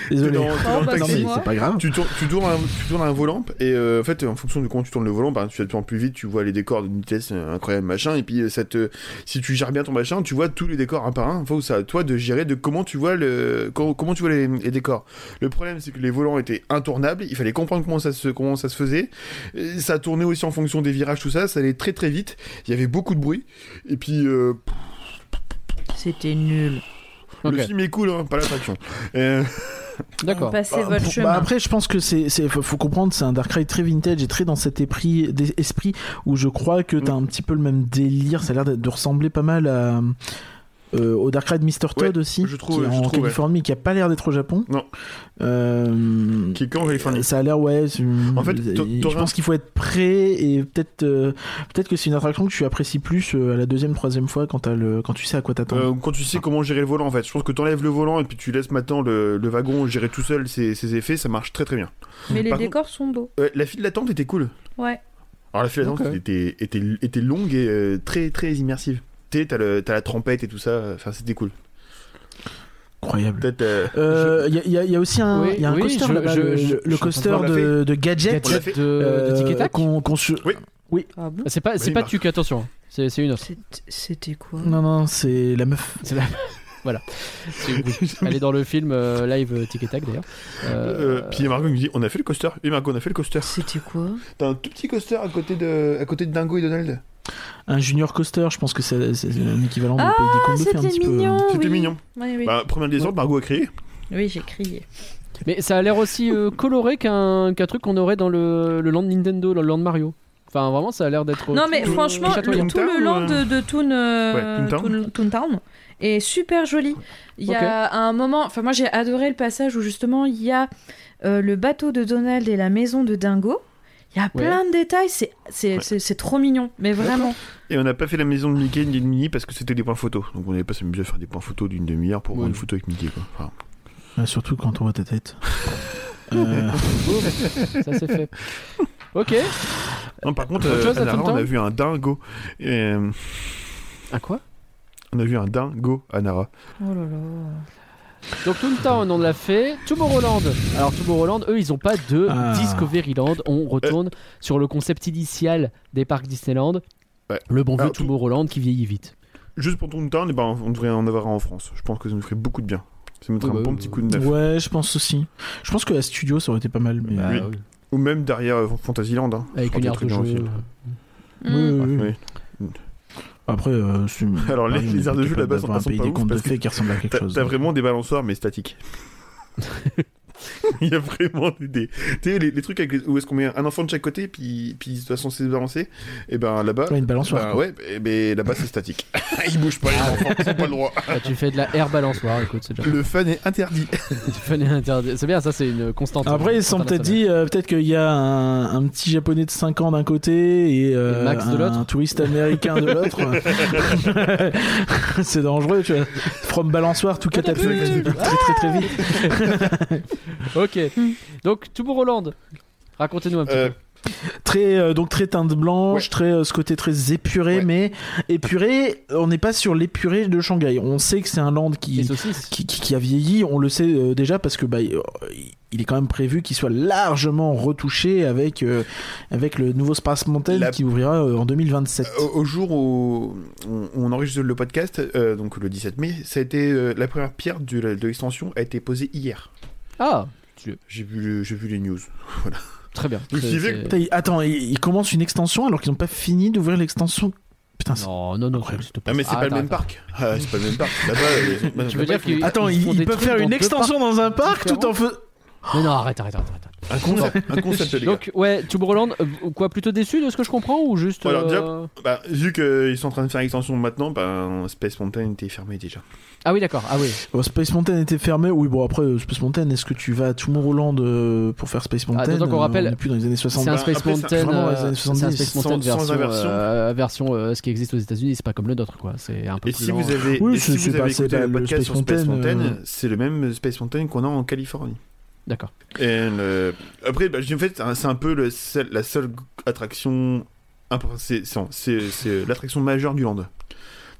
Speaker 4: t'es
Speaker 6: Désolé.
Speaker 4: dans- t'es dans
Speaker 3: Oh,
Speaker 4: le
Speaker 3: bah,
Speaker 6: Non,
Speaker 4: taxi.
Speaker 6: mais
Speaker 3: moi.
Speaker 6: c'est pas grave.
Speaker 4: tu tournes, tu, tournes un, tu tournes un volant et euh, en fait en fonction de comment tu tournes le volant bah, tu vas de plus en plus vite tu vois les décors d'une vitesse euh, incroyable machin et puis euh, ça te, si tu gères bien ton machin tu vois tous les décors un par un enfin c'est à toi de gérer de comment tu vois le co- comment tu vois les, les décors le problème c'est que les volants étaient intournables il fallait comprendre comment ça se comment ça se faisait Et ça tournait aussi en fonction des virages tout ça ça allait très très vite il y avait beaucoup de bruit et puis euh,
Speaker 3: C'était nul.
Speaker 1: Ok,
Speaker 4: le film est cool hein, pas l'attraction Euh,
Speaker 1: D'accord.
Speaker 3: Passez
Speaker 6: Bah,
Speaker 3: votre
Speaker 6: pour- bah,
Speaker 3: chemin.
Speaker 6: après, je pense que c'est, c'est- faut, faut comprendre, c'est un Dark Ride très vintage et très dans cet esprit, des- esprit où je crois que
Speaker 4: Mm.
Speaker 6: t'as un petit peu le même délire. Ça a l'air de, de ressembler pas mal à, euh, au Dark Ride Mr. Todd aussi,
Speaker 4: je trouve-
Speaker 6: qui est
Speaker 4: je
Speaker 6: en
Speaker 4: trouve, ouais.
Speaker 6: Californie, qui a pas l'air d'être au Japon.
Speaker 4: Non.
Speaker 6: Euh,
Speaker 4: qui est quand en Californie
Speaker 6: ça a l'air ouais.
Speaker 4: En
Speaker 6: En
Speaker 4: fait,
Speaker 6: fait,
Speaker 4: t'a-
Speaker 6: je
Speaker 4: t'auras-
Speaker 6: pense qu'il faut être prêt et peut-être euh, peut-être que c'est une attraction que tu apprécies plus euh, à la deuxième, troisième fois quand t'as le quand tu sais à quoi t'attendre.
Speaker 4: Euh, quand tu sais comment gérer le volant, en fait, je pense que t'enlèves le volant et puis tu laisses maintenant le, le wagon gérer tout seul ses, ses effets, ça marche très très bien.
Speaker 3: Mais les
Speaker 4: par
Speaker 3: décors sont beaux.
Speaker 4: Euh, la file d'attente était cool.
Speaker 3: Ouais.
Speaker 4: Alors la file d'attente
Speaker 1: Ok.
Speaker 4: était, était, était longue et euh, très très immersive. Tu sais, t'as le- t'as la trompette et tout ça, enfin c'était cool.
Speaker 6: Incroyable.
Speaker 4: Peut-être. euh,
Speaker 6: Il y, a- y a- y a aussi un,
Speaker 1: Oui,
Speaker 6: y a un
Speaker 1: oui,
Speaker 6: coaster
Speaker 1: je-
Speaker 6: là-bas,
Speaker 1: je-
Speaker 6: le,
Speaker 1: je-
Speaker 6: le
Speaker 4: je suis en train
Speaker 6: coaster
Speaker 4: de la euh, faire.
Speaker 6: de, de gadget. euh,
Speaker 4: On l'a
Speaker 1: Gadget
Speaker 4: fait.
Speaker 1: de, de Tic et Tac
Speaker 6: qu'on- qu'on se-
Speaker 4: Oui.
Speaker 3: Ah
Speaker 1: Bah,
Speaker 3: bon
Speaker 1: C'est pas, c'est
Speaker 4: Oui, bah.
Speaker 1: pas
Speaker 4: Marc.
Speaker 1: Tuc, attention. hein. C'est c'est une autre.
Speaker 3: C'est- C'était quoi
Speaker 6: Non, non, c'est la meuf.
Speaker 1: C'est la- voilà. C'est- oui. Elle est dans le film euh, live euh, Tic et Tac d'ailleurs. Euh,
Speaker 4: euh, Puis Margot me dit on a fait le coaster. Et Margot, on a fait le coaster.
Speaker 3: C'était quoi
Speaker 4: T'as un tout petit coaster à côté de, à côté de Dingo et Donald.
Speaker 6: Un junior coaster, je pense que c'est c'est un équivalent du
Speaker 3: Ah,
Speaker 6: pays des contes de fées, un
Speaker 3: C'était
Speaker 6: petit peu. hein.
Speaker 3: mignon.
Speaker 4: C'était
Speaker 3: oui.
Speaker 4: mignon.
Speaker 3: Oui, oui.
Speaker 4: Bah, première désordre, Margot a crié.
Speaker 3: Oui, j'ai crié.
Speaker 1: Mais ça a l'air aussi euh, coloré qu'un qu'un truc qu'on aurait dans le, le land Nintendo, le land Mario. Enfin, vraiment, ça a l'air d'être. euh,
Speaker 3: Non, mais
Speaker 4: Toon-
Speaker 3: franchement,
Speaker 1: Toon-
Speaker 3: le-
Speaker 4: Toon
Speaker 3: tout
Speaker 4: Town,
Speaker 3: le land
Speaker 4: euh,
Speaker 3: de, de Toon, euh,
Speaker 4: Ouais, Toon
Speaker 3: Toon-
Speaker 4: Town.
Speaker 3: Toon Town est super joli. Il y a un moment, enfin moi j'ai adoré le passage où justement il y a euh, le bateau de Donald et la maison de Dingo. Il y a
Speaker 1: Ouais.
Speaker 3: plein de détails, c'est c'est
Speaker 4: Ouais.
Speaker 3: c'est- c'est trop mignon, mais vraiment.
Speaker 4: Et on n'a pas fait la maison de Mickey ni de Minnie parce que c'était des points photos. Donc on n'avait pas s'amuser à faire des points photos d'une demi-heure pour
Speaker 1: Oui.
Speaker 4: une photo avec Mickey. Quoi. Enfin,
Speaker 6: Ah, Surtout quand on voit ta tête. Euh,
Speaker 1: Ça s'est fait. Ok.
Speaker 4: Non, par contre,
Speaker 1: Autre
Speaker 4: euh,
Speaker 1: chose à
Speaker 4: à Nara,
Speaker 1: Toontown
Speaker 4: on a vu un dingo. Et, euh,
Speaker 1: À quoi
Speaker 4: on a vu un dingo à Nara.
Speaker 3: Oh là là.
Speaker 1: Donc, Toontown, on l'a fait. Tomorrowland. Alors, Tomorrowland, eux, ils ont pas de
Speaker 6: Ah.
Speaker 1: Discoveryland. On retourne sur le concept initial des parcs Disneyland.
Speaker 4: Ouais.
Speaker 1: Le bon vieux
Speaker 4: Alors, tout-
Speaker 1: Tomorrowland qui vieillit vite.
Speaker 4: juste pour Toontown, et ben, on devrait en avoir un en France. Je pense que ça nous ferait beaucoup de bien. Ça mettrait
Speaker 1: Ouais,
Speaker 4: un
Speaker 1: bah,
Speaker 4: bon
Speaker 1: euh,
Speaker 4: petit coup de neuf.
Speaker 6: Ouais, je pense aussi. Je pense que la studio, ça aurait été pas mal. Mais... euh,
Speaker 1: Bah,
Speaker 4: Oui.
Speaker 1: oui.
Speaker 4: Ou même derrière euh, Fantasyland. Hein.
Speaker 1: Avec
Speaker 4: Je
Speaker 1: une
Speaker 4: crois
Speaker 1: aire
Speaker 4: qu'il
Speaker 1: de
Speaker 4: y a
Speaker 1: jeu.
Speaker 4: très bien aussi.
Speaker 6: Oui,
Speaker 8: Mm.
Speaker 6: oui, oui.
Speaker 4: Ouais,
Speaker 6: Après, euh, c'est-
Speaker 4: Alors, les-
Speaker 6: Ah, on
Speaker 4: les
Speaker 6: est
Speaker 4: aires de jeu
Speaker 6: capable
Speaker 4: là-bas sont
Speaker 6: d'avoir un
Speaker 4: pas sont
Speaker 6: pays
Speaker 4: pas
Speaker 6: des
Speaker 4: ouf
Speaker 6: contes de
Speaker 4: parce que
Speaker 6: fées qui ressemble à quelque
Speaker 4: T'as
Speaker 6: chose. hein.
Speaker 4: t'as vraiment des balançoires, mais statiques. Il y a vraiment des. des- Tu sais, les, les trucs avec les- où est-ce qu'on met un enfant de chaque côté, puis, puis de toute façon, c'est balancé. Et ben là-bas.
Speaker 6: Ouais, une balançoire.
Speaker 4: ben,
Speaker 6: quoi.
Speaker 4: ouais, eh ben, là-bas, c'est statique. Ils bougent pas, les enfants, ils ont pas le droit.
Speaker 1: Ah, tu fais de la air balançoire, écoute, c'est déjà.
Speaker 4: Le fun est interdit.
Speaker 1: tu fais une interdit- C'est bien, ça, c'est une constante.
Speaker 6: Après, ils
Speaker 1: Constante
Speaker 6: se sont peut-être
Speaker 1: internationale.
Speaker 6: dit, euh, peut-être qu'il y a un, un petit japonais de 5 ans d'un côté et, euh,
Speaker 1: Et Max de
Speaker 6: un-
Speaker 1: l'autre.
Speaker 6: un touriste américain de l'autre. c'est dangereux, tu vois. From balançoire, tout catapult. très, très très vite.
Speaker 1: Ok. Donc, tout pour Hollande. Racontez-nous un petit
Speaker 4: Euh,
Speaker 1: peu.
Speaker 6: Très, euh, donc très teinte blanche,
Speaker 4: Ouais.
Speaker 6: très, euh, ce côté très épuré,
Speaker 4: Ouais.
Speaker 6: mais épuré, on n'est pas sur l'épuré de Shanghai. On sait que c'est un land
Speaker 1: Les
Speaker 6: qui,
Speaker 1: saucisses.
Speaker 6: qui, qui- qui a vieilli, on le sait euh, déjà parce que bah, il il est quand même prévu qu'il soit largement retouché avec, euh, avec le nouveau Space Mountain
Speaker 4: La- Oh.
Speaker 6: qui ouvrira euh, en 2027.
Speaker 4: Au, au jour où on, on enregistre le podcast, euh, donc le 17 mai, ça a été euh, la première pierre de, la- de l'extension a été posée hier.
Speaker 1: Ah,
Speaker 4: J'ai vu, le- j'ai vu les news.
Speaker 1: très bien.
Speaker 4: Donc,
Speaker 1: C'est-
Speaker 4: il fait-
Speaker 1: c'est-
Speaker 6: Putain, il- Attends, ils il commencent une extension alors qu'ils n'ont pas fini d'ouvrir l'extension. Putain, c'est-
Speaker 1: Non, non, non.
Speaker 6: Incroyable.
Speaker 1: s'il te plaît.
Speaker 4: Ah mais c'est pas
Speaker 1: Arrête,
Speaker 4: le même
Speaker 1: arrête,
Speaker 4: parc. bah, Ah, c'est pas le même parc. Là-bas,
Speaker 1: Tu veux dire qu'ils-
Speaker 6: Attends,
Speaker 1: ils
Speaker 6: ils,
Speaker 1: font
Speaker 6: ils
Speaker 1: des
Speaker 6: peuvent
Speaker 1: trucs
Speaker 6: faire
Speaker 1: dans
Speaker 6: une
Speaker 1: deux
Speaker 6: extension dans un parc tout en faisant.
Speaker 1: arrête. Non, non, arrête, arrête, arrête. arrête.
Speaker 4: un concept, un concept les gars.
Speaker 1: Donc, ouais, Tuberoland, euh, quoi, plutôt déçu de ce que je comprends ou juste.
Speaker 4: Alors,
Speaker 1: euh,
Speaker 4: Bah, vu qu'ils sont en train de faire l'extension maintenant, ben Space Mountain était fermé déjà.
Speaker 1: Ah oui, d'accord. Ah oui.
Speaker 6: Bon, Oh, Space Mountain était fermé. Oui, bon, après, euh, Space Mountain, est-ce que tu vas à Tomorrowland euh, pour faire Space Mountain
Speaker 1: d'autant qu'on
Speaker 6: Euh,
Speaker 1: rappelle-
Speaker 6: on est plus dans les années 60.
Speaker 1: C'est un
Speaker 4: bah,
Speaker 1: Space
Speaker 4: après, ça-
Speaker 1: Mountain,
Speaker 6: vraiment,
Speaker 1: euh,
Speaker 6: les années
Speaker 1: c'est un
Speaker 6: 70,
Speaker 1: Space Mountain
Speaker 4: sans-
Speaker 1: version,
Speaker 4: sans inversion.
Speaker 1: euh, version, euh, ce qui existe aux États-Unis, c'est pas comme le nôtre, quoi. C'est un peu
Speaker 4: Et
Speaker 1: plus
Speaker 4: si
Speaker 1: lent.
Speaker 4: vous avez,
Speaker 6: Oui,
Speaker 4: et
Speaker 6: c'est-
Speaker 4: si
Speaker 6: c'est
Speaker 4: vous avez
Speaker 6: pas- c'est
Speaker 4: écouté
Speaker 6: pas
Speaker 4: le
Speaker 6: le
Speaker 4: podcast
Speaker 6: Space
Speaker 4: sur Space
Speaker 6: Mountain,
Speaker 4: Mountain,
Speaker 6: euh.
Speaker 4: c'est le même Space Mountain qu'on a en Californie.
Speaker 1: D'accord.
Speaker 4: Et le- Après, bah, j'ai- en fait, c'est un- c'est un peu le seul- la seule attraction. impor- C'est c'est- c'est- c'est l'attraction majeure du land.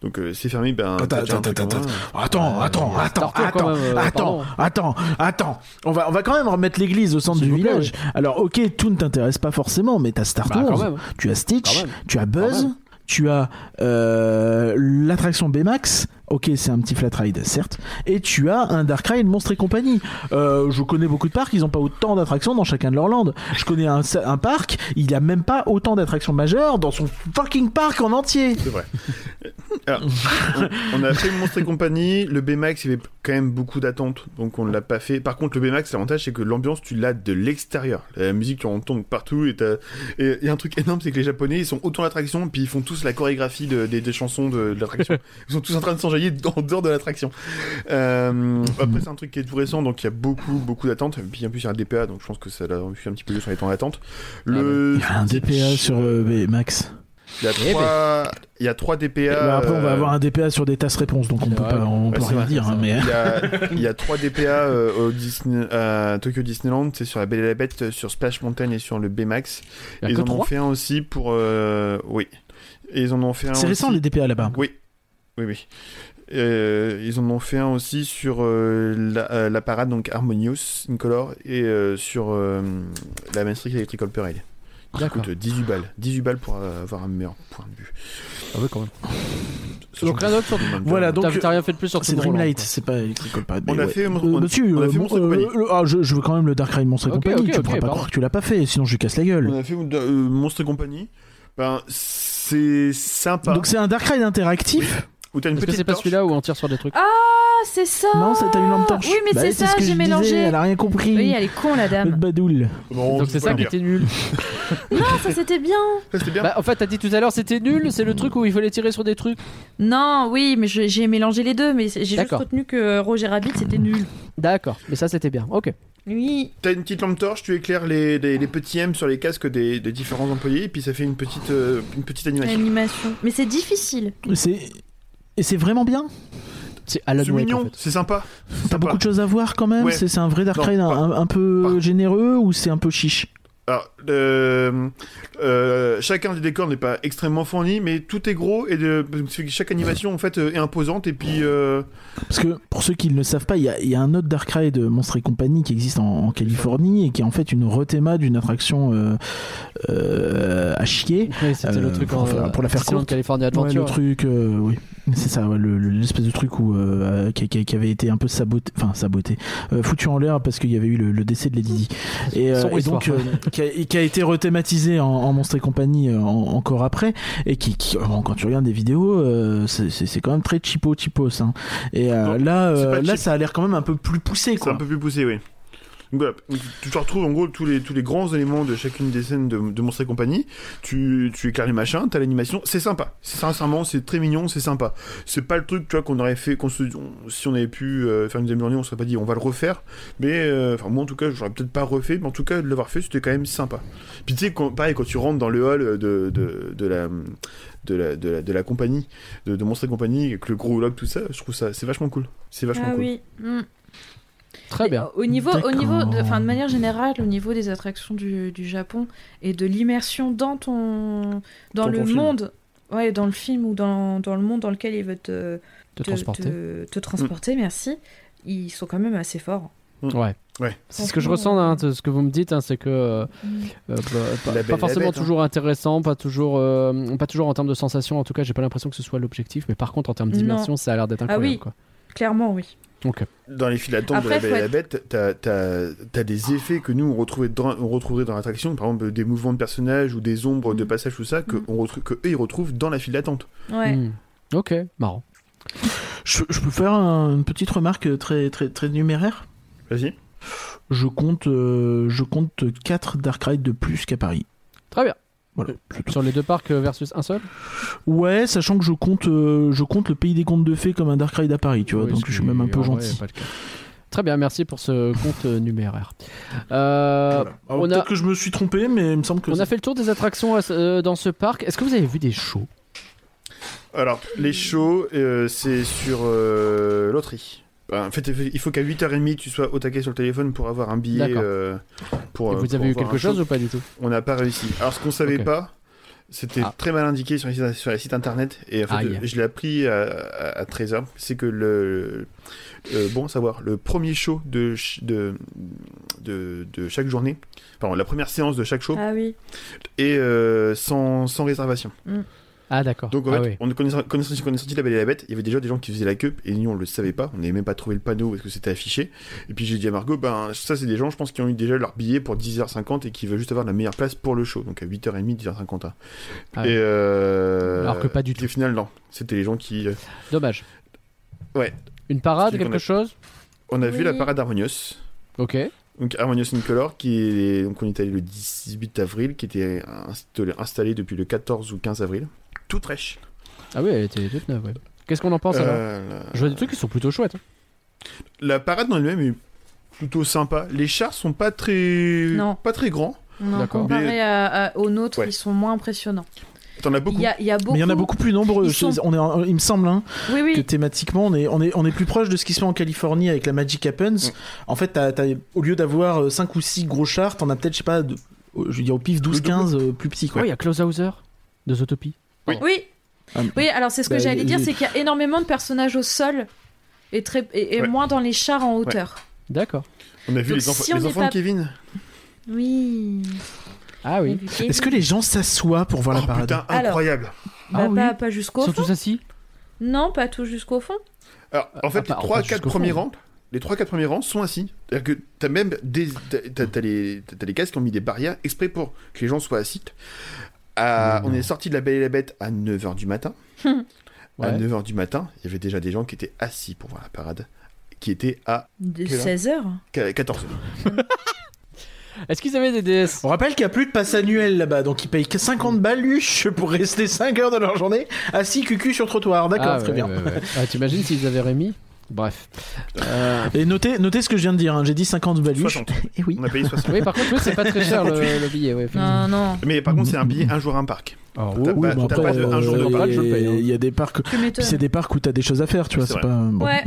Speaker 4: Donc, euh, c'est fermé. Ben,
Speaker 6: Attends,
Speaker 4: t'as déjà un
Speaker 6: attends,
Speaker 4: truc en
Speaker 6: attends,
Speaker 4: main.
Speaker 6: Attends,
Speaker 1: Euh,
Speaker 6: attends,
Speaker 1: il y a
Speaker 6: attends,
Speaker 1: Starter quand
Speaker 6: attends,
Speaker 1: même, euh,
Speaker 6: attends,
Speaker 1: pardon.
Speaker 6: attends, attends. On va, on va quand même remettre l'église au centre
Speaker 1: S'il
Speaker 6: du
Speaker 1: vous plaît,
Speaker 6: village. Alors, ok, tout ne t'intéresse pas forcément, mais t'as Star
Speaker 1: Bah, quand
Speaker 6: Tours,
Speaker 1: même.
Speaker 6: tu as
Speaker 1: Quand
Speaker 6: Stitch,
Speaker 1: même.
Speaker 6: tu as Buzz,
Speaker 1: même.
Speaker 6: tu as euh, l'attraction Baymax. Ok, c'est un petit flat ride, certes. Et tu as un Dark Ride, Monstre et compagnie. Euh, je connais beaucoup de parcs, ils n'ont pas autant d'attractions dans chacun de leurs landes. Je connais un, un parc, il a même pas autant d'attractions majeures dans son fucking parc en entier.
Speaker 4: C'est vrai. Alors, on, on a fait Monstre et compagnie. Le Baymax, il y avait quand même beaucoup d'attentes, donc on ne l'a pas fait. Par contre, le Baymax, l'avantage, c'est que l'ambiance, tu l'as de l'extérieur. La musique, tu en tombes partout. Et t'as- et il y a un truc énorme, c'est que les Japonais, ils sont autant l'attraction, puis ils font tous la chorégraphie de- des, des chansons de, de l'attraction. Ils sont tous en train de s'enjailler en dehors de l'attraction. Euh, après, c'est un truc qui est tout récent, donc il y a beaucoup, beaucoup d'attentes. Et puis, en plus, il y a un DPA, donc je pense que ça l'a fait un petit peu mieux sur les temps d'attente. Le...
Speaker 6: Il y a un DPA sur euh, Baymax. Ah
Speaker 4: Il y a
Speaker 1: Eh
Speaker 4: trois, il y a trois DPA.
Speaker 6: ben. Eh ben, après, on va
Speaker 4: euh,
Speaker 6: avoir un DPA sur des tasses réponses, donc on
Speaker 1: Ouais,
Speaker 6: peut pas, on
Speaker 4: ouais,
Speaker 6: peut
Speaker 4: c'est
Speaker 6: rien
Speaker 4: vrai,
Speaker 6: dire.
Speaker 1: c'est
Speaker 6: hein, mais
Speaker 4: Il y a- Il y a trois DPA euh, au Disney- à Tokyo Disneyland, c'est sur la Belle et la Bête, euh, sur Splash Mountain et sur le Baymax.
Speaker 1: Il y a
Speaker 4: ils
Speaker 1: que
Speaker 4: en ont
Speaker 1: trois.
Speaker 4: fait un aussi pour. euh, Oui. Et ils en ont fait un.
Speaker 6: c'est récent les
Speaker 4: aussi-
Speaker 6: DPA là-bas.
Speaker 4: Oui. Oui, oui. Euh, ils en ont fait un aussi sur euh, la, euh, la parade, donc Harmonious, Incolor, et euh, sur euh, la Main Street Electrical Parade. Qui
Speaker 1: D'accord.
Speaker 4: coûte 18 balles. 18 balles pour euh, avoir un meilleur point de vue.
Speaker 1: Ah oui, quand même.
Speaker 4: Sachant
Speaker 1: Donc
Speaker 4: que
Speaker 1: rien d'autre sur.
Speaker 4: c'est une-
Speaker 6: Voilà, donc euh,
Speaker 1: T'as t'as rien fait de plus sur
Speaker 6: c'est
Speaker 1: Tomorrowland,
Speaker 6: Dreamlight,
Speaker 1: quoi.
Speaker 6: c'est pas Electrical Parade.
Speaker 4: On
Speaker 6: mais
Speaker 4: a
Speaker 6: ouais.
Speaker 4: fait. on-
Speaker 6: Euh,
Speaker 4: on-
Speaker 6: monsieur,
Speaker 4: on a fait
Speaker 6: euh,
Speaker 4: Monstre
Speaker 6: euh,
Speaker 4: Company.
Speaker 6: le- ah, je, je veux quand même le Dark Ride Monstre et
Speaker 1: Ok,
Speaker 6: compagnie.
Speaker 1: ok,
Speaker 6: tu
Speaker 1: ok,
Speaker 6: pourras pas
Speaker 1: pardon.
Speaker 6: croire que tu l'as pas fait, sinon je lui casse la gueule.
Speaker 4: On a fait euh, Monstre et compagnie. Ben, c'est sympa.
Speaker 6: Donc c'est un Dark Ride interactif.
Speaker 4: Ou t'as une
Speaker 1: Est-ce que
Speaker 4: petite
Speaker 1: c'est pas
Speaker 4: torche.
Speaker 1: celui-là où on tire sur des trucs
Speaker 3: Ah, c'est ça
Speaker 6: Non, c'est t'as une lampe torche.
Speaker 3: Oui, mais
Speaker 6: Bah
Speaker 3: c'est ça,
Speaker 6: ce que
Speaker 3: j'ai
Speaker 6: je
Speaker 3: mélangé.
Speaker 6: disais, elle a rien compris.
Speaker 8: Oui, elle est con la
Speaker 6: Notre
Speaker 8: dame.
Speaker 6: badoule.
Speaker 4: Bon,
Speaker 1: Donc c'est
Speaker 4: je peux
Speaker 1: ça
Speaker 4: pas
Speaker 1: qui
Speaker 4: le dire.
Speaker 1: était nul.
Speaker 3: Non, ça Ah, c'était bien.
Speaker 4: Ça, C'était bien.
Speaker 1: Bah, en fait, t'as dit tout à l'heure c'était nul, c'est le truc où il fallait tirer sur des trucs.
Speaker 8: Non, oui, mais je- j'ai mélangé les deux, mais c'est- j'ai juste
Speaker 1: D'accord.
Speaker 8: retenu
Speaker 3: euh,
Speaker 8: que Roger Rabbit c'était nul.
Speaker 1: D'accord, mais ça c'était bien. Ok.
Speaker 8: Oui.
Speaker 4: T'as une petite lampe torche, tu éclaires les, les- les petits M sur les casques des, des différents employés, et puis ça fait une petite, euh, une petite animation.
Speaker 8: Animation. Mais c'est difficile.
Speaker 6: C'est et c'est vraiment bien.
Speaker 1: C'est Alan
Speaker 4: C'est
Speaker 1: Wake,
Speaker 4: mignon,
Speaker 1: en fait.
Speaker 4: c'est sympa. C'est
Speaker 6: T'as
Speaker 4: sympa.
Speaker 6: beaucoup de choses à voir quand même.
Speaker 4: Ouais.
Speaker 6: C'est c'est un vrai Dark
Speaker 4: Non,
Speaker 6: Ride un,
Speaker 4: pas-
Speaker 6: un- un peu
Speaker 4: pas.
Speaker 6: généreux ou c'est un peu chiche.
Speaker 4: Alors, euh, euh, chacun des décors n'est pas extrêmement fourni, mais tout est gros et de, c'est que chaque animation en fait euh, est imposante et puis euh,
Speaker 6: Parce que pour ceux qui ne le savent pas, il y, a- il y a un autre Dark Ride euh, Monstres et compagnie qui existe en, en Californie et qui est en fait une rethéma d'une attraction euh, euh, à chier.
Speaker 1: Ouais, c'était
Speaker 6: Euh,
Speaker 1: le truc
Speaker 6: pour
Speaker 1: en,
Speaker 6: faire- pour la faire
Speaker 1: Disneyland
Speaker 6: courte.
Speaker 1: California
Speaker 6: Ouais,
Speaker 1: Adventure.
Speaker 6: le truc, euh, oui, c'est ça, ouais, le- le- l'espèce de truc où, euh, qui, qui- qui avait été un peu saboté, enfin saboté, euh, foutu en l'air parce qu'il y avait eu le, le décès de Lady Di. Et, euh,
Speaker 1: Son
Speaker 6: et
Speaker 1: histoire.
Speaker 6: donc, euh, qui, a, qui a été rethématisé en, en Monstres et compagnie euh, en- encore après, et qui, qui- euh, bon, quand tu regardes des vidéos, euh, c'est- c'est c'est quand même très cheapo, cheapos. hein. Et euh,
Speaker 4: Non,
Speaker 6: là,
Speaker 4: c'est
Speaker 6: euh, là,
Speaker 4: pas cheap.
Speaker 6: ça a l'air quand même un peu plus poussé,
Speaker 4: c'est
Speaker 6: quoi.
Speaker 4: un peu plus poussé, oui. Donc voilà, tu- tu retrouves en gros tous les, tous les grands éléments de chacune des scènes de, de Monstres et compagnie. Tu, tu éclaires les machins, t'as l'animation, c'est sympa. C'est- Sincèrement, c'est très mignon, c'est sympa. C'est pas le truc, tu vois, qu'on aurait fait, qu'on se- on- si on avait pu euh, faire une deuxième journée, on serait pas dit on va le refaire. Mais, euh, enfin, moi en tout cas, j'aurais peut-être pas refait, mais en tout cas, de l'avoir fait, c'était quand même sympa. Puis tu sais, quand- pareil, quand tu rentres dans le hall euh, de, de, de la. De la, de, la, de la compagnie, de, de Monstres et compagnie, avec le gros log, tout ça, je trouve ça, c'est vachement cool. C'est vachement
Speaker 8: Ah
Speaker 4: cool.
Speaker 8: oui. Mm.
Speaker 1: Très bien.
Speaker 8: Mais, euh, Au niveau, au
Speaker 6: D'accord.
Speaker 8: niveau de, enfin, de manière générale, au niveau des attractions du, du Japon et de l'immersion dans ton, dans
Speaker 4: Dans
Speaker 8: le
Speaker 4: ton film.
Speaker 8: monde, ouais, dans le film ou dans, dans le monde dans lequel il veut te,
Speaker 1: Te
Speaker 8: euh,
Speaker 1: transporter.
Speaker 8: te- te transporter,
Speaker 4: Mm.
Speaker 8: merci. Ils sont quand même assez forts.
Speaker 1: Ouais.
Speaker 4: Ouais.
Speaker 1: C'est ce que je ressens, hein, de ce que vous me dites, hein, c'est que euh, euh, bah, pas,
Speaker 4: La
Speaker 1: pas
Speaker 4: belle, la
Speaker 1: forcément
Speaker 4: bête, hein.
Speaker 1: toujours intéressant, pas toujours, euh, pas toujours en termes de sensation. En tout cas, j'ai pas l'impression que ce soit l'objectif, mais par contre, en termes
Speaker 8: Non.
Speaker 1: d'immersion, ça a l'air d'être
Speaker 8: Ah
Speaker 1: incroyable.
Speaker 8: oui.
Speaker 1: quoi.
Speaker 8: Clairement, oui.
Speaker 1: Donc,
Speaker 4: dans les files d'attente de
Speaker 8: Après,
Speaker 4: la Belle et
Speaker 8: faut
Speaker 4: la Bête, t'as as, des effets que nous on, retrouvait dans- on retrouverait dans l'attraction, par exemple des mouvements de personnages ou des ombres de
Speaker 8: Mhm.
Speaker 4: passages ou ça que,
Speaker 8: Mhm.
Speaker 4: on retrouve, que eux ils retrouvent dans la file d'attente.
Speaker 8: Ouais.
Speaker 4: Mm.
Speaker 1: hmm. ok, marrant.
Speaker 6: Je, je peux faire un- une petite remarque très, très, très numéraire
Speaker 4: Vas-y.
Speaker 6: je compte, euh, je compte 4 Dark Ride de plus qu'à Paris.
Speaker 1: Très bien.
Speaker 6: Voilà, c'est tout.
Speaker 1: Sur les deux parcs euh, versus un seul
Speaker 6: Ouais, sachant que je compte, euh, je compte le pays des contes de fées comme un Dark Ride à Paris, tu vois,
Speaker 1: Oui,
Speaker 6: donc
Speaker 1: ce
Speaker 6: je suis
Speaker 1: qui,
Speaker 6: même un peu
Speaker 1: en vrai,
Speaker 6: gentil.
Speaker 1: est ah pas le cas. Très bien, merci pour ce compte euh, numéraire. Euh,
Speaker 6: Voilà. Alors,
Speaker 1: on, a,
Speaker 6: Peut-être que je me suis trompé, mais il me semble que.
Speaker 1: on a
Speaker 6: c'est-
Speaker 1: fait le tour des attractions euh, dans ce parc. Est-ce que vous avez vu des shows
Speaker 4: Alors, les shows, euh, c'est sur euh, loterie. Ben, en fait, il faut qu'à 8h30 tu sois au taquet sur le téléphone pour avoir un billet.
Speaker 1: D'accord.
Speaker 4: euh, pour,
Speaker 1: Et
Speaker 4: euh,
Speaker 1: Vous
Speaker 4: pour
Speaker 1: avez eu
Speaker 4: voir un
Speaker 1: quelque
Speaker 4: show.
Speaker 1: chose ou pas du tout
Speaker 4: On n'a pas réussi. Alors, ce qu'on savait
Speaker 1: Ok.
Speaker 4: pas, c'était
Speaker 1: Ah.
Speaker 4: très mal indiqué sur les sites, sur les sites internet. Et en fait,
Speaker 1: Aïe.
Speaker 4: euh, je l'ai appris à, à, à 13h. C'est que le. euh, bon, à savoir, le premier show de, ch- de, de, de chaque journée, pardon, la première séance de chaque show,
Speaker 8: Ah oui.
Speaker 4: est euh, sans, sans réservation.
Speaker 1: Ah d'accord.
Speaker 4: Donc, en
Speaker 1: Ah
Speaker 4: fait,
Speaker 1: oui.
Speaker 4: on connaissait, connaissait, connaissait la belle et la bête, il y avait déjà des gens qui faisaient la queue, et nous, on le savait pas, on n'avait même pas trouvé le panneau parce que c'était affiché. Et puis, j'ai dit à Margot, ben, ça, c'est des gens, je pense, qui ont eu déjà leur billet pour 10h50 et qui veulent juste avoir la meilleure place pour le show, donc à 8h30, 10h50. hein.
Speaker 1: Ah ouais.
Speaker 4: Et, euh,
Speaker 1: Alors que pas du
Speaker 4: et Au final, non, c'était les gens qui. euh,
Speaker 1: Dommage.
Speaker 4: Ouais.
Speaker 1: Une parade,
Speaker 4: Celui qu'on
Speaker 1: quelque
Speaker 4: a-
Speaker 1: chose
Speaker 4: On a
Speaker 8: Oui.
Speaker 4: vu la parade Harmonious.
Speaker 1: Ok.
Speaker 4: Donc Harmonious Incolor, qui est, donc on est allé le 18 avril, qui était installé, installé depuis le 14 ou 15 avril. Toute fraîche.
Speaker 1: Ah oui, elle était toute neuve, ouais. Qu'est-ce qu'on en pense alors
Speaker 4: Euh, la-
Speaker 1: Je vois des trucs qui sont plutôt chouettes. hein.
Speaker 4: La parade en elle-même est plutôt sympa. Les chars sont pas très,
Speaker 8: Non.
Speaker 4: pas très grands.
Speaker 8: Non,
Speaker 1: D'accord.
Speaker 8: comparé
Speaker 4: Mais-
Speaker 8: à- à- aux nôtres,
Speaker 4: Ouais.
Speaker 8: ils sont moins impressionnants.
Speaker 4: T'en as
Speaker 8: Il
Speaker 4: beaucoup.
Speaker 8: y, a, il y a beaucoup.
Speaker 6: Mais il y en a beaucoup plus nombreux.
Speaker 8: Ils sont-
Speaker 6: Je- On est, en- il me semble hein,
Speaker 8: Oui,
Speaker 6: que
Speaker 8: oui.
Speaker 6: thématiquement, on est, on, est, on est plus proche de ce qui se fait en Californie avec la Magic Happens.
Speaker 1: Mm.
Speaker 6: En fait, t'as- t'as- au lieu d'avoir 5 ou 6 gros chars, t'en as peut-être, je sais pas, de- je veux dire, au pif 12-15 euh, plus petits,
Speaker 1: Oh,
Speaker 6: quoi.
Speaker 1: il y a Closehauser de Zootopie.
Speaker 8: Oui.
Speaker 6: Ah,
Speaker 8: Oui, alors c'est ce que
Speaker 6: bah,
Speaker 8: j'allais
Speaker 6: il-
Speaker 8: dire,
Speaker 6: il-
Speaker 8: c'est qu'il y a énormément de personnages au sol et, très, et, et
Speaker 4: Ouais.
Speaker 8: moins dans les chars en hauteur.
Speaker 1: D'accord.
Speaker 4: On a vu
Speaker 8: Donc
Speaker 4: les, enfants-
Speaker 8: si on
Speaker 4: les
Speaker 8: n'est
Speaker 4: enfants
Speaker 8: pas-
Speaker 4: de Kevin.
Speaker 8: Oui.
Speaker 1: Ah oui.
Speaker 6: Est-ce que les gens s'assoient pour voir la
Speaker 4: oh
Speaker 6: parade
Speaker 4: putain,
Speaker 8: Alors.
Speaker 4: incroyable.
Speaker 8: Bah,
Speaker 1: Ah oui.
Speaker 8: Pas, pas
Speaker 1: Ils
Speaker 8: jusqu'au
Speaker 1: sont
Speaker 8: fond.
Speaker 1: tous assis
Speaker 8: Non, pas tout jusqu'au fond.
Speaker 4: Alors, en fait,
Speaker 1: Ah, bah,
Speaker 4: les
Speaker 1: on va
Speaker 4: 3-4
Speaker 1: jusqu'au
Speaker 4: premiers
Speaker 1: fond.
Speaker 4: rangs, les 3-4 premiers rangs sont assis. C'est-à-dire que t'as même des, t'as, t'as les, t'as les casques qui ont mis des barrières exprès pour que les gens soient assis.
Speaker 1: Mmh.
Speaker 4: À- on est sorti de la Belle et la Bête à 9h du matin. À
Speaker 1: Ouais.
Speaker 4: 9h du matin, il y avait déjà des gens qui étaient assis pour voir la parade, qui étaient à
Speaker 8: De
Speaker 4: Quelle heure
Speaker 8: 16h.
Speaker 4: 14h.
Speaker 1: Est-ce qu'ils avaient des DS
Speaker 6: On
Speaker 4: Oh,
Speaker 6: rappelle qu'il n'y a plus de passe annuel là-bas, donc ils payent que 50 baluches pour rester 5 heures de leur journée assis cucu sur trottoir. D'accord,
Speaker 1: Ah,
Speaker 6: très
Speaker 1: ouais,
Speaker 6: bien.
Speaker 1: ouais, ouais. Ah, T'imagines s'ils avaient Rémi Bref. Euh,
Speaker 6: Et notez, notez ce que je viens de dire, hein, j'ai dit 50 baluches.
Speaker 4: 60.
Speaker 6: Et oui.
Speaker 4: On a payé 60.
Speaker 1: Oui, par contre, oui, c'est pas très cher le, le billet. Ouais, effectivement. Oh,
Speaker 8: Non, non.
Speaker 4: Mais par contre, c'est un billet, un jour, un parc.
Speaker 1: Alors,
Speaker 4: T'as
Speaker 6: Oh, Oui,
Speaker 4: pas-
Speaker 6: mais
Speaker 4: t'as
Speaker 6: après,
Speaker 4: pas de- un jour de
Speaker 6: euh,
Speaker 4: parade,
Speaker 6: il y a-
Speaker 1: je le paye, hein.
Speaker 6: Il y a des parcs,
Speaker 8: Tu
Speaker 6: puis c'est
Speaker 8: m'étonnes.
Speaker 6: des parcs où t'as des choses à faire, tu vois.
Speaker 4: C'est
Speaker 6: C'est
Speaker 4: vrai.
Speaker 6: pas. bon.
Speaker 8: Ouais.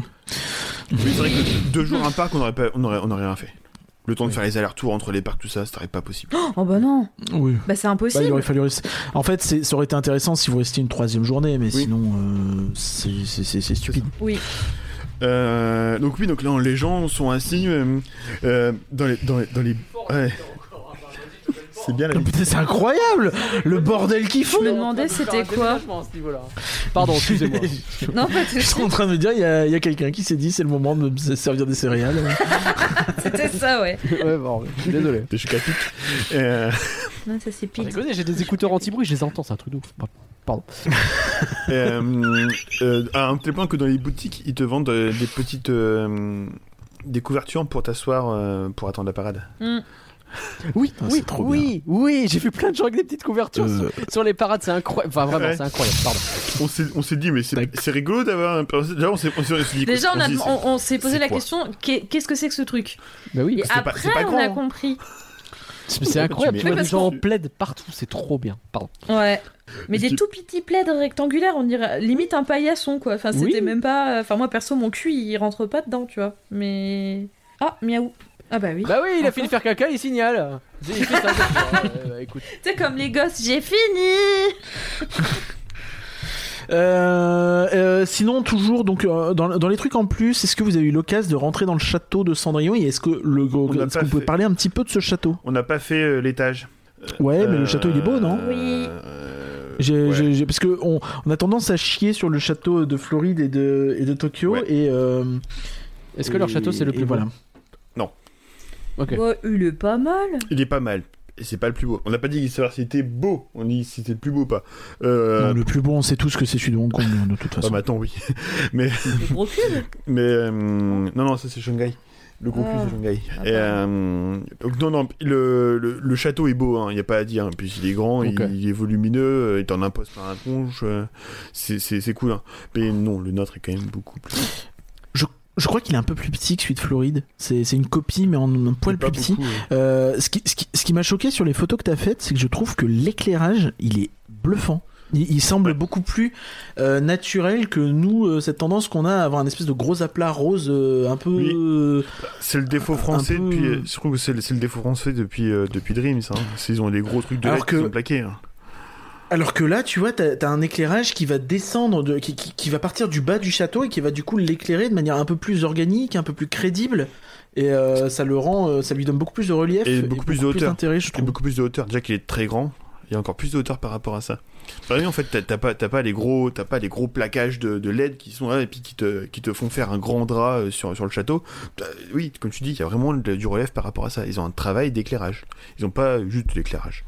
Speaker 4: Mais c'est vrai que deux jours, un parc, on aurait, pas- on aurait, on aurait rien fait. Le temps de faire les allers-retours entre les parcs, tout ça, c'était pas possible.
Speaker 8: Oh bah non,
Speaker 6: Oui.
Speaker 8: bah c'est
Speaker 6: Bah, il
Speaker 8: impossible.
Speaker 6: aurait fallu rester- En fait, c'est- ça aurait été intéressant si vous restiez une troisième journée, mais
Speaker 4: Oui.
Speaker 6: sinon, euh, c'est- c'est c'est- c'est stupide.
Speaker 8: oui.
Speaker 4: Euh, donc oui, donc là, les gens sont assis euh, euh, dans les... Dans les, dans les... ouais. C'est bien la vie.
Speaker 6: Putain, c'est incroyable Le bordel qu'ils font
Speaker 8: Je me demandais c'était quoi.
Speaker 1: Pardon, excusez-moi.
Speaker 8: Non, pas tout.
Speaker 6: Je suis en train de me dire, il y a, il y a quelqu'un qui s'est dit, c'est le moment de me servir des céréales.
Speaker 8: C'était ça, ouais.
Speaker 1: ouais, bon, je suis désolé.
Speaker 4: Je suis capique. Euh,
Speaker 8: Non, ça
Speaker 1: Sans
Speaker 8: c'est pire.
Speaker 1: déconner, j'ai des écouteurs anti-bruit, je les entends, c'est un truc de ouf.
Speaker 4: euh, euh, à un tel point que dans les boutiques, ils te vendent euh, des petites euh, des couvertures pour t'asseoir euh, pour attendre la parade.
Speaker 1: Oui,
Speaker 6: Putain,
Speaker 1: oui,
Speaker 6: c'est trop
Speaker 1: oui, oui, j'ai vu plein de gens avec des petites couvertures
Speaker 6: Euh.
Speaker 1: sur, sur les parades, c'est incroyable. Enfin, vraiment,
Speaker 4: Ouais.
Speaker 1: c'est incroyable, pardon.
Speaker 4: On s'est on s'est dit mais c'est
Speaker 6: Tac.
Speaker 4: c'est rigolo d'avoir un déjà on s'est on s'est- on s'est dit
Speaker 8: Déjà, on, a-
Speaker 4: s'est dit, c'est-
Speaker 8: on, on s'est posé
Speaker 4: c'est
Speaker 8: la
Speaker 4: quoi
Speaker 8: question qu'est- qu'est-ce que c'est que ce truc
Speaker 1: Bah oui,
Speaker 8: Et
Speaker 4: Parce que c'est pas-
Speaker 8: après,
Speaker 4: c'est pas
Speaker 8: on a
Speaker 4: grand, hein.
Speaker 8: compris.
Speaker 1: c'est c'est incroyable,
Speaker 4: tu
Speaker 1: tu vois
Speaker 4: mets-
Speaker 1: des gens en
Speaker 4: parce qu'on-
Speaker 1: plaid partout, c'est trop bien, pardon.
Speaker 8: Ouais. Mais
Speaker 4: Parce
Speaker 8: des
Speaker 4: que-
Speaker 8: tout petits plaids rectangulaires, on dirait limite un paillasson, quoi. Enfin, c'était
Speaker 1: Oui.
Speaker 8: même pas. Enfin, moi perso, mon cul, il rentre pas dedans, tu vois. Mais. Ah, miaou. Ah bah oui.
Speaker 1: Bah oui, il a
Speaker 8: Enfin.
Speaker 1: fini de faire caca, il signale. Il fait ça, euh, bah, écoute.
Speaker 8: Tu sais, comme les gosses, j'ai fini
Speaker 6: Euh, euh, sinon, toujours, donc, euh, dans, dans les trucs en plus, est-ce que vous avez eu l'occasion de rentrer dans le château de Cendrillon et est-ce que le
Speaker 4: On n'a
Speaker 6: est-ce
Speaker 4: pas
Speaker 6: qu'on peut
Speaker 4: fait.
Speaker 6: parler un petit peu de ce château
Speaker 4: on n'a pas fait euh, l'étage.
Speaker 6: Ouais, mais
Speaker 4: Euh,
Speaker 6: le château, il est beau, non
Speaker 8: Oui.
Speaker 4: euh,
Speaker 6: J'ai-
Speaker 4: ouais.
Speaker 6: j'ai- j'ai- parce que on, on a tendance à chier sur le château de Floride et de, et de Tokyo
Speaker 4: Ouais.
Speaker 6: et euh,
Speaker 1: Est-ce que leur
Speaker 6: et-
Speaker 1: château c'est le
Speaker 6: et
Speaker 1: plus beau
Speaker 6: voilà.
Speaker 1: Ok.
Speaker 8: Bah, il est pas mal.
Speaker 4: Il est pas mal. Et c'est pas le plus beau. On n'a pas dit savoir si c'était beau. On dit si c'était le plus beau ou pas. Euh,
Speaker 6: Non, le plus beau, on sait tous que c'est celui de Hong Kong hein, de toute
Speaker 4: Ah,
Speaker 6: façon.
Speaker 4: mais attends, oui.
Speaker 8: Le gros cul.
Speaker 4: Mais euh, non, non, ça c'est Shanghai. Le gros cul,
Speaker 8: Ah.
Speaker 4: c'est Shanghai.
Speaker 8: Ah,
Speaker 4: Et, euh, donc, non, non, le, le, le château est beau, hein. il n'y a pas à dire. Puis il est grand, il-
Speaker 1: Ok.
Speaker 4: il, est volumineux, euh, il t'en impose par un ponche. euh, c'est- C'est c'est cool. hein. Mais non, le nôtre est quand même beaucoup plus.
Speaker 6: Je crois qu'il est un peu plus petit que celui de Floride. C'est c'est une copie, mais en un poil
Speaker 4: pas
Speaker 6: plus petit.
Speaker 4: beaucoup, ouais.
Speaker 6: Euh, ce qui, ce qui- ce qui m'a choqué sur les photos que t'as faites, c'est que je trouve que l'éclairage, il est bluffant. Il, il semble beaucoup plus euh, naturel que nous, euh, cette tendance qu'on a à avoir un espèce de gros aplat rose euh, un peu.
Speaker 4: Oui.
Speaker 6: euh,
Speaker 4: C'est le défaut français
Speaker 6: peu-
Speaker 4: depuis. euh, Je trouve que c'est le, c'est le défaut français depuis, euh, depuis Dreams. hein. C'est- Ils ont des gros trucs de
Speaker 6: Alors
Speaker 4: LED qu'ils
Speaker 6: que-
Speaker 4: ont plaqués. hein.
Speaker 6: Alors que là, tu vois, t'as as un éclairage qui va descendre, de, qui, qui- qui va partir du bas du château et qui va du coup l'éclairer de manière un peu plus organique, un peu plus crédible. Et euh, ça le rend, euh, ça lui donne beaucoup plus de relief
Speaker 4: Et beaucoup plus de hauteur.
Speaker 6: d'intérêt, je
Speaker 4: Il y a
Speaker 6: trouve.
Speaker 4: beaucoup plus de hauteur. Déjà qu'il est très grand, il y a encore plus de hauteur par rapport à ça. Enfin, oui, en fait, t'as t'as pas, t'as pas les gros, t'as pas les gros plaquages de, de LED qui sont là et puis qui te, qui te font faire un grand drap euh, sur, sur le château. T'as- Oui, comme tu dis, il y a vraiment de- du relief par rapport à ça. Ils ont un travail d'éclairage. Ils ont pas juste de l'éclairage.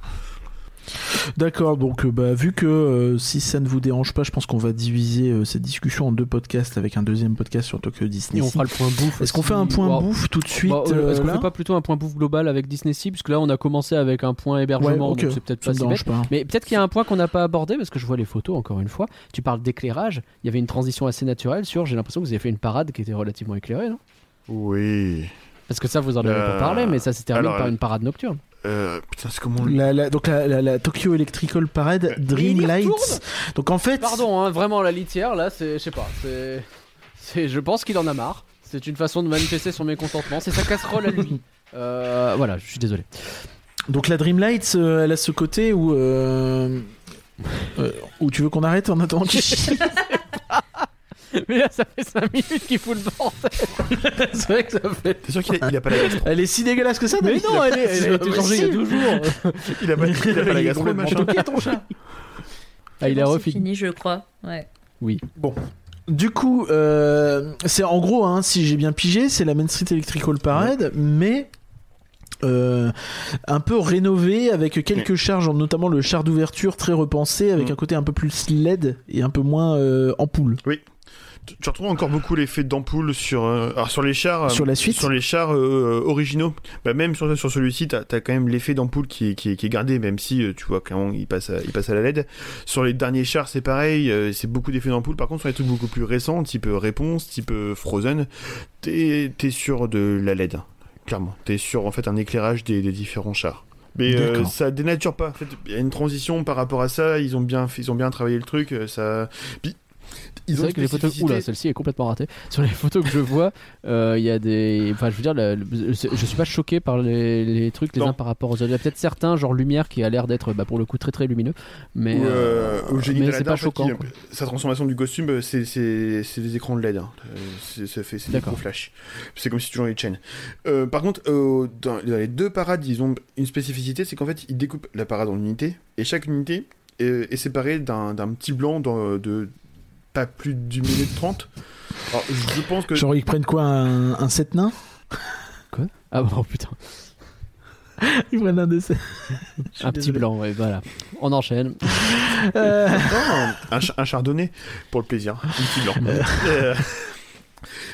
Speaker 6: D'accord, donc euh, bah, vu que euh, si ça ne vous dérange pas, je pense qu'on va diviser euh, cette discussion en deux podcasts avec un deuxième podcast sur Tokyo Disney.
Speaker 1: Et on fera le point bouffe.
Speaker 6: Est-ce qu'on
Speaker 1: aussi.
Speaker 6: fait un point
Speaker 1: Wow.
Speaker 6: bouffe tout de suite
Speaker 1: Bah, euh, Est-ce
Speaker 6: euh,
Speaker 1: qu'on
Speaker 6: là
Speaker 1: fait pas plutôt un point bouffe global avec Disney Sea Parce que là, on a commencé avec un point hébergement,
Speaker 6: Ouais, ok.
Speaker 1: donc c'est peut-être pas
Speaker 6: Ça me
Speaker 1: si bête.
Speaker 6: dérange pas.
Speaker 1: Mais peut-être qu'il y a un point qu'on n'a pas abordé, parce que je vois les photos encore une fois. Tu parles d'éclairage, il y avait une transition assez naturelle sur j'ai l'impression que vous avez fait une parade qui était relativement éclairée, non
Speaker 4: Oui.
Speaker 1: Parce que ça, vous en avez
Speaker 4: Euh,
Speaker 1: pas parlé, mais ça se termine
Speaker 4: alors,
Speaker 1: par
Speaker 4: euh,
Speaker 1: une parade nocturne.
Speaker 4: Euh, putain, c'est comment le.
Speaker 6: La- la- donc la, la- la Tokyo Electrical Parade Dream
Speaker 1: Mais il y retourne
Speaker 6: Lights. Donc en fait,
Speaker 1: Pardon, hein, vraiment, la litière, là, c'est. Je sais pas, c'est. c'est- Je pense qu'il en a marre. C'est une façon de manifester son mécontentement. C'est sa casserole à lui. Euh, voilà, je suis désolé.
Speaker 6: Donc la Dreamlight, euh, elle a ce côté où. euh, euh, où tu veux qu'on arrête en attendant qu'il chie
Speaker 1: Mais là, ça fait 5 minutes qu'il fout le bordel. c'est vrai que ça fait.
Speaker 4: T'es sûr qu'il a, il a pas la gastro
Speaker 6: Elle est si dégueulasse que ça
Speaker 1: Mais
Speaker 6: David
Speaker 1: non, elle, est, elle a été
Speaker 6: C'est
Speaker 1: changée il y a
Speaker 6: impossible.
Speaker 1: deux jours.
Speaker 4: Il a pas, il a pas la
Speaker 6: Il est
Speaker 4: gastro, le
Speaker 6: complètement
Speaker 4: machin.
Speaker 6: toqué, ton chat.
Speaker 1: Ah, il a
Speaker 8: Bon, c'est
Speaker 1: refini.
Speaker 8: fini, je crois. Ouais.
Speaker 6: Du coup, euh, c'est en gros, hein, si j'ai bien pigé, c'est la Main Street Electrical Parade, mais euh, un peu rénové avec quelques charges, notamment le char d'ouverture très repensé, avec
Speaker 4: Mm.
Speaker 6: un côté un peu plus LED et un peu moins euh, ampoule.
Speaker 4: Tu tu retrouves encore beaucoup l'effet d'ampoule sur, euh, alors sur les chars. euh,
Speaker 6: Ah, Sur la suite
Speaker 4: Sur les chars euh, originaux, bah, même sur, sur celui-ci, t'as as quand même l'effet d'ampoule qui, est- qui, est- qui est gardé, même si euh, tu vois quand il passe, à, il passe à la LED. Sur les derniers chars, c'est pareil, euh, c'est beaucoup d'effets d'ampoule. Par contre, sur les trucs beaucoup plus récents, type euh, Réponse, type euh, Frozen, t'es es sûr de la LED, hein, clairement. T'es sûr en fait un éclairage des, des différents chars. Mais euh,
Speaker 6: D'accord.
Speaker 4: ça dénature pas. En fait, il y a une transition par rapport à ça. Ils ont bien, fait- ils ont bien travaillé le truc. euh, Ça, puis
Speaker 1: C'est vrai que les photos. Oula, celle-ci est complètement ratée. Sur les photos que je vois, euh, il y a des. Enfin, je veux dire, la- le- c'est- je suis pas choqué par les, les trucs les
Speaker 4: Non.
Speaker 1: uns par rapport aux autres. Il y a peut-être certains, genre lumière, qui a l'air d'être bah, pour le coup très très lumineux. Mais,
Speaker 4: Ou,
Speaker 1: euh,
Speaker 4: euh, Eugénie
Speaker 1: mais
Speaker 4: Deladin,
Speaker 1: c'est pas
Speaker 4: en fait,
Speaker 1: choquant.
Speaker 4: qui,
Speaker 1: quoi.
Speaker 4: euh, sa transformation du costume, euh, c'est, c'est, c'est des écrans LED. hein. Euh, c'est, ça fait, c'est des
Speaker 1: D'accord.
Speaker 4: gros flash. C'est comme si tu jouais les chaînes. Euh, par contre, euh, dans, dans les deux parades, ils ont une spécificité, c'est qu'en fait, ils découpent la parade en unités, et chaque unité est, est séparée d'un, d'un petit blanc dans- de pas plus d'une minute trente. Alors, je pense que...
Speaker 6: Genre, ils prennent quoi Un, un set nain
Speaker 1: Ah bon, putain.
Speaker 6: Ils prennent un des sept-
Speaker 1: Un petit
Speaker 6: désolé.
Speaker 1: blanc, ouais, voilà. On enchaîne.
Speaker 6: Euh,
Speaker 4: Non, un, ch- un chardonnay pour le plaisir, hein, un petit blanc. Euh,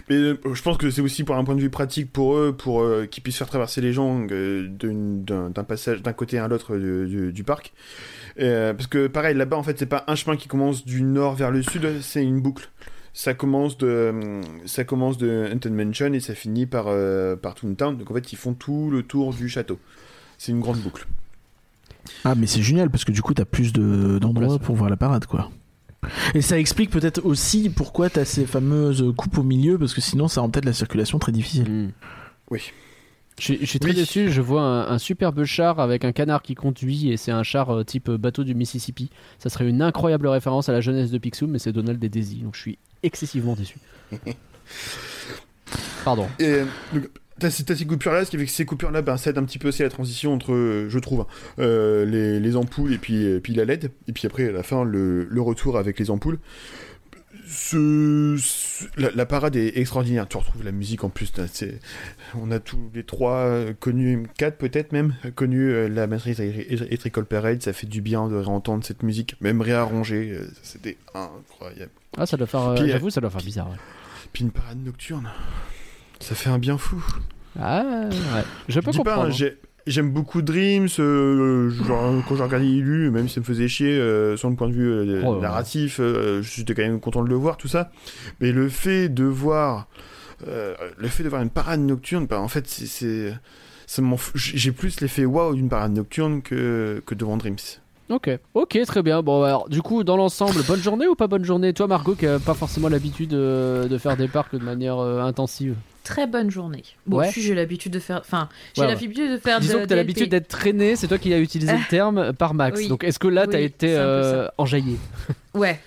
Speaker 4: Mais euh, je pense que c'est aussi pour un point de vue pratique pour eux, pour euh, qu'ils puissent faire traverser les gens euh, d'une- d'un d'un passage d'un côté à l'autre du, du- du parc. Euh, parce que pareil, là-bas, en fait, c'est pas un chemin qui commence du nord vers le sud, c'est une boucle. Ça commence de euh, ça commence de Hunted Mansion et ça finit par euh, par Toontown. Donc en fait, ils font tout le tour du château. C'est une grande boucle.
Speaker 6: Ah, mais c'est génial parce que du coup, t'as plus de- d'endroits
Speaker 1: Place, ouais.
Speaker 6: pour voir la parade, quoi. Et ça explique peut-être aussi pourquoi t'as ces fameuses coupes au milieu, parce que sinon, ça rend peut-être la circulation très difficile.
Speaker 1: Hmm.
Speaker 4: Oui.
Speaker 1: Je, je suis très
Speaker 4: Oui.
Speaker 1: déçu, je vois un, un superbe char avec un canard qui conduit et c'est un char euh, type bateau du Mississippi. Ça serait une incroyable référence à la jeunesse de Picsou, mais c'est Donald et Daisy, donc je suis excessivement déçu. Pardon.
Speaker 4: Et euh, donc, t'as ces t'as ces coupures-là, ce qui fait que ces coupures-là, ben, ça aide un petit peu aussi à la transition entre, euh, je trouve, hein, euh, les, les ampoules et puis, et puis la LED, et puis après, à la fin, le, le retour avec les ampoules. Ce- ce- la, la parade est extraordinaire. Tu retrouves la musique en plus. t'as- c'est- On a tous les trois euh, connu, quatre peut-être même, connu euh, la matrice Electrical Parade. Ça fait du bien de réentendre cette musique, même réarrangée. euh, C'était incroyable.
Speaker 1: Ah, ça doit faire, euh,
Speaker 4: Puis, euh,
Speaker 1: j'avoue, ça doit faire bizarre. ouais.
Speaker 4: Puis une parade nocturne. Ça fait un bien fou.
Speaker 1: Ah, ouais. Je peux
Speaker 4: Je dis pas,
Speaker 1: comprendre.
Speaker 4: hein, j'ai- J'aime beaucoup Dreams, euh, genre, quand j'ai regardé Illu, même si ça me faisait chier euh, sur le point de vue euh,
Speaker 1: Oh là là.
Speaker 4: narratif, euh, j'étais quand même content de le voir, tout ça. Mais le fait de voir, euh, le fait de voir une parade nocturne, bah, en fait, c'est- c'est, ça m'en fout. J- j'ai plus l'effet waouh d'une parade nocturne que que devant Dreams.
Speaker 1: Ok, ok, très bien. Bon, bah, alors, du coup, dans l'ensemble, bonne journée ou pas bonne journée Toi, Margot, qui a pas forcément l'habitude euh, de faire des parcs de manière euh, intensive.
Speaker 8: Très bonne journée. Bon,
Speaker 1: Ouais.
Speaker 8: si j'ai l'habitude de faire. Enfin, j'ai
Speaker 1: Ouais, ouais.
Speaker 8: l'habitude de faire.
Speaker 1: Disons
Speaker 8: de-
Speaker 1: que t'as
Speaker 8: des
Speaker 1: l'habitude
Speaker 8: LP.
Speaker 1: d'être traîné, c'est toi qui as utilisé le terme euh, par Max.
Speaker 8: Ah. Oui.
Speaker 1: Donc, est-ce que là, t'as
Speaker 8: Oui,
Speaker 1: été
Speaker 8: c'est un peu
Speaker 1: euh, enjaillé
Speaker 8: Ouais.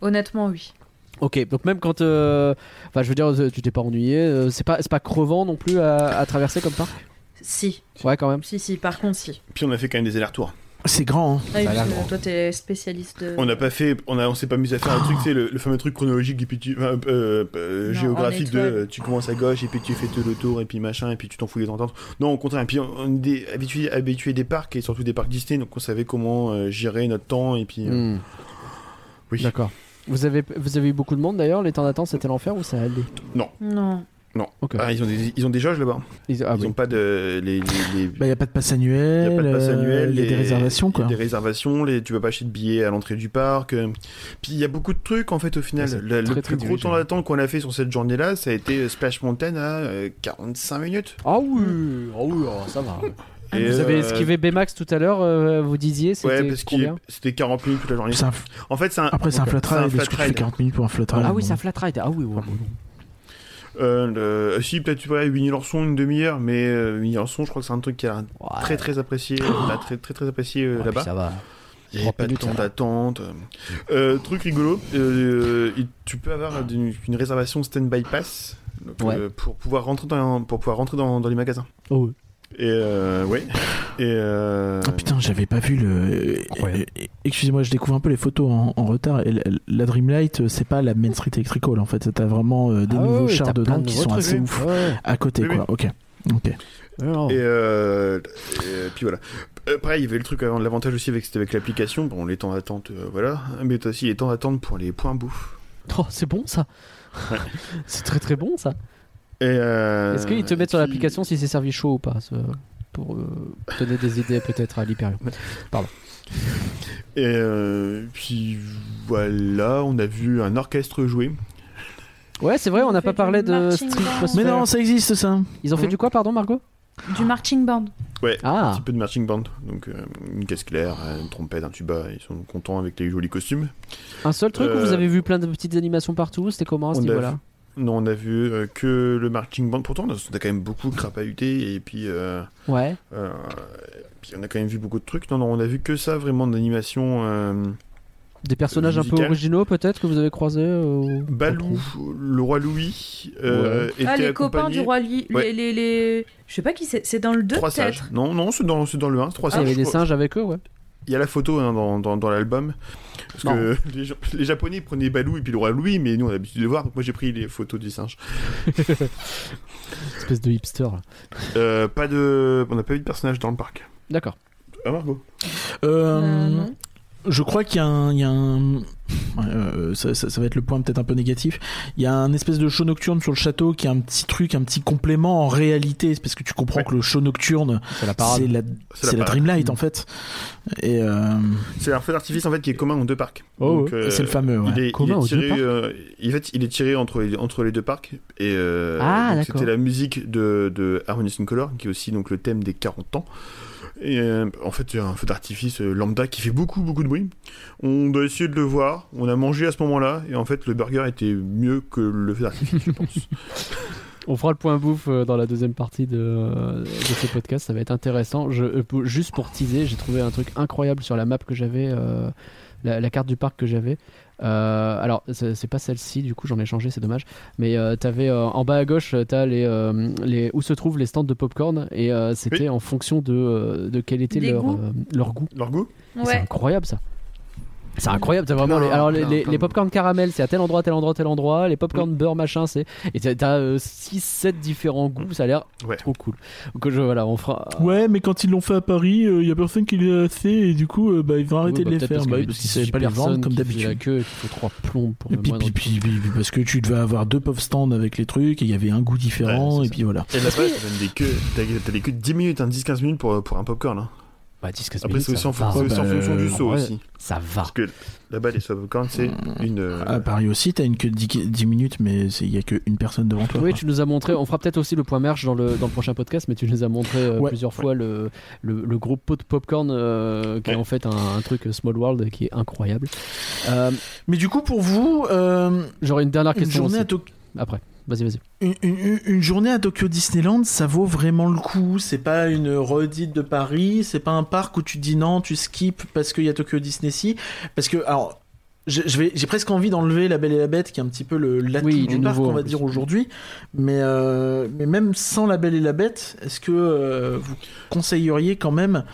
Speaker 8: Honnêtement, oui.
Speaker 1: Ok, donc même quand, euh, enfin, je veux dire, euh, tu t'es pas ennuyé, euh, c'est pas, c'est pas crevant non plus à, à traverser comme parc.
Speaker 8: Si,
Speaker 1: Ouais, quand même.
Speaker 8: si, si, par contre, si.
Speaker 4: Puis on a fait quand même des allers-retours.
Speaker 6: C'est grand, hein.
Speaker 8: Ah oui,
Speaker 1: a l'air
Speaker 8: parce que
Speaker 1: grand.
Speaker 8: toi, t'es spécialiste de.
Speaker 4: On n'a pas fait, on a, on s'est pas mis à faire un truc, c'est le, le fameux truc chronologique et puis tu, enfin, euh, euh,
Speaker 8: Non,
Speaker 4: géographique
Speaker 8: en
Speaker 4: de,
Speaker 8: étoile.
Speaker 4: euh, tu commences à gauche et puis tu fais tout le tour et puis machin et puis tu t'en fous les ententes. Non, au contraire. Et puis on, on est des- habitué, habitué des parcs et surtout des parcs Disney, donc on savait comment euh, gérer notre temps et puis. euh,
Speaker 1: Hmm.
Speaker 4: Oui.
Speaker 1: D'accord. Vous avez, vous avez eu beaucoup de monde d'ailleurs. Les temps d'attente, c'était l'enfer ou ça allait
Speaker 8: Non.
Speaker 1: Ok.
Speaker 4: Ah, ils ont des, ils ont des jauges là-bas.
Speaker 1: Ils- Mm. ah
Speaker 4: ils
Speaker 1: oui.
Speaker 4: ont pas de les. les, les-
Speaker 6: Bah, y a pas de passe
Speaker 4: y
Speaker 6: annuel.
Speaker 4: a pas de passe
Speaker 6: euh,
Speaker 4: annuel,
Speaker 6: y a des
Speaker 4: les-
Speaker 6: réservations,
Speaker 4: y a
Speaker 6: quoi.
Speaker 4: Des réservations, les, tu vas pas acheter de billets à l'entrée du parc. euh. Puis il y a beaucoup de trucs en fait au final.
Speaker 1: Ouais, c'est
Speaker 4: Le- le
Speaker 1: très, très
Speaker 4: plus gros
Speaker 1: dirigé.
Speaker 4: temps d'attente qu'on a fait sur cette journée-là, ça a été euh, Splash Mountain à euh, 45 minutes.
Speaker 1: Ah oui, ah oui, ah, ça va.
Speaker 4: Et,
Speaker 1: vous avez
Speaker 4: euh,
Speaker 1: esquivé Bmax tout à l'heure. euh, vous disiez, c'était
Speaker 4: Ouais, parce que
Speaker 1: combien
Speaker 4: c'était 40 minutes toute la journée.
Speaker 6: C'est un f-
Speaker 4: En fait, c'est un.
Speaker 6: Après, c'est un
Speaker 4: Ok.
Speaker 6: flat
Speaker 4: C'est un
Speaker 6: ride.
Speaker 4: flat
Speaker 6: Est-ce que tu fais
Speaker 4: ride.
Speaker 6: 40 minutes pour un flat ride
Speaker 1: Ah oui,
Speaker 6: bon.
Speaker 1: c'est un flat ride. Ah oui, oui, oui.
Speaker 4: Euh, le- euh, Si, peut-être tu pourrais 8 leçons, une demi-heure, mais euh, 8 leçons, je crois que c'est un truc qui a
Speaker 1: Ouais.
Speaker 4: très très apprécié, bah, très très très apprécié euh,
Speaker 1: Ah. Ouais, puis
Speaker 4: là-bas.
Speaker 1: Ça va.
Speaker 4: Il n'y
Speaker 1: Trois
Speaker 4: avait pas de
Speaker 1: minutes,
Speaker 4: temps
Speaker 1: ça va.
Speaker 4: d'attente. Euh, truc rigolo, euh, il- tu peux avoir une, une réservation stand-by pass donc,
Speaker 1: Ouais.
Speaker 4: euh, pour pouvoir rentrer dans, pour pouvoir rentrer dans, dans les magasins.
Speaker 1: Oh, oui.
Speaker 4: Et euh, ouais. Et euh,
Speaker 6: Ah putain, j'avais pas vu le.
Speaker 1: Incroyable.
Speaker 6: Euh, Excusez-moi, je découvre un peu les photos en, en retard. Et la, la Dreamlight, euh, c'est pas la Main Street Electrical en fait. T'as vraiment euh, des
Speaker 1: Ah
Speaker 6: nouveaux
Speaker 1: ouais, ouais,
Speaker 6: chars
Speaker 1: t'as plein
Speaker 6: dedans
Speaker 1: de
Speaker 6: qui
Speaker 1: nouveaux
Speaker 6: sont
Speaker 1: trucs,
Speaker 6: assez
Speaker 1: oui.
Speaker 6: ouf.
Speaker 1: Ouais.
Speaker 6: À côté,
Speaker 4: Oui,
Speaker 6: quoi. Ok. Ok.
Speaker 1: Alors,
Speaker 4: Et, euh, et puis voilà. Euh, pareil, il y avait le truc avant l'avantage aussi avec, c'était avec l'application. Bon, les temps d'attente, euh, voilà. Mais t'as aussi les temps d'attente pour les points bouffe.
Speaker 1: oh, c'est bon ça. c'est très très bon ça.
Speaker 4: Et, euh,
Speaker 1: Est-ce qu'ils te mettent sur
Speaker 4: puis-
Speaker 1: l'application si c'est servi chaud ou pas ce- Pour euh, donner des idées peut-être à l'Hyperion.
Speaker 4: Et euh, puis voilà, on a vu un orchestre jouer.
Speaker 1: Ouais, c'est vrai, on n'a
Speaker 8: Ils ont
Speaker 1: pas
Speaker 8: fait
Speaker 1: parlé
Speaker 8: du
Speaker 1: de
Speaker 8: marching
Speaker 1: Street
Speaker 8: band.
Speaker 1: Crossfire.
Speaker 6: Mais non, ça existe ça.
Speaker 1: Ils ont fait du quoi, pardon, Margot
Speaker 8: Du marching band.
Speaker 4: Ouais,
Speaker 1: Ah.
Speaker 4: un petit peu de marching band. Donc euh, une caisse claire, une trompette, un tuba. Ils sont contents avec les jolis costumes.
Speaker 1: Un seul truc où vous
Speaker 4: Euh,
Speaker 1: avez vu plein de petites animations partout C'était comment à ce
Speaker 4: on a
Speaker 1: niveau-là
Speaker 4: Non, on a vu euh, que le marching band. Pourtant, on a, on a quand même beaucoup crapahuté et puis. euh,
Speaker 1: Ouais.
Speaker 4: Euh, puis on a quand même vu beaucoup de trucs. Non, non, on a vu que ça vraiment d'animation. Euh,
Speaker 1: Des personnages un peu
Speaker 4: musical.
Speaker 1: originaux peut-être que vous avez croisés euh, ou-
Speaker 4: Balou, le roi Louis, euh, était
Speaker 8: Ah, les
Speaker 4: accompagné-
Speaker 8: copains du roi Louis. les-
Speaker 4: Ouais.
Speaker 8: Les, les- Je sais pas qui c'est. C'est dans le 2
Speaker 4: Trois sages.
Speaker 8: peut-être.
Speaker 4: Non, non, c'est dans, c'est dans le 1, trois
Speaker 1: Ah, il y
Speaker 4: sages.
Speaker 1: avait des
Speaker 4: je crois.
Speaker 1: singes avec eux, ouais.
Speaker 4: Il y a la photo hein, dans, dans, dans l'album. Parce
Speaker 1: Non.
Speaker 4: que les, gens- les Japonais prenaient Balou et puis le roi Louis, mais nous on a l'habitude de voir. Donc moi j'ai pris les photos des singes.
Speaker 1: Espèce de hipster. là.
Speaker 4: Euh, pas de... On n'a pas vu de personnage dans le parc.
Speaker 1: D'accord.
Speaker 4: Ah, Margot
Speaker 8: Euh,
Speaker 2: Euh,
Speaker 8: non.
Speaker 2: je crois qu'il y a un. il y a un- ouais, euh, ça, ça- ça va être le point peut-être un peu négatif. Il y a un espèce de show nocturne sur le château qui est un petit truc, un petit complément en réalité. C'est parce que tu comprends
Speaker 4: Ouais.
Speaker 2: que le show nocturne,
Speaker 1: C'est la parade.
Speaker 2: c'est la,
Speaker 4: C'est
Speaker 2: c'est la
Speaker 4: parade.
Speaker 2: Dreamlight en fait. Et euh,
Speaker 4: C'est un feu d'artifice en fait qui est commun aux deux parcs.
Speaker 1: Oh,
Speaker 4: Donc, euh,
Speaker 2: c'est le fameux. ouais.
Speaker 4: Il est,
Speaker 1: Commun
Speaker 4: il est
Speaker 1: aux deux
Speaker 4: tiré,
Speaker 1: parcs
Speaker 4: euh, il, fait, il est tiré entre, les- entre les deux parcs. Et, euh,
Speaker 1: Ah,
Speaker 4: donc
Speaker 1: d'accord.
Speaker 4: C'était la musique de, de Harmonious in Color, qui est aussi donc, le thème des 40 ans. Et euh, en fait, c'est un feu d'artifice euh, lambda qui fait beaucoup, beaucoup de bruit. On doit essayer de le voir. On a mangé à ce moment-là. Et en fait, le burger était mieux que le feu d'artifice, je pense.
Speaker 1: On fera le point bouffe euh, dans la deuxième partie de, euh, de ce podcast, ça va être intéressant. Je, euh, pour- juste pour teaser, j'ai trouvé un truc incroyable sur la map que j'avais, euh, la, la carte du parc que j'avais. Euh, alors, c'est c'est pas celle-ci, du coup j'en ai changé, c'est dommage. Mais euh, t'avais euh, en bas à gauche, euh, t'as les, euh, les, où se trouvent les stands de popcorn et euh, c'était en fonction de, euh, de quel était
Speaker 8: Des
Speaker 1: leur,
Speaker 8: goûts.
Speaker 1: euh, leur goût.
Speaker 4: Leur goût
Speaker 1: C'est
Speaker 8: Ouais.
Speaker 1: incroyable ça. C'est incroyable, t'as vraiment
Speaker 4: Plein,
Speaker 1: les, alors les,
Speaker 4: plein,
Speaker 1: les,
Speaker 4: plein
Speaker 1: les
Speaker 4: de- Mm.
Speaker 1: popcorn caramel, c'est à tel endroit, tel endroit, tel endroit, les popcorn beurre machin, c'est et t'as- t'as 6 7 différents goûts, ça a l'air
Speaker 4: Mm. Ouais.
Speaker 1: trop cool. Donc euh, je voilà, on fera
Speaker 6: Ouais, mais quand ils l'ont fait à Paris, euh, il y a personne qui les a fait et du coup, euh, bah, ils vont
Speaker 1: Oui,
Speaker 6: arrêter de
Speaker 1: bah,
Speaker 6: les
Speaker 1: peut-être
Speaker 6: faire. Bah
Speaker 1: qu'il y
Speaker 6: oui,
Speaker 1: avait
Speaker 6: parce qu'ils
Speaker 1: 18
Speaker 6: savaient pas les vendre
Speaker 1: personnes
Speaker 6: comme
Speaker 1: qui faisaient
Speaker 6: d'habitude.
Speaker 1: La queue, il faut trois plombs pour
Speaker 6: Et
Speaker 1: le
Speaker 6: puis,
Speaker 1: moindre
Speaker 6: puis- puis- puis- parce que tu devais avoir deux pop stands avec les trucs et il y avait un goût différent
Speaker 4: Ouais, c'est
Speaker 6: et puis voilà.
Speaker 4: Et là-bas, t'as même des queues. T'as t'as des queues de 10 minutes, hein, 10-15 minutes pour, pour un popcorn. hein.
Speaker 1: Bah, 10, 15
Speaker 4: Après,
Speaker 1: minutes,
Speaker 4: c'est aussi
Speaker 1: ça
Speaker 4: en,
Speaker 1: va,
Speaker 4: fonction-
Speaker 6: bah,
Speaker 4: c'est en fonction
Speaker 6: euh,
Speaker 4: du saut
Speaker 1: ouais.
Speaker 4: aussi.
Speaker 1: ça va.
Speaker 4: Parce que là-bas, les soft popcorn, c'est
Speaker 1: Ah.
Speaker 4: une. euh,
Speaker 6: À Ah, Paris aussi, t'as une queue de 10, 10 minutes, mais c'est- il y a qu'une personne devant toi.
Speaker 1: Oui,
Speaker 6: quoi.
Speaker 1: tu nous as montré, on fera peut-être aussi le point merch dans le, dans le prochain podcast, mais tu nous as montré euh,
Speaker 6: Ouais.
Speaker 1: plusieurs fois le, le, le gros pot de popcorn euh, qui est
Speaker 4: Ouais.
Speaker 1: en fait un, un truc Small World qui est incroyable. Euh,
Speaker 6: Mais du coup, pour vous, euh,
Speaker 1: J'aurais une dernière
Speaker 2: une,
Speaker 1: question
Speaker 2: journée à
Speaker 1: aussi.
Speaker 2: Tok-
Speaker 1: après. Vas-y, vas-y.
Speaker 2: une- une- une journée à Tokyo Disneyland, ça vaut vraiment le coup. C'est pas une redite de Paris, c'est pas un parc où tu dis non, tu skips parce qu'il y a Tokyo Disney si. Parce que, alors, je- je vais- j'ai presque envie d'enlever La Belle et la Bête, qui est un petit peu le l'atout
Speaker 1: Oui, il est
Speaker 2: du parc,
Speaker 1: nouveau,
Speaker 2: on
Speaker 1: en
Speaker 2: va
Speaker 1: plus.
Speaker 2: dire aujourd'hui. Mais, euh, mais même sans La Belle et la Bête, est-ce que euh, vous conseilleriez quand même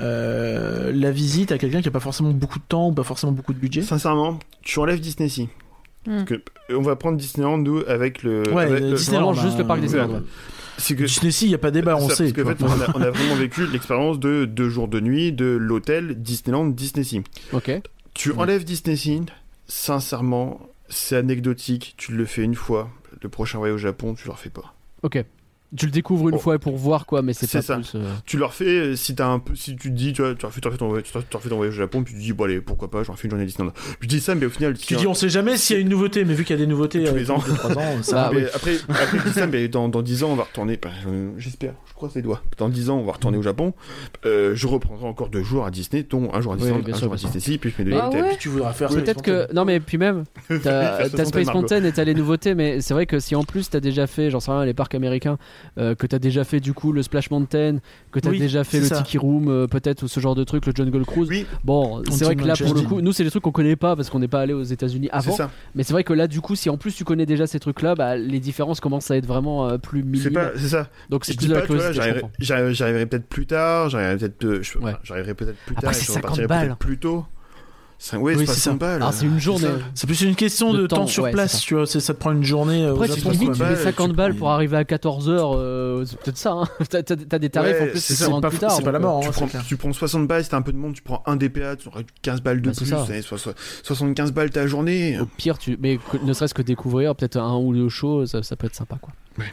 Speaker 2: euh, la visite à quelqu'un qui a pas forcément beaucoup de temps ou pas forcément beaucoup de budget
Speaker 4: Sincèrement, tu enlèves Disney si.
Speaker 8: Hmm.
Speaker 4: Parce que, euh, on va prendre Disneyland nous avec le.
Speaker 2: Ouais,
Speaker 4: avec le-
Speaker 2: Disneyland,
Speaker 1: vraiment juste
Speaker 2: hein,
Speaker 1: le parc Disneyland,
Speaker 2: euh,
Speaker 1: ouais.
Speaker 4: C'est que.
Speaker 2: Disney, il n'y a pas débat, on
Speaker 4: ça,
Speaker 2: sait.
Speaker 4: Parce qu'en
Speaker 2: quoi.
Speaker 4: fait, on a, on a vraiment vécu l'expérience de deux jours de nuit, de l'hôtel Disneyland, Disney si.
Speaker 1: Ok.
Speaker 4: Tu enlèves Disney si, sincèrement, c'est anecdotique. Tu le fais une fois. Le prochain voyage au Japon, tu le refais pas.
Speaker 1: Ok. Tu le découvres une
Speaker 4: Bon.
Speaker 1: fois pour voir quoi, mais c'est
Speaker 4: Oh. C'est
Speaker 1: pas
Speaker 4: ça.
Speaker 1: plus. euh,
Speaker 4: Tu le refais euh, si t'as un peu, si tu te dis, tu vois, tu refais, tu refais ton, voyage- tu refais- tu refais ton voyage au Japon, puis tu te dis, bon allez, pourquoi pas, j'en refais une journée à Disneyland. Je dis ça, mais au final,
Speaker 2: Tu
Speaker 4: si-
Speaker 2: dis, on sait jamais s'il y a une nouveauté, mais vu qu'il y a des nouveautés
Speaker 4: Tous
Speaker 2: euh,
Speaker 4: les ans.
Speaker 2: deux, trois ans, ça
Speaker 1: Bah,
Speaker 2: va.
Speaker 1: oui.
Speaker 4: Ah Mais Après, après je dis ça, mais dans, dans 10 ans, on va retourner. ben, euh, J'espère, je croise les doigts. Dans 10 ans, on va retourner au Japon. Euh, je reprendrai encore deux jours à Disney, dont un jour à
Speaker 1: Oui,
Speaker 4: Disney,
Speaker 1: bien
Speaker 4: un
Speaker 1: sûr,
Speaker 4: jour à
Speaker 1: bien
Speaker 4: Disney, si, puis je mets deux
Speaker 8: Ah
Speaker 4: hôtels.
Speaker 8: ouais.
Speaker 2: tu voudras faire
Speaker 1: Peut-être que. Non, mais puis même,
Speaker 4: Faire
Speaker 1: t'as
Speaker 4: ce
Speaker 1: t'as
Speaker 4: son
Speaker 1: Space
Speaker 4: thème, Margot.
Speaker 1: Mountain et t'as les nouveautés, mais c'est vrai que si en plus t'as déjà fait, j'en sais rien, les parcs américains, euh, que t'as déjà fait du coup le Splash Mountain, que t'as
Speaker 2: Oui,
Speaker 1: déjà fait
Speaker 2: c'est
Speaker 1: le
Speaker 2: ça.
Speaker 1: Tiki Room, euh, peut-être, ou ce genre de truc, le Jungle Cruise.
Speaker 4: Oui,
Speaker 1: Bon, c'est vrai que là,
Speaker 2: Mansion.
Speaker 1: pour le coup, nous, c'est des trucs qu'on connaît pas parce qu'on n'est pas allé aux États-Unis
Speaker 4: c'est
Speaker 1: avant.
Speaker 4: ça.
Speaker 1: Mais c'est vrai que là, du coup, si en plus tu connais déjà ces trucs-là, bah, les différences commencent à être vraiment euh, plus
Speaker 4: C'est
Speaker 1: minimes.
Speaker 4: pas, c'est ça.
Speaker 1: Donc c'est
Speaker 4: Je
Speaker 1: plus
Speaker 4: dis
Speaker 1: de la
Speaker 4: pas, tu vois,
Speaker 1: curiosité. je
Speaker 4: j'arriverai-
Speaker 1: comprends.
Speaker 4: j'arriverai j'arriverai peut-être plus tard, j'arriverai peut-être euh, je-
Speaker 1: Ouais.
Speaker 4: j'arriverai peut-être plus
Speaker 1: Après,
Speaker 4: tard,
Speaker 1: c'est
Speaker 4: je
Speaker 1: 50
Speaker 4: repartirai
Speaker 1: balles.
Speaker 4: peut-être plus tôt. C'est- Ouais,
Speaker 2: Oui,
Speaker 4: c'est pas
Speaker 2: c'est ça.
Speaker 4: 50 balles.
Speaker 1: Ah, c'est une journée.
Speaker 4: ça.
Speaker 2: C'est plus une question
Speaker 1: De
Speaker 2: de,
Speaker 1: temps,
Speaker 2: temps, sur
Speaker 1: ouais, c'est
Speaker 2: place,
Speaker 1: ça.
Speaker 2: tu vois. c'est- Ça te prend une journée. euh,
Speaker 1: Après,
Speaker 2: au
Speaker 1: tu
Speaker 2: Japon,
Speaker 4: limite,
Speaker 1: limite,
Speaker 2: quoi.
Speaker 1: tu
Speaker 4: tu
Speaker 1: mets
Speaker 4: prends
Speaker 1: 50 balles
Speaker 2: une-
Speaker 1: pour arriver à 14h, c'est peut-être ça. hein. T'as- T'as t'as des tarifs
Speaker 4: Ouais,
Speaker 1: en plus
Speaker 4: c'est
Speaker 1: qui
Speaker 4: ça,
Speaker 1: sont
Speaker 2: pas-
Speaker 1: plus tard.
Speaker 2: c'est pas la
Speaker 1: donc, euh,
Speaker 2: mort.
Speaker 4: tu,
Speaker 2: hein,
Speaker 4: prends,
Speaker 2: c'est clair.
Speaker 4: tu prends 60 balles, si t'as un peu de monde, tu prends un DPA, tu auras 15 balles de
Speaker 1: Bah, c'est
Speaker 4: plus,
Speaker 1: ça.
Speaker 4: allez, sois- sois- 75 balles ta journée.
Speaker 1: Au pire, tu... mais que- ne serait-ce que découvrir peut-être un ou deux shows, ça, ça peut être sympa quoi.
Speaker 4: Ouais.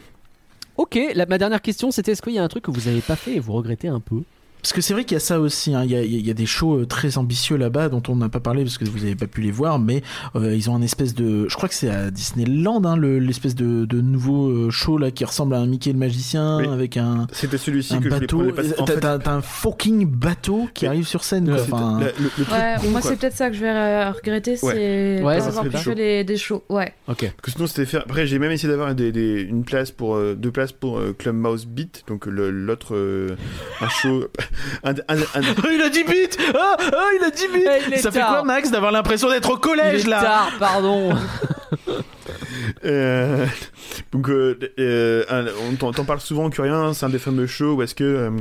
Speaker 1: Ok, la- ma dernière question c'était est-ce qu'il y a un truc que vous avez pas fait et vous regrettez un peu
Speaker 6: Parce que c'est vrai qu'il y a ça aussi, hein. il, y a, il y a des shows euh, très ambitieux là-bas dont on n'a pas parlé parce que vous n'avez pas pu les voir, mais euh, ils ont un espèce de... Je crois que c'est à Disneyland, hein, le- l'espèèce de, de nouveau euh, show là qui ressemble à un Mickey le magicien
Speaker 4: Oui.
Speaker 6: avec un,
Speaker 4: C'était celui-ci
Speaker 6: un
Speaker 4: que
Speaker 6: bateau. Euh,
Speaker 4: je voulais
Speaker 1: euh,
Speaker 6: T'as
Speaker 4: prendre. En fait,
Speaker 6: t'as- t'as un fucking bateau qui
Speaker 4: Mais-
Speaker 6: arrive sur scène. quoi.
Speaker 4: c'était-
Speaker 6: Enfin,
Speaker 4: la- le, le truc
Speaker 8: Ouais,
Speaker 4: con,
Speaker 8: moi
Speaker 4: quoi.
Speaker 8: c'est peut-être ça que je vais euh, regretter, c'est
Speaker 1: Ouais,
Speaker 8: pas
Speaker 1: ça
Speaker 8: avoir
Speaker 4: serait
Speaker 8: pu
Speaker 4: du show.
Speaker 8: faire les- des shows. Ouais.
Speaker 1: Ok.
Speaker 4: Parce que sinon, c'était faire. Après, j'ai même essayé d'avoir des- des- une place pour euh, deux places pour euh, Club Mouse Beat, donc le- l'autre euh, un show. un, un- un-
Speaker 6: Oh, il a 10 bits Ah, ah, il a 10 bits
Speaker 1: Eh, il est
Speaker 6: Ça fait
Speaker 1: tard.
Speaker 6: quoi, Max, d'avoir l'impression d'être au
Speaker 1: Il est
Speaker 6: collège, là
Speaker 1: tard, pardon.
Speaker 4: euh, donc, euh, euh, un- on t'en t'en parle souvent, Curien. C'est un des fameux shows où est-ce que euh,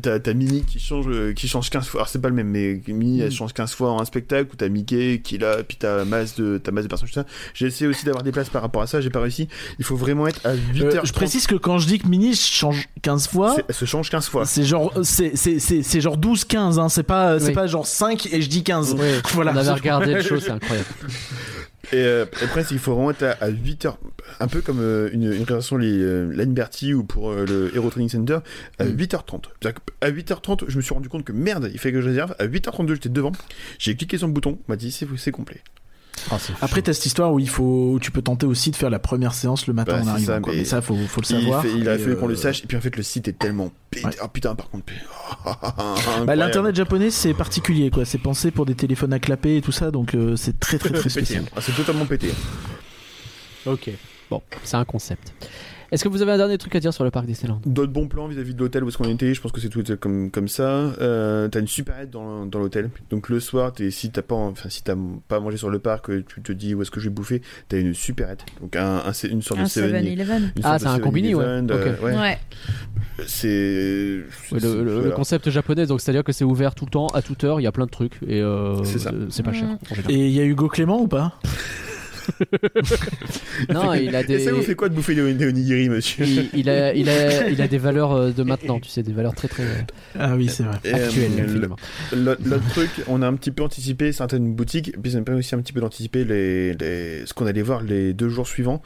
Speaker 4: t'as t'as Minnie qui change, euh, qui change 15 fois. Alors c'est pas le même, mais Minnie
Speaker 6: Mm.
Speaker 4: elle change 15 fois en un spectacle où t'as Mickey qui est là, puis t'as masse de t'as masse de personnages. tout ça. J'ai essayé aussi d'avoir des places par rapport à ça. J'ai pas réussi. Il faut vraiment être à 8
Speaker 6: Euh,
Speaker 4: h
Speaker 6: je précise hein que quand je dis que Mini change 15 fois,
Speaker 4: Elle se change 15 fois.
Speaker 6: c'est genre, c'est, c'est, c'est, c'est genre 12-15, hein, c'est, pas, c'est
Speaker 1: Oui.
Speaker 6: pas genre 5 et je dis 15.
Speaker 1: Ouais.
Speaker 6: Voilà.
Speaker 1: On avait regardé le show, c'est incroyable.
Speaker 4: Et euh, après, il faut vraiment être à, 8h, un peu comme euh, une, une création les euh, la Liberty ou pour euh, le Hero Training Center, à
Speaker 6: Mm.
Speaker 4: 8h30. C'est-à-dire que À 8h30, je me suis rendu compte que merde, il fallait que je réserve. À 8h32, j'étais devant, j'ai cliqué sur le bouton, on m'a dit c'est c'est complet.
Speaker 6: Après, t'as cette histoire où, il faut, où tu peux tenter aussi de faire la première séance le matin
Speaker 4: Bah,
Speaker 6: en
Speaker 4: c'est
Speaker 6: arrivant.
Speaker 4: ça,
Speaker 6: quoi.
Speaker 4: mais-
Speaker 6: Mais ça, faut, faut le
Speaker 4: Il,
Speaker 6: savoir.
Speaker 4: fait- il a
Speaker 6: Et,
Speaker 4: fallu qu'on le
Speaker 6: euh,
Speaker 4: sache, et puis en fait, le site est tellement pété.
Speaker 6: Ouais.
Speaker 4: Ah putain, par contre, pété.
Speaker 6: Bah, l'internet japonais c'est particulier quoi, c'est pensé pour des téléphones à clapper et tout ça donc euh, c'est très très très
Speaker 4: pété.
Speaker 6: spécial.
Speaker 4: hein. Ah, c'est totalement pété.
Speaker 1: Ok. Bon, c'est un concept. Est-ce que vous avez un dernier truc à dire sur le parc Disneyland
Speaker 4: D'autres bons plans vis-à-vis de l'hôtel où est-ce qu'on était, je pense que c'est tout comme, comme ça. Euh, t'as une supérette dans, dans l'hôtel. Donc le soir, t'es, si t'as pas, enfin, si t'as pas mangé sur le parc, euh, tu te dis où est-ce que je vais bouffer, t'as une supérette. Donc un, un- c'est une sorte
Speaker 8: Un
Speaker 4: de 7
Speaker 8: 7-Eleven.
Speaker 1: Ah, c'est un combiné, ouais. Ok.
Speaker 8: Ouais.
Speaker 4: C'est. euh,
Speaker 1: Ouais,
Speaker 4: c'est-
Speaker 1: le, le- le
Speaker 4: voilà.
Speaker 1: concept japonais, donc c'est-à-dire que c'est ouvert tout le temps, à toute heure, il y a plein de trucs et euh,
Speaker 4: C'est ça.
Speaker 1: euh, c'est pas cher.
Speaker 8: Mm.
Speaker 1: en général.
Speaker 6: Et il y a Hugo Clément ou pas
Speaker 1: Non, il a
Speaker 4: Et ça vous
Speaker 1: des,
Speaker 4: fait quoi de bouffer des, des onigiri, monsieur
Speaker 1: il, il a, il, a, il a des valeurs euh, de maintenant, tu sais, des valeurs très très euh,
Speaker 6: Ah oui c'est vrai.
Speaker 4: Et, euh,
Speaker 1: actuelles.
Speaker 4: le-
Speaker 1: finalement.
Speaker 4: L'autre l'autre truc, on a un petit peu anticipé certaines boutiques, et puis ça me permet aussi un petit peu d'anticiper les, les- ce qu'on allait voir les deux jours suivants.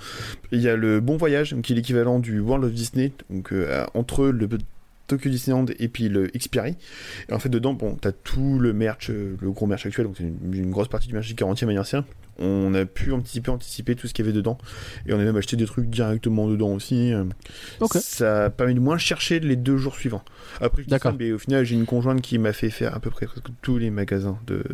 Speaker 4: Il y a le Bon Voyage, qui est l'équivalent du World of Disney, donc euh, à- entre le Tokyo Disneyland et puis le Xperi. Et en fait, dedans, bon, t'as tout le merch, euh, le gros merch actuel, donc c'est une, une grosse partie du merch du 40e anniversaire. On a pu un petit peu anticiper tout ce qu'il y avait dedans, et on a même acheté des trucs directement dedans aussi. euh,
Speaker 1: Ok.
Speaker 4: ça permet de moins chercher les deux jours suivants. Après, je dis
Speaker 1: D'accord.
Speaker 4: ça, mais au final, j'ai une conjointe qui m'a fait faire à peu près presque tous les magasins de de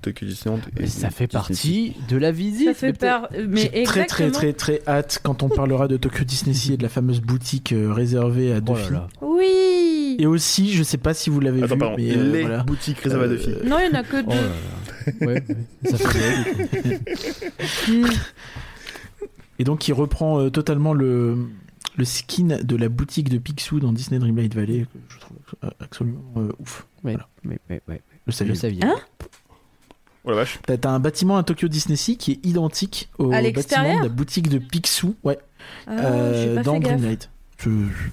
Speaker 4: Tokyo Disneyland. et
Speaker 1: Mais ça fait
Speaker 4: Disney Sea.
Speaker 1: partie de la visite.
Speaker 8: Ça fait
Speaker 1: mais peut-être-
Speaker 8: peur. Mais
Speaker 6: J'ai très
Speaker 8: exactement.
Speaker 6: très très très hâte quand on parlera de Tokyo Disney Sea et de la fameuse boutique euh, réservée à deux
Speaker 1: Oh là
Speaker 6: filles.
Speaker 1: là.
Speaker 8: Oui.
Speaker 6: Et aussi, je sais pas si vous l'avez
Speaker 4: Attends,
Speaker 6: vu,
Speaker 4: pardon,
Speaker 6: mais euh,
Speaker 4: les
Speaker 6: voilà.
Speaker 4: boutiques réservées à
Speaker 6: Euh,
Speaker 4: deux filles.
Speaker 8: Non, il n'y en a
Speaker 1: Oh
Speaker 8: que
Speaker 1: là
Speaker 8: deux.
Speaker 1: là. Ouais, ouais, ça fait mal.
Speaker 8: Hmm.
Speaker 6: Et donc, il reprend euh, totalement le, le skin de la boutique de Picsou dans Disney Dreamlight Valley. que Je trouve a- absolument euh, ouf.
Speaker 1: Ouais,
Speaker 6: Voilà.
Speaker 1: mais- mais- ouais, Je
Speaker 6: Le saviez.
Speaker 1: le saviez.
Speaker 8: Hein
Speaker 4: Oh la vache.
Speaker 6: T'as t'as un bâtiment à Tokyo Disney Sea qui est identique au
Speaker 8: À
Speaker 6: bâtiment
Speaker 8: l'extérieur
Speaker 6: de la boutique de Picsou ouais,
Speaker 8: Ah,
Speaker 6: euh,
Speaker 8: j'ai pas
Speaker 6: dans
Speaker 8: fait gaffe.
Speaker 6: Dreamlight. Je... je-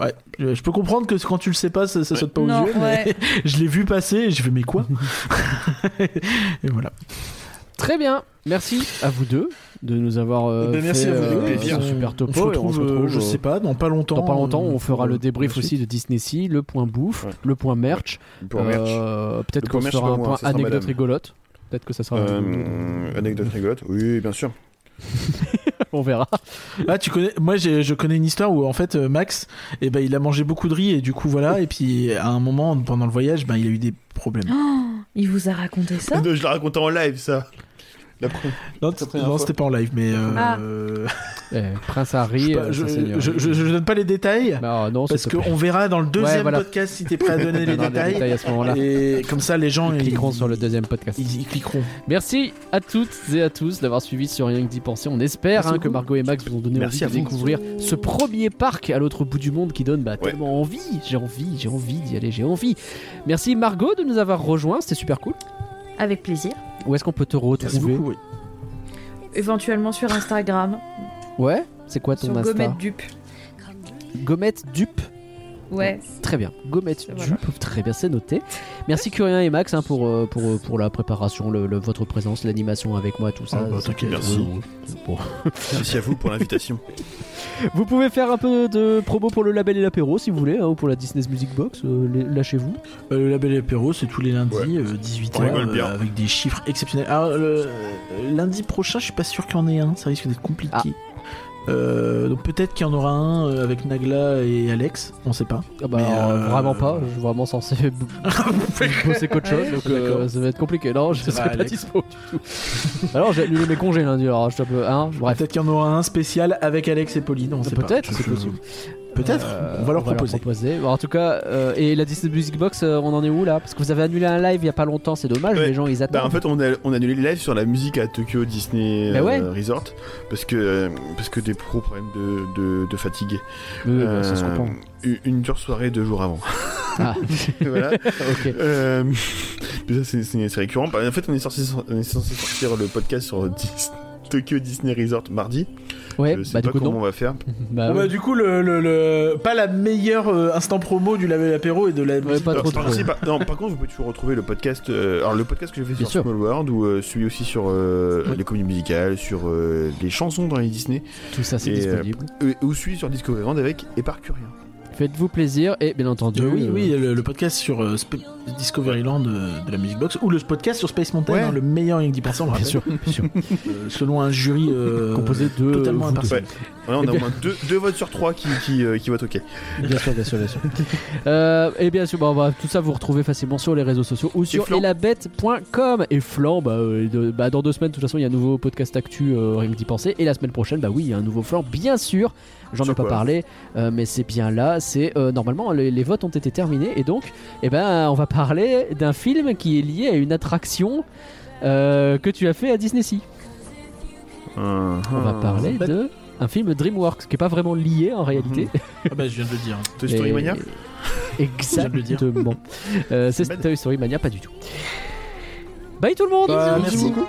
Speaker 6: Ouais, je je peux comprendre que quand tu le sais pas, ça, ça saute pas aux
Speaker 8: Non,
Speaker 6: yeux, mais
Speaker 8: ouais.
Speaker 6: je l'ai vu passer et je fais mais quoi Et voilà.
Speaker 1: Très bien. Merci à vous deux de nous avoir
Speaker 6: Eh
Speaker 1: euh,
Speaker 2: Ben, merci
Speaker 1: fait,
Speaker 2: à vous deux,
Speaker 1: euh,
Speaker 2: plaisir.
Speaker 1: un super topo.
Speaker 6: on se
Speaker 1: et
Speaker 6: retrouve, euh,
Speaker 1: retrouve,
Speaker 6: je
Speaker 1: euh,
Speaker 6: sais pas, dans pas longtemps.
Speaker 1: Dans pas longtemps,
Speaker 6: euh,
Speaker 1: on fera le
Speaker 6: pour-
Speaker 1: débrief
Speaker 6: pour la
Speaker 1: aussi de Disney Sea, le point bouffe,
Speaker 4: Ouais.
Speaker 1: le point merch,
Speaker 4: Pour un merch.
Speaker 1: euh, peut-être
Speaker 4: Le
Speaker 1: qu'on
Speaker 4: point merch,
Speaker 1: fera
Speaker 4: pas
Speaker 1: un
Speaker 4: moi,
Speaker 1: point
Speaker 4: ça sera
Speaker 1: anecdote
Speaker 4: madame.
Speaker 1: rigolote. Peut-être que ça sera.
Speaker 4: Euh, anecdote rigolote. Oui, bien sûr.
Speaker 1: On verra.
Speaker 6: suite. Ah, tu connais Moi, j'ai- je connais une histoire où en fait euh, Max, eh ben, il a mangé beaucoup de riz et du coup voilà. Et puis à un moment pendant le voyage, ben, il a eu des problèmes.
Speaker 8: Oh, Il vous a raconté ça
Speaker 4: Je la racontais en live, ça. La pre-
Speaker 6: Non, t-
Speaker 4: première
Speaker 6: non,
Speaker 4: fois.
Speaker 6: c'était pas en live, mais euh,
Speaker 8: Ah.
Speaker 6: euh,
Speaker 1: Eh, Prince
Speaker 6: je, sais
Speaker 1: Harry.
Speaker 6: pas,
Speaker 1: euh,
Speaker 6: je,
Speaker 1: ça, c'est-
Speaker 6: je- je- je donne pas les détails
Speaker 1: Bah, non,
Speaker 6: parce
Speaker 1: s'il te plaît.
Speaker 6: qu'on verra dans le deuxième
Speaker 1: voilà.
Speaker 6: podcast si t'es prêt à donner les
Speaker 1: On donnera des
Speaker 6: détails.
Speaker 1: détails à ce moment-là.
Speaker 6: Et comme ça, les gens
Speaker 1: Ils cliqueront sur le
Speaker 6: ils,
Speaker 1: deuxième podcast.
Speaker 6: ils- ils cliqueront.
Speaker 1: Merci à toutes et à tous d'avoir suivi sur Rien que d'y penser. On espère
Speaker 6: Merci
Speaker 1: hein, que
Speaker 6: beaucoup.
Speaker 1: Margot et Max vous ont donné envie
Speaker 4: Merci à
Speaker 1: de
Speaker 4: vous.
Speaker 1: découvrir ce premier parc à l'autre bout du monde qui donne bah, tellement envie. J'ai envie, j'ai envie d'y aller, j'ai envie. Merci Margot de nous avoir rejoints, c'était super cool.
Speaker 8: Avec plaisir.
Speaker 1: Où est-ce qu'on peut te
Speaker 6: Merci
Speaker 1: retrouver
Speaker 6: beaucoup. oui.
Speaker 8: Éventuellement sur Instagram,
Speaker 1: Ouais C'est quoi ton
Speaker 8: sur
Speaker 1: Insta
Speaker 8: Gomette Dupe.
Speaker 1: Gommette Dupe
Speaker 8: Ouais.
Speaker 1: Très bien. Gommette
Speaker 8: Voilà.
Speaker 1: du pauvre, très bien, c'est noté. Merci Curien et Max hein, pour, euh, pour, euh, pour la préparation, le- le- votre présence, l'animation avec moi, tout ça.
Speaker 6: Ah, bah,
Speaker 1: C'était-
Speaker 6: t'inquiète,
Speaker 4: merci.
Speaker 1: Ouais, ouais, bon.
Speaker 4: Merci à vous pour l'invitation.
Speaker 1: Vous pouvez faire un peu de promo pour le label et l'apéro si vous voulez, hein, ou pour la Disney's Music Box, euh, les- lâchez-vous.
Speaker 6: Euh, le label apéro, c'est tous les lundis, euh,
Speaker 4: Ouais.
Speaker 6: 18h,
Speaker 4: On rigole bien.
Speaker 6: avec des chiffres exceptionnels. Alors, le, euh, lundi prochain, je suis pas sûr qu'il y en ait un, ça risque d'être compliqué. Euh, donc peut-être qu'il y en aura un euh, avec Nagla et Alex, on sait pas.
Speaker 1: Ah bah,
Speaker 6: Mais,
Speaker 1: alors,
Speaker 6: euh, Ah,
Speaker 1: Vraiment pas, je suis vraiment censé b- bosser qu'autre chose, donc euh,
Speaker 6: D'accord.
Speaker 1: ça va être compliqué. Non, je
Speaker 6: Ça va,
Speaker 1: serai pas
Speaker 6: Alex.
Speaker 1: dispo du tout. alors j'ai annulé mes congés lundi, alors je tape un, hein, bref.
Speaker 6: Peut-être qu'il y en aura un spécial avec Alex et Pauline, on sait pas.
Speaker 1: Peut-être,
Speaker 6: Je-
Speaker 1: c'est
Speaker 6: je-
Speaker 1: possible.
Speaker 6: Peut-être,
Speaker 1: Euh,
Speaker 6: on va leur proposer.
Speaker 1: Bon, en tout cas, euh, et la Disney Music Box, euh, on en est où là Parce que vous avez annulé un live il y a pas longtemps, c'est dommage,
Speaker 4: Ouais.
Speaker 1: les gens ils attendent.
Speaker 4: Bah, en fait, on a, on a annulé les lives sur la musique à Tokyo Disney
Speaker 1: Bah
Speaker 4: euh,
Speaker 1: ouais.
Speaker 4: Resort parce que, euh, parce que des pros problèmes de, de, de fatigue.
Speaker 1: Euh, bah, ça se
Speaker 4: Euh,
Speaker 1: comprend.
Speaker 4: une- Une dure soirée deux jours avant.
Speaker 1: Ah.
Speaker 4: voilà.
Speaker 1: ok.
Speaker 4: Euh, mais ça, c'est- c'est c'est récurrent. Bah, en fait, on est, censé, on est censé sortir le podcast sur Dis- Tokyo Disney Resort mardi.
Speaker 1: Ouais,
Speaker 4: Je sais
Speaker 1: bah du
Speaker 4: pas
Speaker 1: coup
Speaker 4: comment
Speaker 1: non.
Speaker 4: on va faire.
Speaker 1: Bah,
Speaker 6: Bon, bah,
Speaker 1: ouais.
Speaker 6: du coup, le, le- le- pas la meilleure euh, instant promo du label apéro et de la.
Speaker 1: Ouais, pas
Speaker 4: Alors,
Speaker 1: trop de
Speaker 4: par- si, par- non, par contre, vous pouvez toujours retrouver le podcast. euh, alors, le podcast que j'ai fait
Speaker 1: Bien
Speaker 4: sur
Speaker 1: sûr.
Speaker 4: Small World ou euh, celui aussi sur euh,
Speaker 1: Oui.
Speaker 4: les comédies musicales, sur euh, les chansons dans les Disney,
Speaker 1: tout ça c'est
Speaker 4: et, euh,
Speaker 1: disponible.
Speaker 4: euh, ou celui sur Discovery Land avec et par Curien.
Speaker 1: Faites-vous plaisir et bien entendu.
Speaker 6: Euh, oui,
Speaker 1: euh,
Speaker 6: oui, le, le podcast sur euh, Sp- Discoveryland euh, de la Music Box ou le podcast sur Space Mountain,
Speaker 4: Ouais.
Speaker 6: hein, le meilleur Indie Person, on
Speaker 1: Bien
Speaker 6: le rappelle,
Speaker 1: sûr, bien sûr.
Speaker 6: euh, selon un jury euh,
Speaker 1: Composé de.
Speaker 6: totalement
Speaker 1: vous deux.
Speaker 6: impartial.
Speaker 4: Voilà,
Speaker 1: Eh
Speaker 4: on a
Speaker 1: bien-
Speaker 4: au moins deux, deux votes sur trois qui, qui, euh, qui votent OK.
Speaker 1: Bien sûr, bien sûr, bien sûr. Euh, et bien sûr, bah, on va- tout ça vous retrouvez facilement sur les réseaux sociaux ou sur
Speaker 4: Flan.
Speaker 1: elabette.com. Et Flan, bah, euh, de- bah, dans deux semaines, de toute façon, il y a un nouveau podcast actu, euh, rien que d'y penser. Et la semaine prochaine, bah oui, il y a un nouveau Flan, bien sûr. J'en ai
Speaker 4: Sur
Speaker 1: pas
Speaker 4: quoi
Speaker 1: parlé, euh, mais c'est bien là. C'est euh, normalement les, les votes ont été terminés et donc, eh ben, on va parler d'un film qui est lié à une attraction euh, que tu as fait à Disney Sea.
Speaker 4: Hum,
Speaker 1: On va
Speaker 4: hum.
Speaker 1: parler de un film DreamWorks qui est pas vraiment lié en réalité.
Speaker 6: Ah bah, je viens de le dire.
Speaker 4: Toy Story
Speaker 1: Mais-
Speaker 4: Mania
Speaker 1: Exactement. Euh, c'est
Speaker 4: Bad.
Speaker 1: Toy Story Mania, pas du tout. Bye tout le monde
Speaker 6: Bah, merci
Speaker 1: Bisous.
Speaker 6: beaucoup.